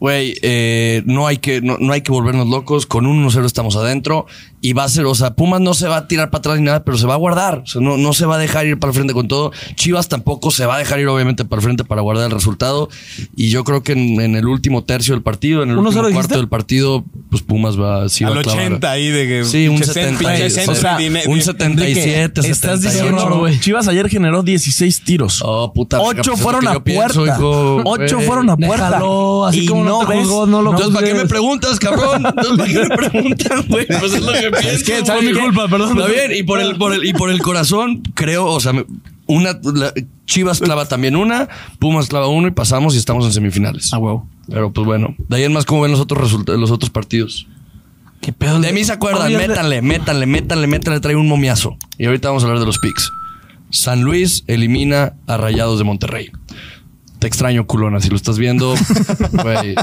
Speaker 2: güey, eh, no, hay que, no, no hay que volvernos locos, con un 1-0 estamos adentro y va a ser, o sea, Pumas no se va a tirar para atrás ni nada, pero se va a guardar, o sea, no, no se va a dejar ir para el frente con todo, Chivas tampoco se va a dejar ir obviamente para el frente para guardar el resultado y yo creo que en, en el último tercio del partido, en el
Speaker 1: 1-0
Speaker 2: último cuarto
Speaker 1: dijiste?
Speaker 2: del partido, pues Pumas va, sí
Speaker 3: al
Speaker 2: va a clavar.
Speaker 3: 80 ahí de que.
Speaker 2: Sí, un
Speaker 3: pinche
Speaker 2: 70,
Speaker 3: cent- pinche
Speaker 2: o
Speaker 3: centro
Speaker 2: sea,
Speaker 3: y dine-
Speaker 2: un
Speaker 3: dine-
Speaker 2: 77, 78.
Speaker 4: Estás
Speaker 1: No,
Speaker 4: diciendo,
Speaker 1: güey.
Speaker 4: Chivas ayer generó 16 tiros.
Speaker 2: Oh, puta. pues es
Speaker 4: Ocho
Speaker 2: lo
Speaker 4: fueron
Speaker 2: que
Speaker 4: a
Speaker 2: yo pienso,
Speaker 4: puerta.
Speaker 2: hijo,
Speaker 4: Ocho
Speaker 2: güey.
Speaker 4: fueron a puerta.
Speaker 1: Déjalo, así
Speaker 4: Y
Speaker 1: como no, te
Speaker 4: ves-
Speaker 1: juzgó, no lo
Speaker 2: Entonces, ¿para qué me
Speaker 1: juzgues.
Speaker 2: preguntas, cabrón? Entonces, ¿para qué me preguntas, güey? Pues es lo que pienso.
Speaker 1: Es que,
Speaker 2: güey.
Speaker 1: ¿sabes qué?
Speaker 2: Está bien, y por el, por el, y por el corazón, creo, o sea, me- una, la- Chivas clava también una, Pumas clava uno y pasamos y estamos en semifinales.
Speaker 1: Ah, huevo.
Speaker 2: Pero pues bueno, de ahí en más, ¿cómo ven los otros, result- los otros partidos?
Speaker 1: ¿Qué pedo?
Speaker 2: De mí se acuerdan,
Speaker 1: Oye,
Speaker 2: métanle, métanle, métanle, métanle, trae un momiazo. Y ahorita vamos a hablar de los picks. San Luis elimina a Rayados de Monterrey. Te extraño, culona, si lo estás viendo. güey.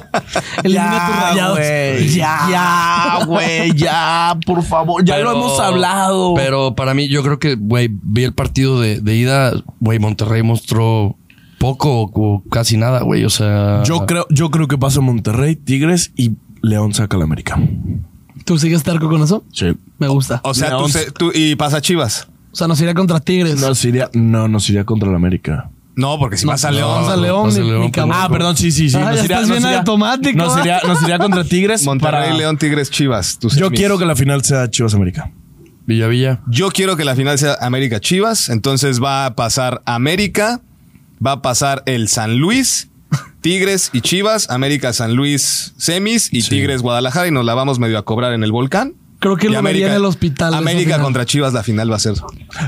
Speaker 1: Elimina tus rayados.
Speaker 4: güey.
Speaker 1: Ya.
Speaker 4: Ya, güey, ya, por favor. Ya
Speaker 2: Pero-
Speaker 4: lo hemos hablado.
Speaker 2: Pero para mí, yo creo que, güey, vi el partido de, de ida, güey, Monterrey mostró poco o, o casi nada, güey. O sea.
Speaker 4: yo creo, yo creo que pasa Monterrey, Tigres y León saca la América.
Speaker 1: ¿Tú sigues tarco con eso?
Speaker 4: Sí.
Speaker 1: Me gusta.
Speaker 3: O sea,
Speaker 4: Mira,
Speaker 3: tú,
Speaker 4: once.
Speaker 3: se- tú- y pasa Chivas.
Speaker 1: O sea, nos iría contra Tigres.
Speaker 4: Nos iría, no, nos iría contra la América.
Speaker 3: No, porque si
Speaker 1: No,
Speaker 3: pasa
Speaker 1: no,
Speaker 3: León.
Speaker 1: Vamos a León,
Speaker 2: Vamos a
Speaker 1: mi-
Speaker 2: León,
Speaker 1: mi cabrón.
Speaker 2: pendejo.
Speaker 4: Ah, perdón, sí, sí, sí.
Speaker 1: Ah, ya estás bien automático,
Speaker 4: Nos
Speaker 1: ¿eh?
Speaker 4: iría, nos iría contra Tigres.
Speaker 3: Monterrey,
Speaker 4: para-
Speaker 3: León, Tigres, Chivas. tus
Speaker 4: Yo
Speaker 3: semis.
Speaker 4: quiero que la final sea Chivas América.
Speaker 2: Villa Villa.
Speaker 3: Yo quiero que la final sea América Chivas. Entonces va a pasar América, va a pasar el San Luis, Tigres y Chivas, América San Luis semis y Tigres Guadalajara y nos la vamos medio a cobrar en el volcán.
Speaker 1: Creo que
Speaker 3: Y
Speaker 1: lo vería en el hospital, esa
Speaker 3: América
Speaker 1: final.
Speaker 3: contra Chivas, la final va a ser.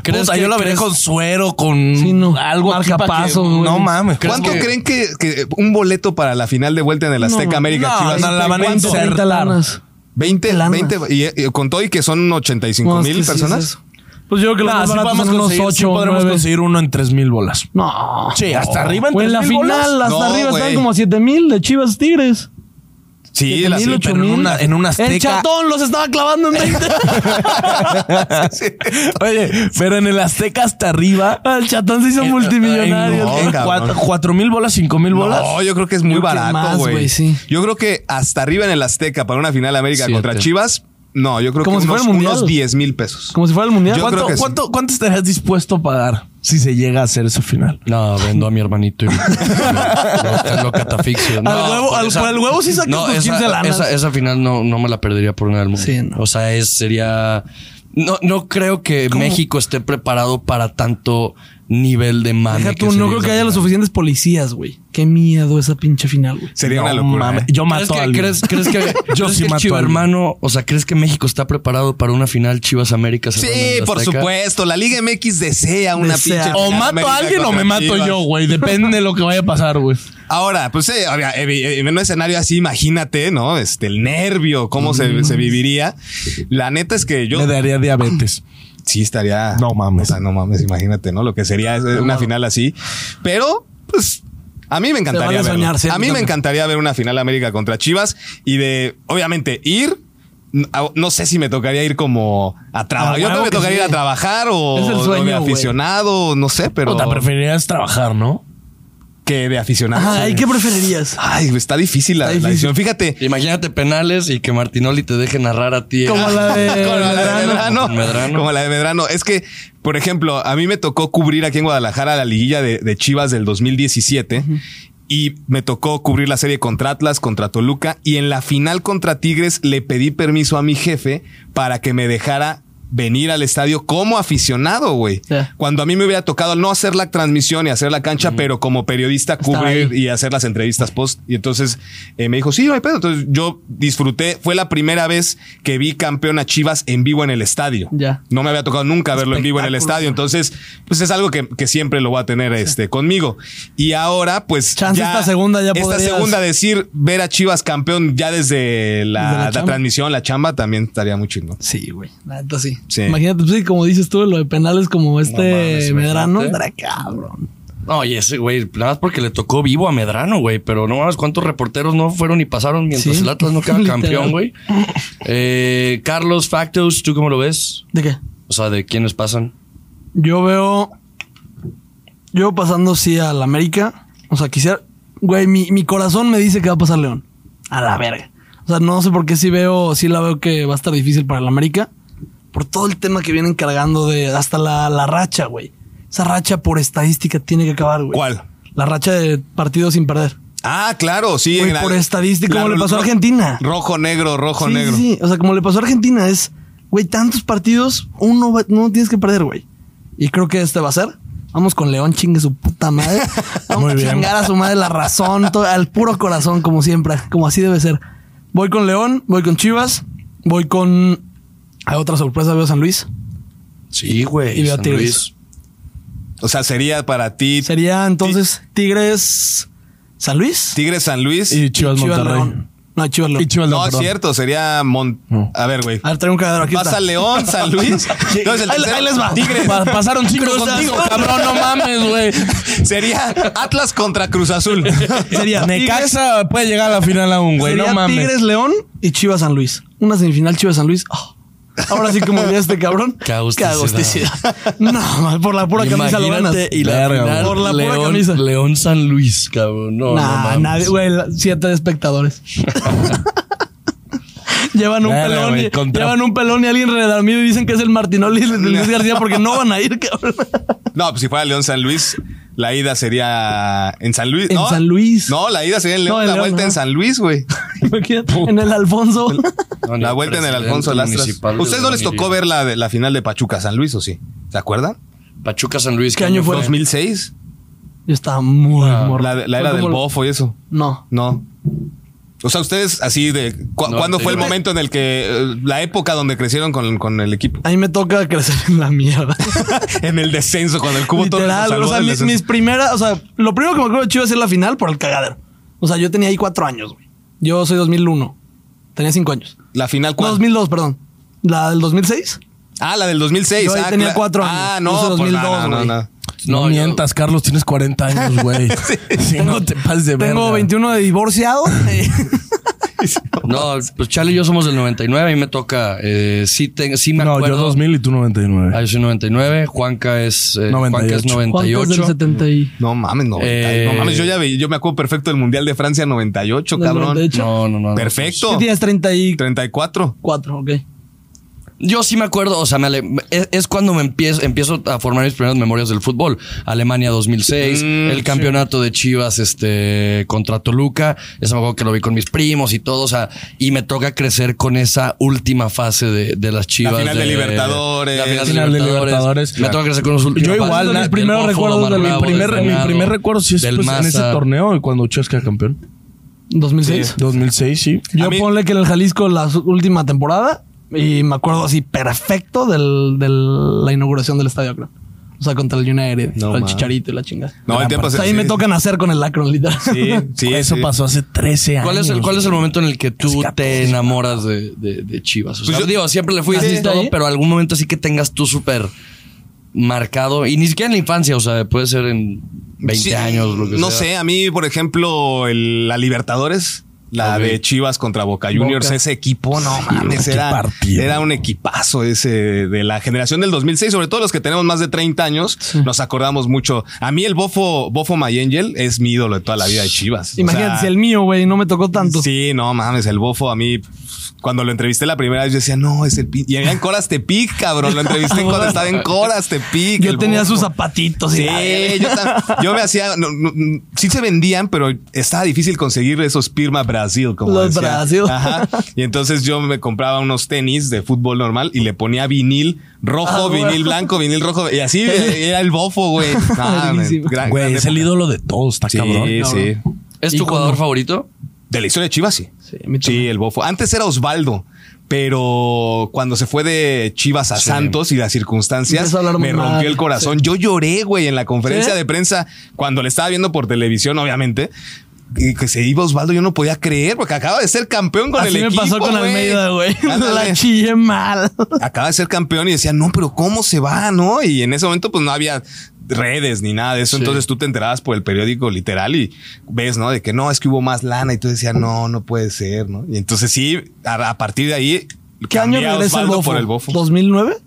Speaker 2: ¿Crees
Speaker 4: Puta,
Speaker 2: que-
Speaker 4: yo la veré
Speaker 2: crees-
Speaker 4: con suero, con
Speaker 1: Sí, no.
Speaker 4: algo aquí para que-
Speaker 1: Marcapasos, güey.
Speaker 4: No mames.
Speaker 2: ¿Crees
Speaker 3: ¿Cuánto
Speaker 2: que-
Speaker 3: creen que, que un boleto para la final de vuelta en el Azteca América
Speaker 4: no,
Speaker 3: Chivas?
Speaker 4: no la van a
Speaker 1: ¿Cuánto?
Speaker 4: insertar.
Speaker 1: 30 lanas.
Speaker 3: 20,
Speaker 1: lanas.
Speaker 3: 20 y, y con todo y que son 85
Speaker 1: No, es
Speaker 3: mil
Speaker 1: que sí es
Speaker 3: personas.
Speaker 1: eso. pues yo creo que los
Speaker 4: Nah,
Speaker 1: más
Speaker 4: Ah, sí
Speaker 1: baratos
Speaker 4: podemos
Speaker 1: son unos
Speaker 4: conseguir, sí
Speaker 1: 8 o
Speaker 4: podremos
Speaker 1: 9.
Speaker 4: conseguir uno en 3000 bolas.
Speaker 1: No.
Speaker 4: Che, hasta arriba en
Speaker 1: Güey, en la
Speaker 4: 3000 bolas.
Speaker 1: final, hasta
Speaker 3: No,
Speaker 1: arriba están
Speaker 3: güey.
Speaker 1: como 7 mil de Chivas Tigres.
Speaker 3: Sí,
Speaker 1: Siete
Speaker 3: la
Speaker 1: mil, ocho
Speaker 4: pero en
Speaker 1: mil.
Speaker 4: una- en una Azteca.
Speaker 1: El chatón los estaba clavando en 20.
Speaker 4: Oye, pero en el Azteca hasta arriba.
Speaker 1: el chatón se hizo multimillonario.
Speaker 3: no,
Speaker 4: En
Speaker 3: cabrón.
Speaker 4: cuatro- cuatro mil bolas, cinco mil bolas.
Speaker 3: No, yo creo que es muy
Speaker 1: Creo que más,
Speaker 3: barato,
Speaker 1: güey,
Speaker 3: güey.
Speaker 1: sí.
Speaker 3: Yo creo que hasta arriba en el Azteca para una final América
Speaker 2: Siete.
Speaker 3: contra Chivas, no, yo creo
Speaker 1: Como
Speaker 3: que
Speaker 1: si fuera
Speaker 3: unos,
Speaker 1: el Mundial.
Speaker 3: unos 10 mil pesos.
Speaker 1: Como si fuera el mundial.
Speaker 3: Yo
Speaker 1: ¿Cuánto?
Speaker 3: creo
Speaker 4: ¿Cuánto,
Speaker 3: que sí.
Speaker 4: cuánto- cuánto estarías dispuesto a pagar si se llega a hacer esa final?
Speaker 2: No, vendo a mi hermanito y lo, lo catafixio. No,
Speaker 1: Al huevo-
Speaker 2: por
Speaker 1: al- por el huevo sí sacas tus
Speaker 2: esa,
Speaker 1: 15 lanas.
Speaker 2: Esa, esa final no, no me la perdería por nada del mundo.
Speaker 1: Sí, no.
Speaker 2: O sea, es, sería. No, no creo que México esté preparado para tanto nivel de mame.
Speaker 1: Deja
Speaker 2: que
Speaker 1: tú,
Speaker 2: sería
Speaker 1: no creo
Speaker 2: esa
Speaker 1: que haya los
Speaker 2: final.
Speaker 1: suficientes policías, güey. Qué miedo esa pinche final, güey.
Speaker 3: Sería
Speaker 4: No
Speaker 3: una locura.
Speaker 4: mames,
Speaker 3: ¿eh?
Speaker 4: Yo
Speaker 2: ¿Crees
Speaker 4: mato a
Speaker 2: que,
Speaker 4: alguien.
Speaker 2: crees, crees que,
Speaker 4: Yo
Speaker 2: crees
Speaker 4: sí
Speaker 2: que
Speaker 4: mato
Speaker 2: Chivo
Speaker 4: a alguien.
Speaker 2: hermano, o sea, ¿crees que México está preparado para una final Chivas América?
Speaker 3: Sí, por supuesto. La Liga MX desea una
Speaker 1: Desea.
Speaker 3: pinche.
Speaker 4: O
Speaker 3: final
Speaker 4: mato
Speaker 3: América
Speaker 4: a alguien o
Speaker 3: contra
Speaker 4: me mato
Speaker 3: Chivas.
Speaker 4: yo, güey. Depende de lo que vaya a pasar, güey.
Speaker 3: Ahora, pues sí, obvia- evi- evi- en un escenario así, imagínate, ¿no? Este, el nervio, cómo se, se viviría. La neta es que yo
Speaker 4: Me daría diabetes.
Speaker 3: sí estaría.
Speaker 4: No mames.
Speaker 3: Puta, no mames, imagínate, ¿no? Lo que sería es una final así. Pero, pues. A mí me encantaría
Speaker 1: vale
Speaker 3: verlo.
Speaker 1: soñar, sí,
Speaker 3: a mí me
Speaker 1: también.
Speaker 3: encantaría ver una final América contra Chivas y de, obviamente, ir. n- a- No sé si me tocaría ir como a
Speaker 1: Ah,
Speaker 3: trabajar. Yo creo
Speaker 1: huevo
Speaker 3: que me
Speaker 1: que
Speaker 3: tocaría
Speaker 1: sí.
Speaker 3: ir a trabajar o,
Speaker 1: Es el
Speaker 3: o de
Speaker 1: sueño, güey.
Speaker 3: aficionado, no sé, pero
Speaker 4: Puta, preferirías trabajar, ¿no?
Speaker 3: que de aficionado.
Speaker 1: Ay, ¿qué preferirías?
Speaker 3: Ay, güey, está difícil la,
Speaker 1: Está
Speaker 3: la
Speaker 1: difícil.
Speaker 3: decisión. Fíjate,
Speaker 2: Imagínate penales y que Martinoli te deje narrar a ti. eh.
Speaker 1: Como la de
Speaker 3: Como la de
Speaker 1: Medrano.
Speaker 3: Medrano.
Speaker 2: Con Medrano.
Speaker 3: Como la de Medrano. Es que, por ejemplo, a mí me tocó cubrir aquí en Guadalajara la liguilla de, de Chivas del 2017. Y me tocó cubrir la serie contra Atlas, contra Toluca. Y en la final contra Tigres le pedí permiso a mi jefe para que me dejara venir al estadio como aficionado, güey.
Speaker 1: Ya.
Speaker 3: Cuando a mí me hubiera tocado no hacer la transmisión y hacer la cancha, pero como periodista
Speaker 1: Estar
Speaker 3: cubrir
Speaker 1: ahí.
Speaker 3: y hacer las entrevistas post. Y entonces eh, me dijo, sí, no hay pedo. Entonces yo disfruté. Fue la primera vez que vi campeón a Chivas en vivo en el estadio.
Speaker 1: Ya.
Speaker 3: No me había tocado nunca verlo en vivo en el
Speaker 1: Espectáculo.
Speaker 3: estadio. Entonces, pues es algo que, que siempre lo voy a tener este, conmigo. Y ahora, pues.
Speaker 1: Chance esta segunda ya
Speaker 3: Esta
Speaker 1: podrías-
Speaker 3: segunda, decir, ver a Chivas campeón ya desde la,
Speaker 1: Desde la
Speaker 3: la
Speaker 1: chamba.
Speaker 3: transmisión, la chamba, también estaría muy chingón.
Speaker 1: Sí, güey. La neta sí.
Speaker 3: Sí.
Speaker 1: Imagínate, pues, sí, como dices tú, lo de penales como este
Speaker 2: mames,
Speaker 1: Medrano.
Speaker 2: imagínate.
Speaker 1: Estará cabrón.
Speaker 2: Oye, ese güey, nada más porque le tocó vivo a Medrano, güey. Pero no mames cuántos reporteros no fueron y pasaron mientras
Speaker 1: Sí.
Speaker 2: el Atlas no queda
Speaker 1: Literal.
Speaker 2: campeón, güey. Eh, Carlos, Factos, ¿tú cómo lo ves?
Speaker 1: ¿De qué?
Speaker 2: O sea, ¿de quiénes pasan?
Speaker 1: Yo veo. Yo pasando sí al América. O sea, quisiera. Güey, mi, mi corazón me dice que va a pasar León. A la verga. O sea, no sé por qué sí veo, sí la veo que va a estar difícil para el América. Por todo el tema que vienen cargando de hasta la, la racha, güey. Esa racha por estadística tiene que acabar, güey.
Speaker 3: ¿Cuál?
Speaker 1: La racha de partidos sin perder.
Speaker 3: Ah, claro, sí.
Speaker 1: Güey,
Speaker 3: en la-
Speaker 1: por estadística,
Speaker 3: la-
Speaker 1: como le pasó a
Speaker 3: ro-
Speaker 1: Argentina.
Speaker 3: Rojo, negro, rojo,
Speaker 1: Sí, sí,
Speaker 3: negro.
Speaker 1: sí. O sea, como le pasó a Argentina, es, güey, tantos partidos, uno va- no tienes que perder, güey. Y creo que este va a ser. Vamos con León, chingue su puta madre. Vamos
Speaker 4: Muy
Speaker 1: a
Speaker 4: bien.
Speaker 1: chingar a su madre la razón, todo- al puro corazón, como siempre, como así debe ser. Voy con León, voy con Chivas, voy con. A otra sorpresa veo a San Luis.
Speaker 2: Sí, güey.
Speaker 1: Y veo a
Speaker 2: San
Speaker 1: Tigres.
Speaker 2: Luis.
Speaker 3: O sea, sería para ti
Speaker 1: Sería entonces Tigres. ¿San Luis?
Speaker 3: Tigres San Luis.
Speaker 4: Y Chivas, Monterrey.
Speaker 1: León. No, Chivas León.
Speaker 4: Y Chivas
Speaker 3: no,
Speaker 4: León,
Speaker 3: es
Speaker 4: perdón.
Speaker 3: cierto, sería Mon-
Speaker 4: No.
Speaker 3: A ver, güey.
Speaker 1: A ver, traigo un cagadero aquí.
Speaker 3: Pasa
Speaker 1: está.
Speaker 3: León, San Luis. Entonces, el
Speaker 1: Ahí-
Speaker 3: tercero,
Speaker 1: ahí les va.
Speaker 3: Tigres.
Speaker 4: Pa- pasaron cinco
Speaker 1: Cruz
Speaker 4: contigo,
Speaker 1: Azul.
Speaker 4: cabrón, no mames, güey.
Speaker 3: Sería Atlas contra Cruz Azul.
Speaker 1: Sería Tigres,
Speaker 4: Necaxa puede llegar a la final aún, güey,
Speaker 1: Sería
Speaker 4: no mames.
Speaker 1: Tigres León y Chivas San Luis. Una semifinal Chivas San Luis. Oh. Ahora sí, como diría este cabrón.
Speaker 2: Qué agusticidad.
Speaker 1: agusticidad. No, man, por la pura camisa lo ganas.
Speaker 2: Imagínate y la
Speaker 4: Verga,
Speaker 2: final,
Speaker 4: güey.
Speaker 1: Por la pura
Speaker 2: León,
Speaker 1: camisa.
Speaker 2: León San Luis, cabrón. No, no
Speaker 1: Nah,
Speaker 2: mames.
Speaker 1: nadie, güey, la- siete espectadores. llevan, un
Speaker 4: Verga,
Speaker 1: pelón
Speaker 4: güey,
Speaker 1: y,
Speaker 4: contra-
Speaker 1: llevan un pelón y alguien redamido y dicen que es el Martinoli de Luis García porque no van a ir, cabrón.
Speaker 3: No, pues si fuera León San Luis, la ida sería en San Luis.
Speaker 1: En
Speaker 3: ¿no?
Speaker 1: San Luis.
Speaker 3: No, la ida sería en León,
Speaker 1: No, en
Speaker 3: la
Speaker 1: León,
Speaker 3: vuelta
Speaker 1: no.
Speaker 3: en San Luis, güey.
Speaker 1: Imagínate, en el Alfonso.
Speaker 2: No, ni
Speaker 3: la vuelta en el
Speaker 2: presidente
Speaker 3: Alfonso Lastras.
Speaker 2: municipal de
Speaker 3: ¿Ustedes no les
Speaker 2: León
Speaker 3: tocó
Speaker 2: iría.
Speaker 3: ver la, de- la final de Pachuca San Luis o sí? ¿Se acuerdan?
Speaker 2: Pachuca San Luis.
Speaker 1: ¿Qué año fue?
Speaker 3: 2006.
Speaker 1: Yo estaba muy morro.
Speaker 3: La, de- la era
Speaker 1: Fue
Speaker 3: del
Speaker 1: como-
Speaker 3: bofo y eso.
Speaker 1: No.
Speaker 3: No. O sea, ustedes así de... cu-
Speaker 2: No,
Speaker 3: ¿Cuándo fue el
Speaker 2: anterior.
Speaker 3: momento en el que... eh, La época donde crecieron con, con el equipo?
Speaker 1: A mí me toca crecer en la mierda.
Speaker 3: en el descenso, cuando el cubo todo
Speaker 1: Literal,
Speaker 3: salvó
Speaker 1: o sea,
Speaker 3: del
Speaker 1: mis,
Speaker 3: descenso.
Speaker 1: mis primeras, o sea, lo primero que me acuerdo de Chivas es la final por el cagadero. O sea, yo tenía ahí cuatro años, güey. Yo soy 2001. Tenía cinco años.
Speaker 3: La final,
Speaker 1: No,
Speaker 3: ¿cuál?
Speaker 1: 2002, perdón. La del 2006.
Speaker 3: Ah, la del 2006.
Speaker 1: Yo ahí
Speaker 3: ah,
Speaker 1: tenía
Speaker 3: cla-
Speaker 1: cuatro años.
Speaker 3: Ah,
Speaker 1: Yo soy
Speaker 3: no, pues,
Speaker 1: 2002,
Speaker 3: no, no,
Speaker 1: güey.
Speaker 3: no, no.
Speaker 4: No,
Speaker 2: No, yo-
Speaker 4: mientas, Carlos, tienes 40 años, güey. Si no te pases de
Speaker 1: Tengo
Speaker 4: verga.
Speaker 1: 21 de divorciado. Eh,
Speaker 2: No, pues Charlie y yo somos del 99 y me toca. Eh, sí, te- sí me
Speaker 4: No,
Speaker 2: acuerdo.
Speaker 4: yo 2000 y tú 99.
Speaker 2: Ah, yo soy 99. Juanca es, eh,
Speaker 4: 98.
Speaker 2: Juanca
Speaker 1: Juan,
Speaker 2: es
Speaker 1: que es
Speaker 2: 98.
Speaker 1: del 70 y...
Speaker 3: No mames, 90.
Speaker 2: Eh,
Speaker 3: No mames, yo ya veía, yo me acuerdo perfecto del Mundial de Francia 98,
Speaker 1: del
Speaker 3: cabrón.
Speaker 1: 98.
Speaker 2: No, no, no. no.
Speaker 1: ¿Qué
Speaker 3: Perfecto.
Speaker 1: tienes? 34,
Speaker 3: 34.
Speaker 1: ok.
Speaker 2: Yo sí me acuerdo, o sea, me ale- es, es cuando me empiezo, empiezo a formar mis primeras memorias del fútbol. Alemania 2006,
Speaker 3: Mm,
Speaker 2: el campeonato de Chivas este, contra Toluca, eso me acuerdo que lo vi con mis primos y todo, o sea, y me toca crecer con esa última fase de, de las Chivas.
Speaker 3: final de Libertadores.
Speaker 2: La final,
Speaker 4: Final
Speaker 2: de
Speaker 4: de
Speaker 2: Libertadores.
Speaker 4: Libertadores.
Speaker 2: Me toca crecer con los últimos.
Speaker 4: Yo igual,
Speaker 2: mis
Speaker 4: mis
Speaker 1: primeros recuerdos del-
Speaker 4: Mi
Speaker 1: Bravo,
Speaker 4: primer, mi primer recuerdo sí es pues, en ese torneo y cuando Chivas queda campeón.
Speaker 1: 2006.
Speaker 4: 2006, sí.
Speaker 1: Yo
Speaker 3: A mí-
Speaker 1: ponle que en el Jalisco la su- última temporada y me acuerdo así perfecto del- de la inauguración del estadio Akron. O sea, contra el United,
Speaker 3: No,
Speaker 1: con el
Speaker 3: ma.
Speaker 1: Chicharito y la chingada.
Speaker 3: No, el tiempo
Speaker 1: O
Speaker 3: se-
Speaker 1: sea, ahí
Speaker 3: sí.
Speaker 1: me tocan hacer con el Akron, literal.
Speaker 3: Sí, sí.
Speaker 4: Eso
Speaker 3: sí.
Speaker 4: pasó hace 13 años.
Speaker 2: ¿Cuál es, el, ¿Cuál es el momento en el que tú
Speaker 4: Casi 14,
Speaker 2: te enamoras de, de- de Chivas? O sea,
Speaker 3: Pues yo-
Speaker 2: digo, siempre le fui
Speaker 1: ¿Así
Speaker 2: así y
Speaker 1: está
Speaker 2: todo,
Speaker 1: ahí?
Speaker 2: pero algún momento sí que tengas tú súper marcado. Y ni siquiera en la infancia, o sea, puede ser en 20
Speaker 3: Sí,
Speaker 2: años, lo que
Speaker 3: No
Speaker 2: sea.
Speaker 3: sé, a mí, por ejemplo, el- la Libertadores, la
Speaker 2: Ok.
Speaker 3: de Chivas contra Boca Juniors,
Speaker 1: Boca.
Speaker 3: ese equipo, no mames,
Speaker 4: qué
Speaker 3: era,
Speaker 4: partido.
Speaker 3: era un equipazo ese de la generación del 2006, sobre todo los que tenemos más de 30 años, nos acordamos mucho. A mí el Bofo, Bofo Mayengel es mi ídolo de toda la vida de Chivas. O
Speaker 1: Imagínate,
Speaker 3: sea,
Speaker 1: si el mío, güey, no me tocó tanto.
Speaker 3: Sí, no mames, el bofo a mí. Cuando lo entrevisté la primera vez, yo decía, no, es el pi-". Y era en Coras Tepic, cabrón. Lo entrevisté cuando estaba en Coras Tepic.
Speaker 1: Yo
Speaker 3: el
Speaker 1: tenía
Speaker 3: Bofo.
Speaker 1: sus zapatitos y
Speaker 3: Sí,
Speaker 1: la-
Speaker 3: yo, tam- yo me hacía. no, no, mm, sí se vendían, pero estaba difícil conseguir esos Pirma Brasil, como
Speaker 1: Los
Speaker 3: decía.
Speaker 1: Brasil.
Speaker 3: Ajá. Y entonces yo me compraba unos tenis de fútbol normal y le ponía vinil rojo,
Speaker 1: Ah, güey.
Speaker 3: vinil blanco, vinil rojo. Y así eh, era el bofo, güey. Ah, man,
Speaker 1: Buenísimo.
Speaker 3: gran- gran
Speaker 4: Güey, es el
Speaker 3: época.
Speaker 4: ídolo de todos, está
Speaker 3: Sí,
Speaker 4: cabrón.
Speaker 3: sí.
Speaker 2: ¿Es tu jugador favorito?
Speaker 3: De la historia de Chivas, sí.
Speaker 1: Sí, a mí
Speaker 3: Sí,
Speaker 1: también.
Speaker 3: el bofo. Antes era Osvaldo, pero cuando se fue de Chivas a Santos y las circunstancias,
Speaker 1: Empezó a hablar muy
Speaker 3: me rompió
Speaker 1: mal,
Speaker 3: el corazón.
Speaker 1: sí.
Speaker 3: Yo lloré, güey, en la conferencia
Speaker 1: ¿Sí?
Speaker 3: de prensa cuando le estaba viendo por televisión, obviamente. Y que se iba Osvaldo, yo no podía creer, porque acaba de ser campeón con
Speaker 1: Así
Speaker 3: el
Speaker 1: me
Speaker 3: equipo.
Speaker 1: pasó con Almeida, güey.
Speaker 3: Ándale
Speaker 1: La chillé mal.
Speaker 3: acaba de ser campeón y decía, no, pero ¿cómo se va? ¿No? Y en ese momento, pues no había redes ni nada de eso.
Speaker 2: Sí.
Speaker 3: Entonces tú te enterabas por el periódico literal y ves, ¿no? De que no, es que hubo más lana y tú decías, no, no puede ser, ¿no? Y entonces sí, a, a partir de ahí.
Speaker 1: ¿Qué año
Speaker 3: cambié a
Speaker 1: regresa el
Speaker 3: Osvaldo
Speaker 1: bofo?
Speaker 3: por el bofo.
Speaker 1: ¿2009?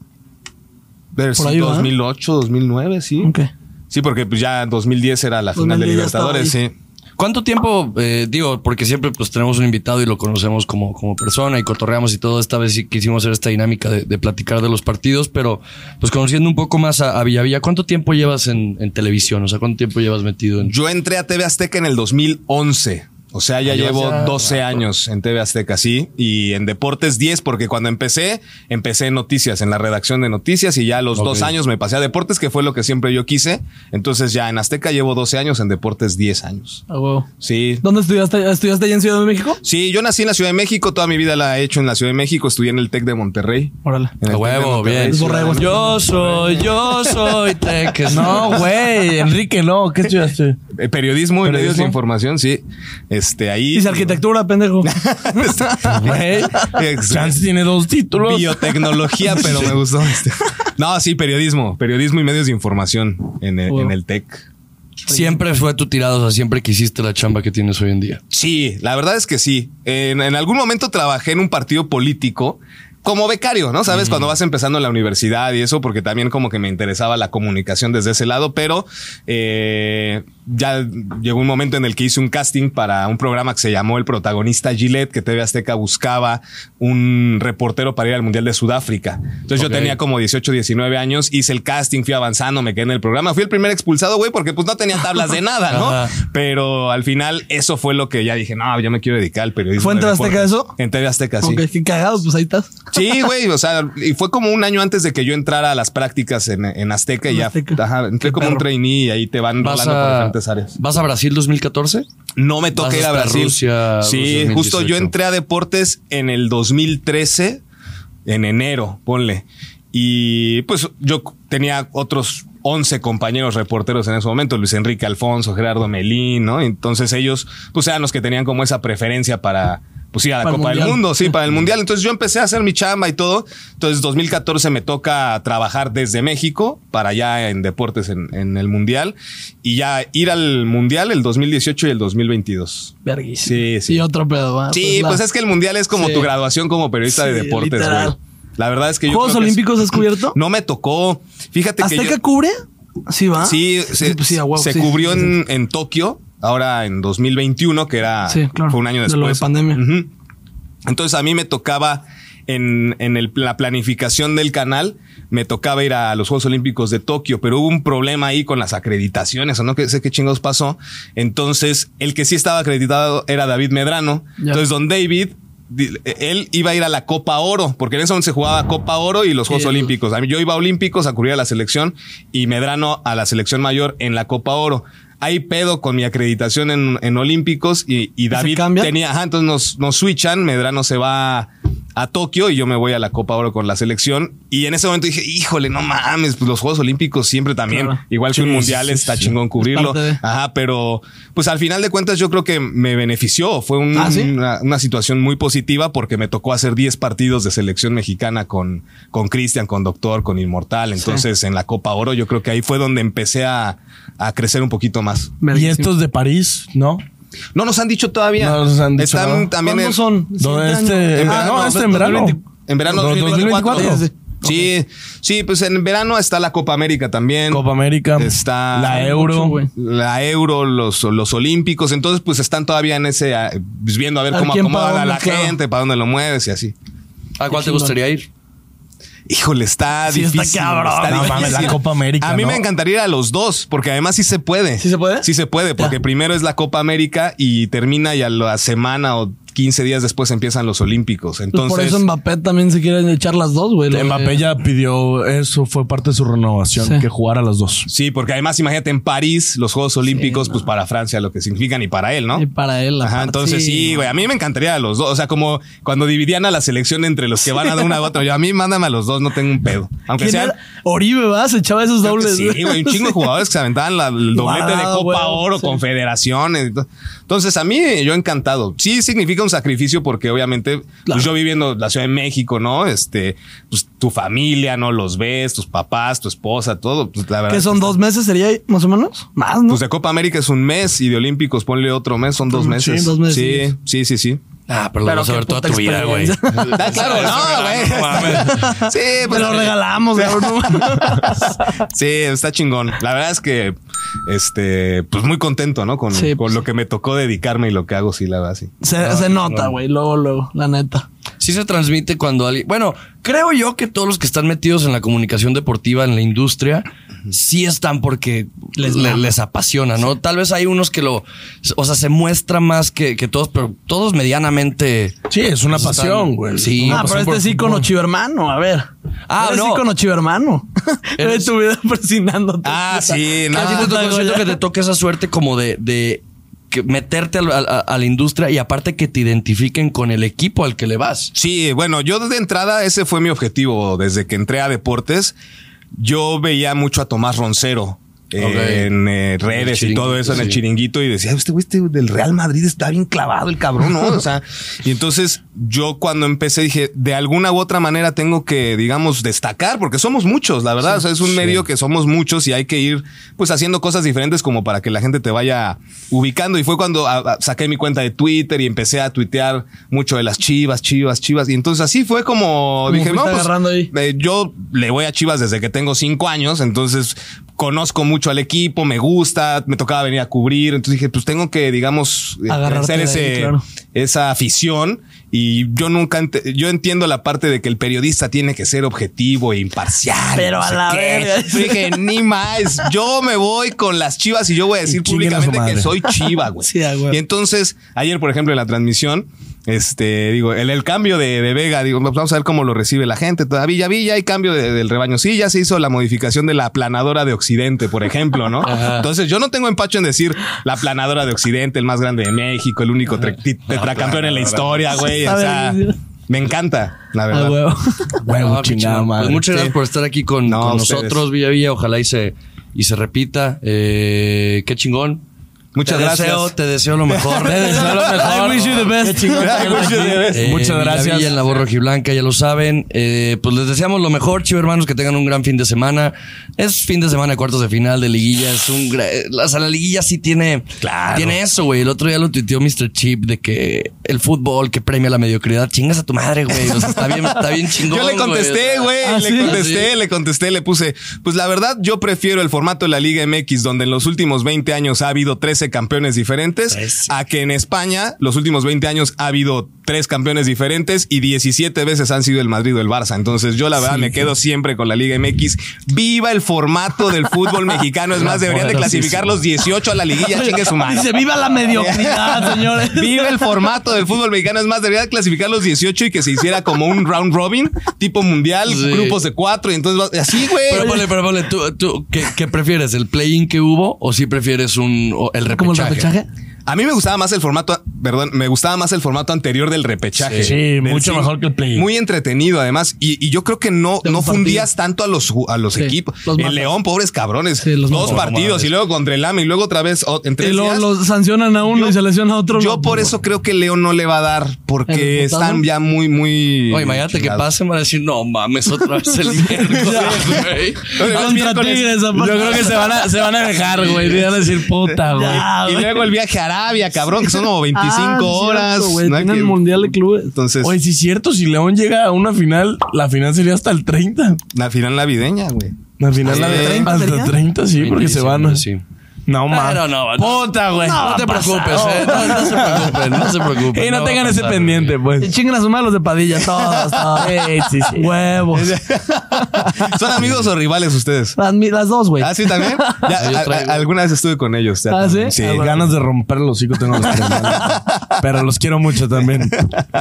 Speaker 3: Pero sí,
Speaker 1: por ahí, ¿verdad?
Speaker 3: 2008, 2009, sí.
Speaker 1: Ok.
Speaker 3: Sí, porque pues, ya 2010 era la final de
Speaker 1: 2010 ya estaba
Speaker 3: Libertadores,
Speaker 1: ahí.
Speaker 3: sí.
Speaker 2: ¿Cuánto tiempo, eh, digo, porque siempre pues tenemos un invitado y lo conocemos como, como persona y cotorreamos y todo, esta vez sí quisimos hacer esta dinámica de, de platicar de los partidos, pero pues conociendo un poco más a, a Villavilla, ¿cuánto tiempo llevas en, en televisión? O sea, ¿cuánto tiempo llevas metido en...
Speaker 3: Yo entré a TV Azteca en el 2011. O sea, ya
Speaker 2: Ah, llevas
Speaker 3: llevo
Speaker 2: ya
Speaker 3: 12
Speaker 2: rato.
Speaker 3: años en TV Azteca, sí. Y en deportes 10, porque cuando empecé, empecé en noticias, en la redacción de noticias. Y ya a los
Speaker 2: Ok.
Speaker 3: dos años me pasé a deportes, que fue lo que siempre yo quise. Entonces ya en Azteca llevo 12 años, en deportes 10 años.
Speaker 1: Ah, huevo.
Speaker 3: Sí.
Speaker 1: ¿Dónde estudiaste? ¿Estudiaste allá en Ciudad de México?
Speaker 3: Sí, yo nací en la Ciudad de México, toda mi vida la he hecho en la Ciudad de México, estudié en el TEC de Monterrey.
Speaker 1: Órale.
Speaker 2: A
Speaker 3: En el TEC
Speaker 4: Este
Speaker 3: de
Speaker 2: huevo,
Speaker 3: Monterrey,
Speaker 2: bien.
Speaker 1: Es
Speaker 3: Ciudad de
Speaker 1: borrego.
Speaker 2: Yo soy, yo soy Teques.
Speaker 4: No, güey, Enrique, no. ¿Qué estudiaste?
Speaker 3: Eh, periodismo y medios de
Speaker 4: Periodismo.
Speaker 3: información, sí. Este, ahí.
Speaker 1: Hice arquitectura, pendejo.
Speaker 4: Güey,
Speaker 3: Ex-
Speaker 4: Chance tiene dos títulos.
Speaker 3: Biotecnología, pero me gustó. este. No, sí, periodismo. Periodismo y medios de información en el,
Speaker 1: Wow.
Speaker 3: en el TEC.
Speaker 2: Siempre fue tu tirado, o sea, siempre quisiste la chamba que tienes hoy en día.
Speaker 3: Sí, la verdad es que sí. En, en algún momento trabajé en un partido político como becario, ¿no? Sabes, cuando vas empezando en la universidad y eso, porque también como que me interesaba la comunicación desde ese lado, pero eh, ya llegó un momento en el que hice un casting para un programa que se llamó El Protagonista Gillette, que TV Azteca buscaba un reportero para ir al Mundial de Sudáfrica. Entonces
Speaker 2: Ok.
Speaker 3: yo tenía como 18, 19 años, hice el casting, fui avanzando, me quedé en el programa, fui el primer expulsado, güey, porque pues no tenía tablas de nada, ¿no?
Speaker 2: Ajá.
Speaker 3: Pero al final eso fue lo que ya dije, no, yo me quiero dedicar al periodismo.
Speaker 1: ¿Fue en
Speaker 3: de
Speaker 1: TV
Speaker 3: deportes".
Speaker 1: Azteca eso?
Speaker 3: En TV Azteca, sí.
Speaker 1: Ok, qué cagado, pues ahí estás.
Speaker 3: Sí, güey, o sea, y fue como un año antes de que yo entrara a las prácticas en, en Azteca y ya
Speaker 1: Azteca.
Speaker 3: ajá, entré como un trainee y ahí te van
Speaker 2: ¿Vas
Speaker 3: rolando por
Speaker 2: a,
Speaker 3: diferentes áreas.
Speaker 2: ¿Vas a Brasil 2014?
Speaker 3: No me toca
Speaker 2: vas
Speaker 3: ir a
Speaker 2: hasta
Speaker 3: Brasil.
Speaker 2: Rusia,
Speaker 3: sí,
Speaker 2: Rusia
Speaker 3: justo yo
Speaker 2: 2018.
Speaker 3: entré a deportes en el 2013, en enero, ponle. Y pues yo tenía otros 11 compañeros reporteros en ese momento, Luis Enrique Alfonso, Gerardo Melín, ¿no? Entonces ellos, pues eran los que tenían como esa preferencia para, pues ir a la
Speaker 1: Para el
Speaker 3: Copa del
Speaker 1: Mundial.
Speaker 3: Mundo, sí, para el Mundial. Entonces yo empecé a hacer mi chamba y todo. Entonces 2014 me toca trabajar desde México para allá en deportes en, en el Mundial y ya ir al Mundial el 2018 y el 2022.
Speaker 1: Verguísimo.
Speaker 3: Sí, sí.
Speaker 1: Y otro pedo, va.
Speaker 3: Sí, pues, es que el mundial es como
Speaker 1: Ah, Sí.
Speaker 3: tu graduación como periodista de
Speaker 1: Sí,
Speaker 3: deportes,
Speaker 1: literal.
Speaker 3: güey. La verdad es que yo.
Speaker 1: ¿Juegos
Speaker 3: creo que
Speaker 1: Olímpicos
Speaker 3: es-
Speaker 1: has cubierto?
Speaker 3: No me tocó. Fíjate que.
Speaker 1: ¿Azteca
Speaker 3: yo-
Speaker 1: cubre? Sí, va.
Speaker 3: sí, se,
Speaker 1: pues, sí, a huevo,
Speaker 3: se
Speaker 1: sí,
Speaker 3: cubrió
Speaker 1: sí, sí.
Speaker 3: En, en Tokio, ahora en 2021, que era.
Speaker 1: Sí, claro.
Speaker 3: Fue un año
Speaker 1: De lo
Speaker 3: después.
Speaker 1: de pandemia.
Speaker 3: Ujú. Entonces a mí me tocaba. En, en el- la planificación del canal me tocaba ir a los Juegos Olímpicos de Tokio, pero hubo un problema ahí con las acreditaciones, o no que sé qué chingados pasó. Entonces, el que sí estaba acreditado era David Medrano.
Speaker 1: Ya.
Speaker 3: Entonces, Don David, di- él iba a ir a la Copa Oro, porque en ese momento se jugaba Copa Oro y los Juegos
Speaker 1: Sí.
Speaker 3: Olímpicos. A mí, yo iba a Olímpicos a cubrir a la selección y Medrano a la selección mayor en la Copa Oro. Hay pedo con mi acreditación en, en Olímpicos y, y David
Speaker 1: cambia?
Speaker 3: tenía, ajá, entonces nos, nos switchan, Medrano se va a, Tokio y yo me voy a la Copa Oro con la selección. Y en ese momento dije, híjole, no mames, pues los Juegos Olímpicos siempre también,
Speaker 1: Claro.
Speaker 3: igual que
Speaker 4: Sí,
Speaker 3: un
Speaker 4: sí,
Speaker 3: mundial,
Speaker 4: sí,
Speaker 3: está
Speaker 4: sí.
Speaker 3: chingón cubrirlo.
Speaker 1: parte de-
Speaker 3: Ajá, pero pues al final de cuentas yo creo que me benefició. Fue un-
Speaker 1: ¿Ah, sí?
Speaker 3: una, una situación muy positiva porque me tocó hacer 10 partidos de selección mexicana con con Cristian, con Doctor, con Inmortal. Entonces en la Copa Oro yo creo que ahí fue donde empecé a, a crecer un poquito más.
Speaker 4: Y
Speaker 1: Verguísimo.
Speaker 4: estos de París, ¿no?
Speaker 3: No nos han dicho todavía.
Speaker 4: No nos han dicho
Speaker 3: Están
Speaker 4: nada.
Speaker 3: también
Speaker 1: ¿Cuándo
Speaker 3: en-
Speaker 1: son?
Speaker 4: No,
Speaker 1: Siguiente
Speaker 4: este-
Speaker 1: año.
Speaker 4: Ah, no, este en verano.
Speaker 1: 2020.
Speaker 3: En verano
Speaker 4: 2024.
Speaker 3: 2024.
Speaker 1: Sí,
Speaker 3: Sí, sí, pues en verano está la Copa América también.
Speaker 4: Copa América.
Speaker 3: Está-
Speaker 4: La Euro.
Speaker 1: Mucho, güey.
Speaker 3: la Euro, los, los Olímpicos, entonces pues están todavía en ese, ah, pues, viendo a ver
Speaker 1: A
Speaker 3: cómo
Speaker 1: quién, para
Speaker 3: acomodan a la
Speaker 1: dónde, claro.
Speaker 3: gente, para dónde lo mueves y así.
Speaker 2: ¿A cuál te
Speaker 1: chingón.
Speaker 2: gustaría ir?
Speaker 3: Híjole, está
Speaker 1: Sí, está
Speaker 3: difícil.
Speaker 1: cabrón.
Speaker 4: No mames,
Speaker 3: difícil.
Speaker 4: la Copa América,
Speaker 3: A mí
Speaker 4: ¿no?
Speaker 3: me encantaría ir a los dos, porque además sí se puede.
Speaker 1: ¿Sí se puede?
Speaker 3: Sí se puede, porque
Speaker 1: Ya.
Speaker 3: primero es la Copa América y termina y a la semana o 15 días después empiezan los Olímpicos. Entonces,
Speaker 1: Pues Por eso Mbappé también se quieren echar las dos, güey. Lo de-
Speaker 4: Mbappé ya pidió eso, fue parte de su renovación,
Speaker 1: Sí.
Speaker 4: que jugara las dos.
Speaker 3: sí, porque además imagínate en París los Juegos Olímpicos, pues para Francia lo que significan y para él, ¿no?
Speaker 1: Y para él.
Speaker 3: Ajá,
Speaker 1: aparte,
Speaker 3: entonces sí, güey. A mí me encantaría a los dos. O sea, como cuando dividían a la selección entre los que van a dar una u otra. Yo a mí mándame a los dos, no tengo un pedo. Aunque
Speaker 1: ¿Quién
Speaker 3: sean.
Speaker 1: era? Oribe, ¿va? Se echaba esos
Speaker 3: creo que
Speaker 1: dobles.
Speaker 3: Sí, güey, un chingo de jugadores que se aventaban la- el doblete de
Speaker 1: Guardado,
Speaker 3: Copa
Speaker 1: güey,
Speaker 3: Oro,
Speaker 1: sí.
Speaker 3: confederaciones. y todo. Entonces, a mí, yo encantado. Sí, significa un sacrificio porque obviamente,
Speaker 1: Claro.
Speaker 3: pues yo viviendo en la Ciudad de México, ¿no? Este, pues tu familia, ¿no? Los ves, tus papás, tu esposa, todo. Pues la verdad.
Speaker 1: Que son
Speaker 3: pues,
Speaker 1: dos meses, sería más o menos. Más, ¿no?
Speaker 3: Pues de Copa América es un mes y de Olímpicos ponle otro mes, son dos
Speaker 1: Sí,
Speaker 3: meses.
Speaker 1: dos meses.
Speaker 3: Sí, sí, sí, sí.
Speaker 2: Ah, pero lo
Speaker 1: Pero
Speaker 2: vas a
Speaker 1: qué
Speaker 2: ver toda
Speaker 1: puta
Speaker 2: tu vida, güey.
Speaker 1: experiencia.
Speaker 3: Ah, claro, no, güey. Sí,
Speaker 1: Te
Speaker 3: pues,
Speaker 1: lo regalamos, cabrón.
Speaker 3: Sí, está chingón. La verdad es que, este, pues muy contento, ¿no? Con,
Speaker 1: Sí,
Speaker 3: con
Speaker 1: pues,
Speaker 3: lo que me tocó dedicarme y lo que hago, sí, la verdad, sí.
Speaker 1: Se, se nota, güey. Luego, luego, la neta.
Speaker 2: Sí se transmite cuando alguien... Bueno, creo yo que todos los que están metidos en la comunicación deportiva, en la industria, sí están porque les, le- les apasiona, ¿no? Tal vez hay unos que lo... O sea, se muestra más que, que todos, pero todos medianamente...
Speaker 4: Sí, es una
Speaker 2: Están-
Speaker 4: pasión, güey.
Speaker 2: Sí.
Speaker 4: Una
Speaker 1: ah, pero
Speaker 4: pasión
Speaker 1: este
Speaker 4: por
Speaker 1: sí
Speaker 4: fútbol.
Speaker 1: con hermano, a ver.
Speaker 2: Ah,
Speaker 1: Este sí
Speaker 2: no.
Speaker 1: con hermano. Ve
Speaker 2: Eres-
Speaker 1: tu vida presionándote.
Speaker 3: Ah, sí, no.
Speaker 2: A ti te tocó- siento que te
Speaker 1: Ah,
Speaker 2: toque esa suerte como de, de que meterte al- al- a, la industria y aparte que te identifiquen con el equipo al que le vas.
Speaker 3: Sí, bueno, yo de entrada ese fue mi objetivo desde que entré a deportes. Yo veía mucho a Tomás Roncero. eh,
Speaker 2: Ok.
Speaker 3: En eh, redes
Speaker 2: El
Speaker 3: y todo eso, en el
Speaker 2: chiringuito, sí.
Speaker 3: chiringuito, y decía, este güey este del Real Madrid está bien clavado, el cabrón, ¿no? O sea, y entonces yo cuando empecé dije, de alguna u otra manera tengo que, digamos, destacar, porque somos muchos, la verdad, o sea, es un medio que somos muchos y hay que ir, pues, haciendo cosas diferentes como para que la gente te vaya ubicando. Y fue cuando a- a- saqué mi cuenta de Twitter y empecé a tuitear mucho de las chivas, chivas, chivas. Y entonces así fue como,
Speaker 1: Como
Speaker 3: dije,
Speaker 1: fuiste
Speaker 3: no, pues,
Speaker 1: agarrando ahí.
Speaker 3: eh, yo le voy a Chivas desde que tengo cinco años, entonces conozco mucho al equipo, me gusta, me tocaba venir a cubrir, entonces dije, pues tengo que, digamos, eh,
Speaker 1: Agarrarte
Speaker 3: hacer
Speaker 1: de ahí,
Speaker 3: ese,
Speaker 1: claro.
Speaker 3: esa afición. Y yo nunca, ent- yo entiendo la parte de que el periodista tiene que ser objetivo e imparcial.
Speaker 1: Pero a
Speaker 3: sé
Speaker 1: la
Speaker 3: qué.
Speaker 1: verga.
Speaker 3: Yo Dije, ni más, yo me voy con las chivas y yo voy a decir
Speaker 4: Y chinguen a su
Speaker 3: públicamente que soy
Speaker 4: madre.
Speaker 3: chiva, güey.
Speaker 1: Sí, a huevo.
Speaker 3: Y entonces, ayer, por ejemplo, en la transmisión, este, digo, el, el cambio de, de Vega, digo, pues, vamos a ver cómo lo recibe la gente. Todavía ya vi, ya hay cambio de- del rebaño. Sí, ya se hizo la modificación de la aplanadora de Occidente, por ejemplo, ¿no? Entonces, yo no tengo empacho en decir la aplanadora de Occidente, el más grande de México, el único tre- ti- tetracampeón en la historia, güey. O sea, me encanta, la
Speaker 1: A
Speaker 3: verdad.
Speaker 1: huevo.
Speaker 4: Huevo,
Speaker 2: Ah,
Speaker 4: chingada
Speaker 2: chingón.
Speaker 4: madre.
Speaker 2: Pues muchas gracias
Speaker 3: Sí.
Speaker 2: por estar aquí con,
Speaker 3: No,
Speaker 2: con
Speaker 3: a ustedes.
Speaker 2: nosotros, Villa Villa. Ojalá y se, y se repita. Eh, qué chingón.
Speaker 3: Muchas
Speaker 2: Te
Speaker 3: gracias.
Speaker 2: deseo- te deseo lo mejor.
Speaker 1: Te deseo lo mejor. I wish you the best.
Speaker 4: Qué chingón.
Speaker 3: Ay, muchas gracias.
Speaker 2: Eh,
Speaker 4: Muchas
Speaker 2: Villa
Speaker 4: gracias.
Speaker 2: Villa en la voz rojiblanca, ya lo saben. Eh, pues les deseamos lo mejor, chivo hermanos, que tengan un gran fin de semana. Es fin de semana de cuartos de final de liguilla. Es un gra- la- o sea, la liguilla sí tiene,
Speaker 3: Claro.
Speaker 2: tiene eso, güey. El otro día lo tuiteó Mr. Chip de que el fútbol que premia la mediocridad, chingas a tu madre, güey. O sea, está bien, está bien chingón.
Speaker 3: Yo le contesté, güey.
Speaker 1: Ah,
Speaker 3: le
Speaker 1: ¿sí?
Speaker 3: contesté, le contesté, le puse. Pues la verdad, yo prefiero el formato de la Liga MX, donde en los últimos 20 años ha habido 13 campeones diferentes,
Speaker 2: Trece.
Speaker 3: a que en España, los últimos 20 años ha habido 3 campeones diferentes y 17 veces han sido el Madrid o el Barça. Entonces, yo la verdad me quedo siempre con la Liga MX. ¡Viva el formato del fútbol mexicano! Es más, deberían de clasificar los 18 a la liguilla, chingue su madre.
Speaker 1: Dice, viva la mediocridad, señores.
Speaker 3: Vive el formato del fútbol mexicano. Es más, debería clasificar los 18 y que se hiciera como un round robin, tipo mundial,
Speaker 2: Sí.
Speaker 3: grupos de cuatro. Y entonces, va- así,
Speaker 2: Pero
Speaker 3: güey.
Speaker 2: ponle, pero ponle, ¿tú, tú qué, qué prefieres? ¿El play-in que hubo o si prefieres un, o el
Speaker 1: ¿Cómo el
Speaker 2: repechaje?
Speaker 1: repechaje?
Speaker 3: A mí me gustaba más el formato, perdón, me gustaba más el formato anterior del repechaje.
Speaker 4: Sí,
Speaker 3: Del
Speaker 4: mucho
Speaker 3: cin-
Speaker 4: mejor que el play-in.
Speaker 3: Muy entretenido, además. Y, y yo creo que no,
Speaker 1: De
Speaker 3: no
Speaker 1: un partido.
Speaker 3: fundías tanto a los, ju- a los
Speaker 1: Sí,
Speaker 3: equipos.
Speaker 1: los matas.
Speaker 3: el León, pobres cabrones.
Speaker 1: Sí, los
Speaker 3: dos
Speaker 1: matas.
Speaker 3: partidos y luego contra el AME y luego otra vez oh, en tres
Speaker 1: Y luego
Speaker 3: días.
Speaker 1: los sancionan a uno
Speaker 3: Yo-
Speaker 1: y se lesiona a otro.
Speaker 3: yo
Speaker 1: No,
Speaker 3: por eso creo que León no le va a dar porque
Speaker 1: ¿El resultado?
Speaker 3: están ya muy, muy.
Speaker 2: Oye, imagínate que
Speaker 3: chingados.
Speaker 2: pasen van a decir, no mames, otra vez el miércoles, güey.
Speaker 3: Oye,
Speaker 1: Contra
Speaker 3: el miércoles-
Speaker 1: Tigres,
Speaker 4: Yo
Speaker 1: aparte.
Speaker 4: creo que se van a, se van a dejar, güey. Van a decir puta, güey.
Speaker 1: Ya,
Speaker 3: Y
Speaker 1: Ah, güey.
Speaker 3: luego el viaje a Arabia, cabrón, que son como 25
Speaker 1: Ah, sí, cierto,
Speaker 3: horas.
Speaker 1: güey.
Speaker 3: ¿no?
Speaker 1: Tienen
Speaker 3: Que-
Speaker 1: mundial de clubes.
Speaker 3: Entonces,
Speaker 4: Oye, sí es cierto, si León llega a una final, la final sería hasta el 30.
Speaker 3: la final navideña, güey.
Speaker 4: La final la
Speaker 3: Sí.
Speaker 4: de 30.
Speaker 1: ¿Hasta
Speaker 4: Hasta 30, sí, porque se van.
Speaker 2: Sí.
Speaker 4: No, ma.
Speaker 2: Pero no, no.
Speaker 4: Puta, güey.
Speaker 2: No, te preocupes, eh. No, no se preocupen, no se preocupen.
Speaker 4: Y no,
Speaker 2: va a
Speaker 4: tengan ese
Speaker 2: pasar.
Speaker 4: pendiente,
Speaker 1: Y
Speaker 4: pues.
Speaker 1: chinguen a su madre los de Padilla, todos, todos.
Speaker 4: Sí, sí, sí.
Speaker 1: Huevos.
Speaker 3: ¿Son amigos o rivales ustedes?
Speaker 1: Las, mi- las dos, güey.
Speaker 3: ¿Ah, sí también? Ya,
Speaker 2: Ah, yo
Speaker 3: a- a-
Speaker 2: traigo.
Speaker 3: alguna vez estuve con ellos. ya.
Speaker 1: ¿Ah, sí?
Speaker 4: Sí, ganas de romper los hijos tengo los tres, ¿no? Pero los quiero mucho también.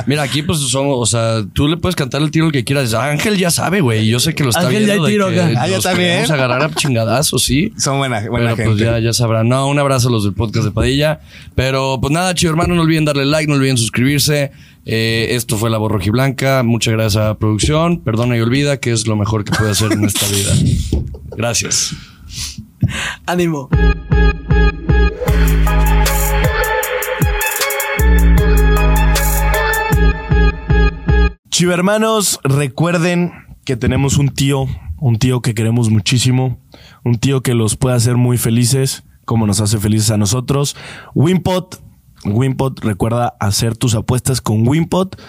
Speaker 2: Mira, aquí pues somos, o sea, tú le puedes cantar el tiro que quieras. Ángel ya sabe, güey. Yo sé que lo está
Speaker 1: Ángel, ya hay
Speaker 2: viendo. de
Speaker 1: tiro
Speaker 2: que
Speaker 1: acá.
Speaker 3: Ah, ya
Speaker 2: nos
Speaker 3: está bien.
Speaker 2: queremos agarrar a chingadazos, sí.
Speaker 3: Son buena, buena
Speaker 2: Pero pues
Speaker 3: gente.
Speaker 2: ya, ya sabrán. No, un abrazo a los del podcast de Padilla. Pero pues nada, chido hermano, no olviden darle like, no olviden suscribirse. Eh, esto fue La Voz Rojiblanca. Muchas gracias a producción. Perdona y olvida, que es lo mejor que puede hacer en esta vida. Gracias.
Speaker 1: Ánimo.
Speaker 4: Chivermanos, recuerden que tenemos un tío, un tío que queremos muchísimo, un tío que los puede hacer muy felices, como nos hace felices a nosotros. Wimpot, Wimpot, recuerda hacer tus apuestas con Wimpot.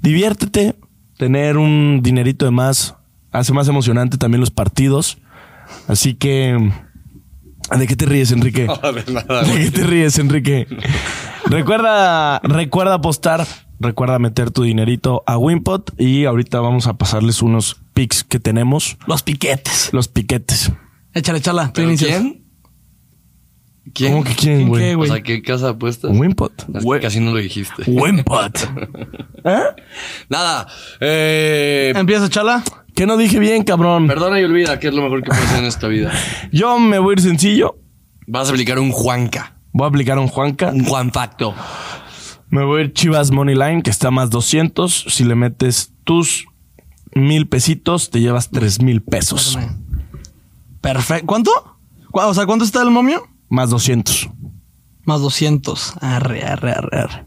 Speaker 4: Diviértete, tener un dinerito de más, hace más emocionante también los partidos. Así que, ¿de qué te ríes, Enrique? ¿De qué te ríes, Enrique? recuerda, recuerda apostar, recuerda meter tu dinerito a Wimpot y ahorita vamos a pasarles unos picks que tenemos,
Speaker 1: Los piquetes.
Speaker 4: los piquetes.
Speaker 1: Échale, chala. Tú
Speaker 2: ¿Pero
Speaker 1: inicias.
Speaker 2: ¿Quién?
Speaker 4: ¿Cómo que quién,
Speaker 1: ¿Quién
Speaker 4: güey?
Speaker 1: qué,
Speaker 2: O
Speaker 1: güey?
Speaker 2: sea, ¿qué casa de apuestas?
Speaker 4: Wimpot.
Speaker 2: Es que Casi no lo dijiste.
Speaker 4: Wimpot. ¿Eh?
Speaker 2: Nada. Eh,
Speaker 1: Empieza, chala.
Speaker 4: ¿Qué no dije bien, cabrón?
Speaker 2: perdona y olvida, que es lo mejor que puede hacer en esta vida.
Speaker 4: Yo me voy a ir sencillo.
Speaker 2: Vas a aplicar un Juanca.
Speaker 4: Voy a aplicar un Juanca.
Speaker 2: Un Juan Facto.
Speaker 4: Me voy a ir Chivas Money Line, que está más 200. Si le metes tus mil pesitos, te llevas tres mil pesos.
Speaker 1: Pues, Perfecto. ¿Cuánto? ¿Cu- O sea, ¿cuánto está el momio?
Speaker 4: Más 200.
Speaker 1: Más 200. Arre, arre, arre, arre.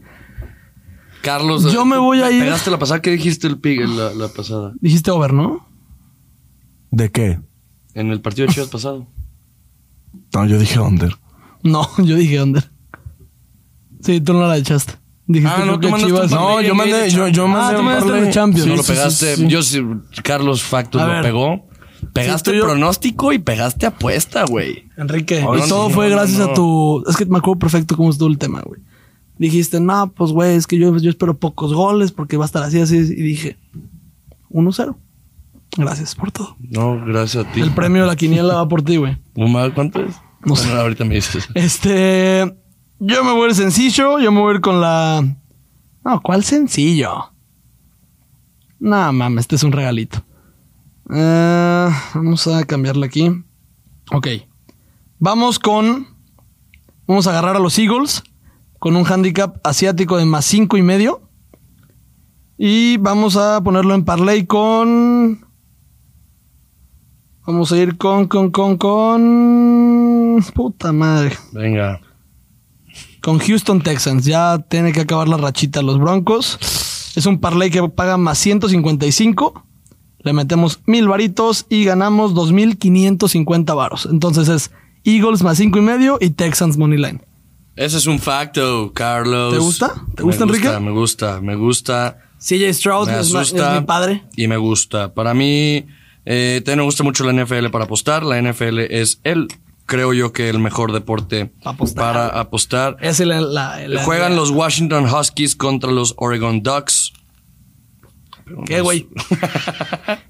Speaker 2: Carlos.
Speaker 1: Yo me
Speaker 2: ¿tú
Speaker 1: voy a
Speaker 2: pe-
Speaker 1: ir-
Speaker 2: Pegaste la pasada. ¿Qué dijiste el pig en la, la pasada?
Speaker 1: Dijiste over, ¿no?
Speaker 4: ¿De qué?
Speaker 2: En el partido de Chivas pasado.
Speaker 4: No, yo dije under.
Speaker 1: No, yo dije under. Sí, tú no la echaste. Dijiste
Speaker 2: Ah, no,
Speaker 1: creo
Speaker 2: tú
Speaker 1: que
Speaker 2: mandaste
Speaker 1: Chivas.
Speaker 2: un
Speaker 1: No,
Speaker 4: No, yo mandé, yo, yo
Speaker 1: Ah,
Speaker 4: mandé
Speaker 1: tú
Speaker 4: un
Speaker 1: mandaste
Speaker 4: parlay.
Speaker 1: el de Champions.
Speaker 4: Sí,
Speaker 2: no lo
Speaker 4: sí, sí,
Speaker 2: pegaste.
Speaker 4: sí.
Speaker 2: Yo sí, Carlos Facto
Speaker 1: A
Speaker 2: lo
Speaker 1: ver.
Speaker 2: pegó.
Speaker 1: Sí, tú
Speaker 2: Pegaste
Speaker 1: y yo-
Speaker 2: pronóstico y pegaste apuesta, güey.
Speaker 1: Enrique.
Speaker 2: Ahora
Speaker 1: y todo
Speaker 2: sí,
Speaker 1: fue
Speaker 2: no,
Speaker 1: gracias
Speaker 2: no.
Speaker 1: a tu. Es que me acuerdo perfecto cómo estuvo el tema, güey. Dijiste, no, pues güey, es que yo, yo espero pocos goles porque va a estar así, así. Y dije, 1-0. Gracias por todo.
Speaker 2: No, gracias a ti.
Speaker 1: El premio de la quiniela va por ti, güey.
Speaker 2: Omar, ¿Cuánto es?
Speaker 1: No sé.
Speaker 2: Bueno, ahorita me dices.
Speaker 1: Este. Yo me voy a ir sencillo. Yo me voy a ir con la. No, ¿cuál sencillo? No, mames, este es un regalito. Eh, vamos a cambiarle aquí. Ok. Vamos con. Vamos a agarrar a los Eagles con un handicap asiático de más cinco y medio. Y vamos a ponerlo en parlay con. Vamos a ir con, con, con, con. Puta madre.
Speaker 2: Venga.
Speaker 1: Con Houston Texans. Ya tiene que acabar la rachita los Broncos. Es un parlay que paga más 155. Le metemos mil varitos y ganamos 2.550 varos. Entonces es Eagles más cinco y medio y Texans Money Line.
Speaker 2: Ese es un facto, Carlos.
Speaker 1: ¿Te gusta? ¿Te
Speaker 2: Me
Speaker 1: gusta, Enrique?
Speaker 2: Me gusta, me gusta.
Speaker 1: CJ Stroud
Speaker 2: me
Speaker 1: es, ma- es
Speaker 2: asusta
Speaker 1: mi padre.
Speaker 2: Y me gusta. Para mí, eh, también me gusta mucho la NFL para apostar. La NFL es el, creo yo que el mejor deporte
Speaker 1: Pa' apostar.
Speaker 2: para apostar.
Speaker 1: Es el, la, la-
Speaker 2: Juegan los Washington Huskies contra los Oregon Ducks.
Speaker 1: ¿Qué, güey?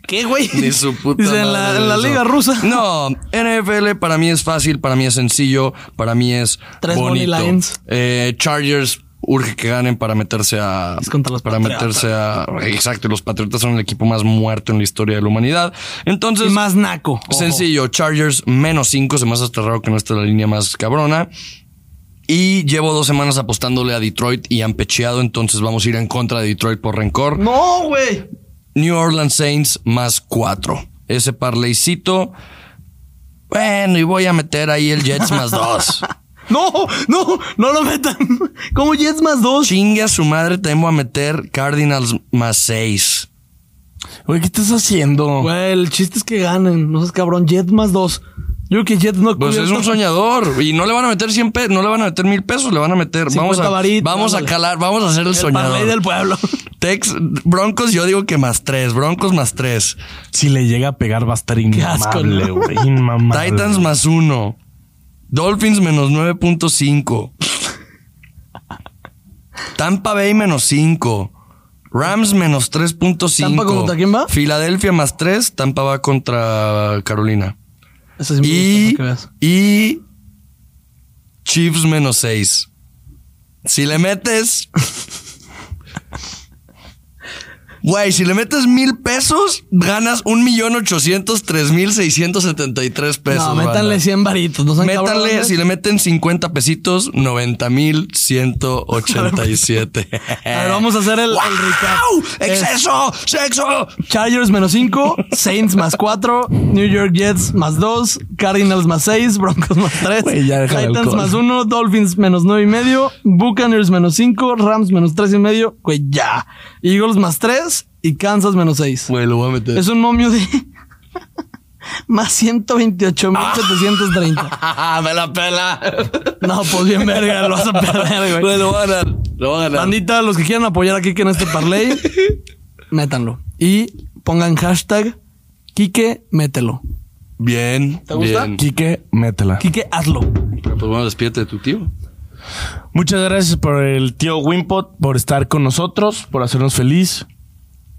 Speaker 1: ¿Qué, güey?
Speaker 2: Ni su puta
Speaker 1: Dice, en la,
Speaker 2: madre
Speaker 1: en la
Speaker 2: eso.
Speaker 1: liga rusa.
Speaker 2: No, NFL para mí es fácil, para mí es sencillo, para mí es
Speaker 1: Tres money
Speaker 2: bonito.
Speaker 1: lines.
Speaker 2: Eh, Chargers urge que ganen para meterse a
Speaker 1: Es contra los
Speaker 2: para
Speaker 1: Patriotas.
Speaker 2: meterse a exacto, y los Patriotas son el equipo más muerto en la historia de la humanidad. Entonces,
Speaker 1: Y más naco. Ojo.
Speaker 2: sencillo, Chargers menos 5, se me hace hasta raro que no esté la línea más cabrona. Y llevo dos semanas apostándole a Detroit y han pecheado, entonces vamos a ir en contra de Detroit por rencor.
Speaker 1: No, güey.
Speaker 2: New Orleans Saints más cuatro. Ese parleycito. Bueno, y voy a meter ahí el Jets más dos.
Speaker 1: No, no, no lo metan. ¿Cómo Jets más dos?
Speaker 2: Chingue a su madre, también voy a meter Cardinals más seis.
Speaker 4: Güey, ¿qué estás haciendo?
Speaker 1: Güey, el chiste es que ganen. No seas cabrón. Jets más dos. Yo creo que Jets no
Speaker 2: Pues es
Speaker 1: cubierta.
Speaker 2: un soñador. Y no le van a meter 100 pesos, no le van a meter mil pesos, le van a meter. Vamos
Speaker 1: 50
Speaker 2: a,
Speaker 1: varitos,
Speaker 2: vamos a
Speaker 1: ándale.
Speaker 2: calar, vamos a hacer
Speaker 1: El
Speaker 2: el,
Speaker 1: parlay
Speaker 2: soñador.
Speaker 1: del pueblo.
Speaker 2: Tex, Broncos, yo digo que más tres, Broncos más tres.
Speaker 4: Si le llega a pegar va a estar
Speaker 1: asco,
Speaker 4: inmamable,
Speaker 1: ¿no?
Speaker 4: güey. Inmamable.
Speaker 2: Titans más uno. Dolphins menos 9.5. Tampa Bay menos 5. Rams menos 3.5.
Speaker 1: ¿Tampa contra quién va?
Speaker 2: Filadelfia más 3. Tampa va contra Carolina.
Speaker 1: Eso sí me gusta,
Speaker 2: Y,
Speaker 1: para que veas.
Speaker 2: y Chiefs menos 6. Si le metes. Güey, si le metes mil pesos, ganas un millón ochocientos tres mil seiscientos setenta y tres pesos.
Speaker 1: No,
Speaker 2: banda.
Speaker 1: métanle 100 varitos. No sean
Speaker 2: Métanle,
Speaker 1: cabrones.
Speaker 2: si le meten 50 pesitos, 90 mil 187.
Speaker 1: A ver, vamos a hacer el, el recap.
Speaker 2: ¡Au!
Speaker 1: Es
Speaker 2: ¡Exceso! ¡Sexo!
Speaker 1: Chargers menos 5, Saints más 4, New York Jets más 2, Cardinals más 6, Broncos más 3,
Speaker 4: Güey, ya deja el
Speaker 1: Titans
Speaker 4: alcohol.
Speaker 1: más 1, Dolphins menos 9 y medio, Buccaneers menos 5, Rams menos 3 y medio, güey, ya. Eagles más 3 y Kansas menos 6.
Speaker 2: Güey, lo voy a meter.
Speaker 1: Es un momio de más 128.730.
Speaker 2: ¡Ah, me la pela!
Speaker 1: No, pues bien verga, lo vas a perder, güey.
Speaker 2: Güey, lo voy a ganar. Lo voy a ganar.
Speaker 1: Bandita, los que quieran apoyar a Kike en este parlay, métanlo. Y pongan hashtag Kike, mételo.
Speaker 2: Bien. ¿Te
Speaker 1: gusta?
Speaker 4: Quique, métela.
Speaker 1: Quique, hazlo.
Speaker 2: Pues bueno, despídete de tu tío.
Speaker 4: Muchas gracias por el tío Wimpot, por estar con nosotros, por hacernos feliz.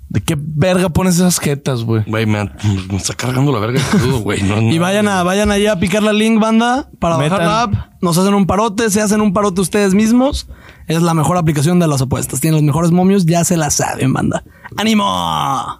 Speaker 4: ¿De qué verga pones esas jetas, güey?
Speaker 2: Güey, me, me está cargando la verga el crudo, güey. No, no.
Speaker 1: Y vayan a, vayan allá a picar la link, banda, para bajar
Speaker 4: Metan.
Speaker 1: la app. Nos hacen un parote, se hacen un parote ustedes mismos. Es la mejor aplicación de las apuestas. Tienen los mejores momios, ya se la saben, banda. ¡Ánimo!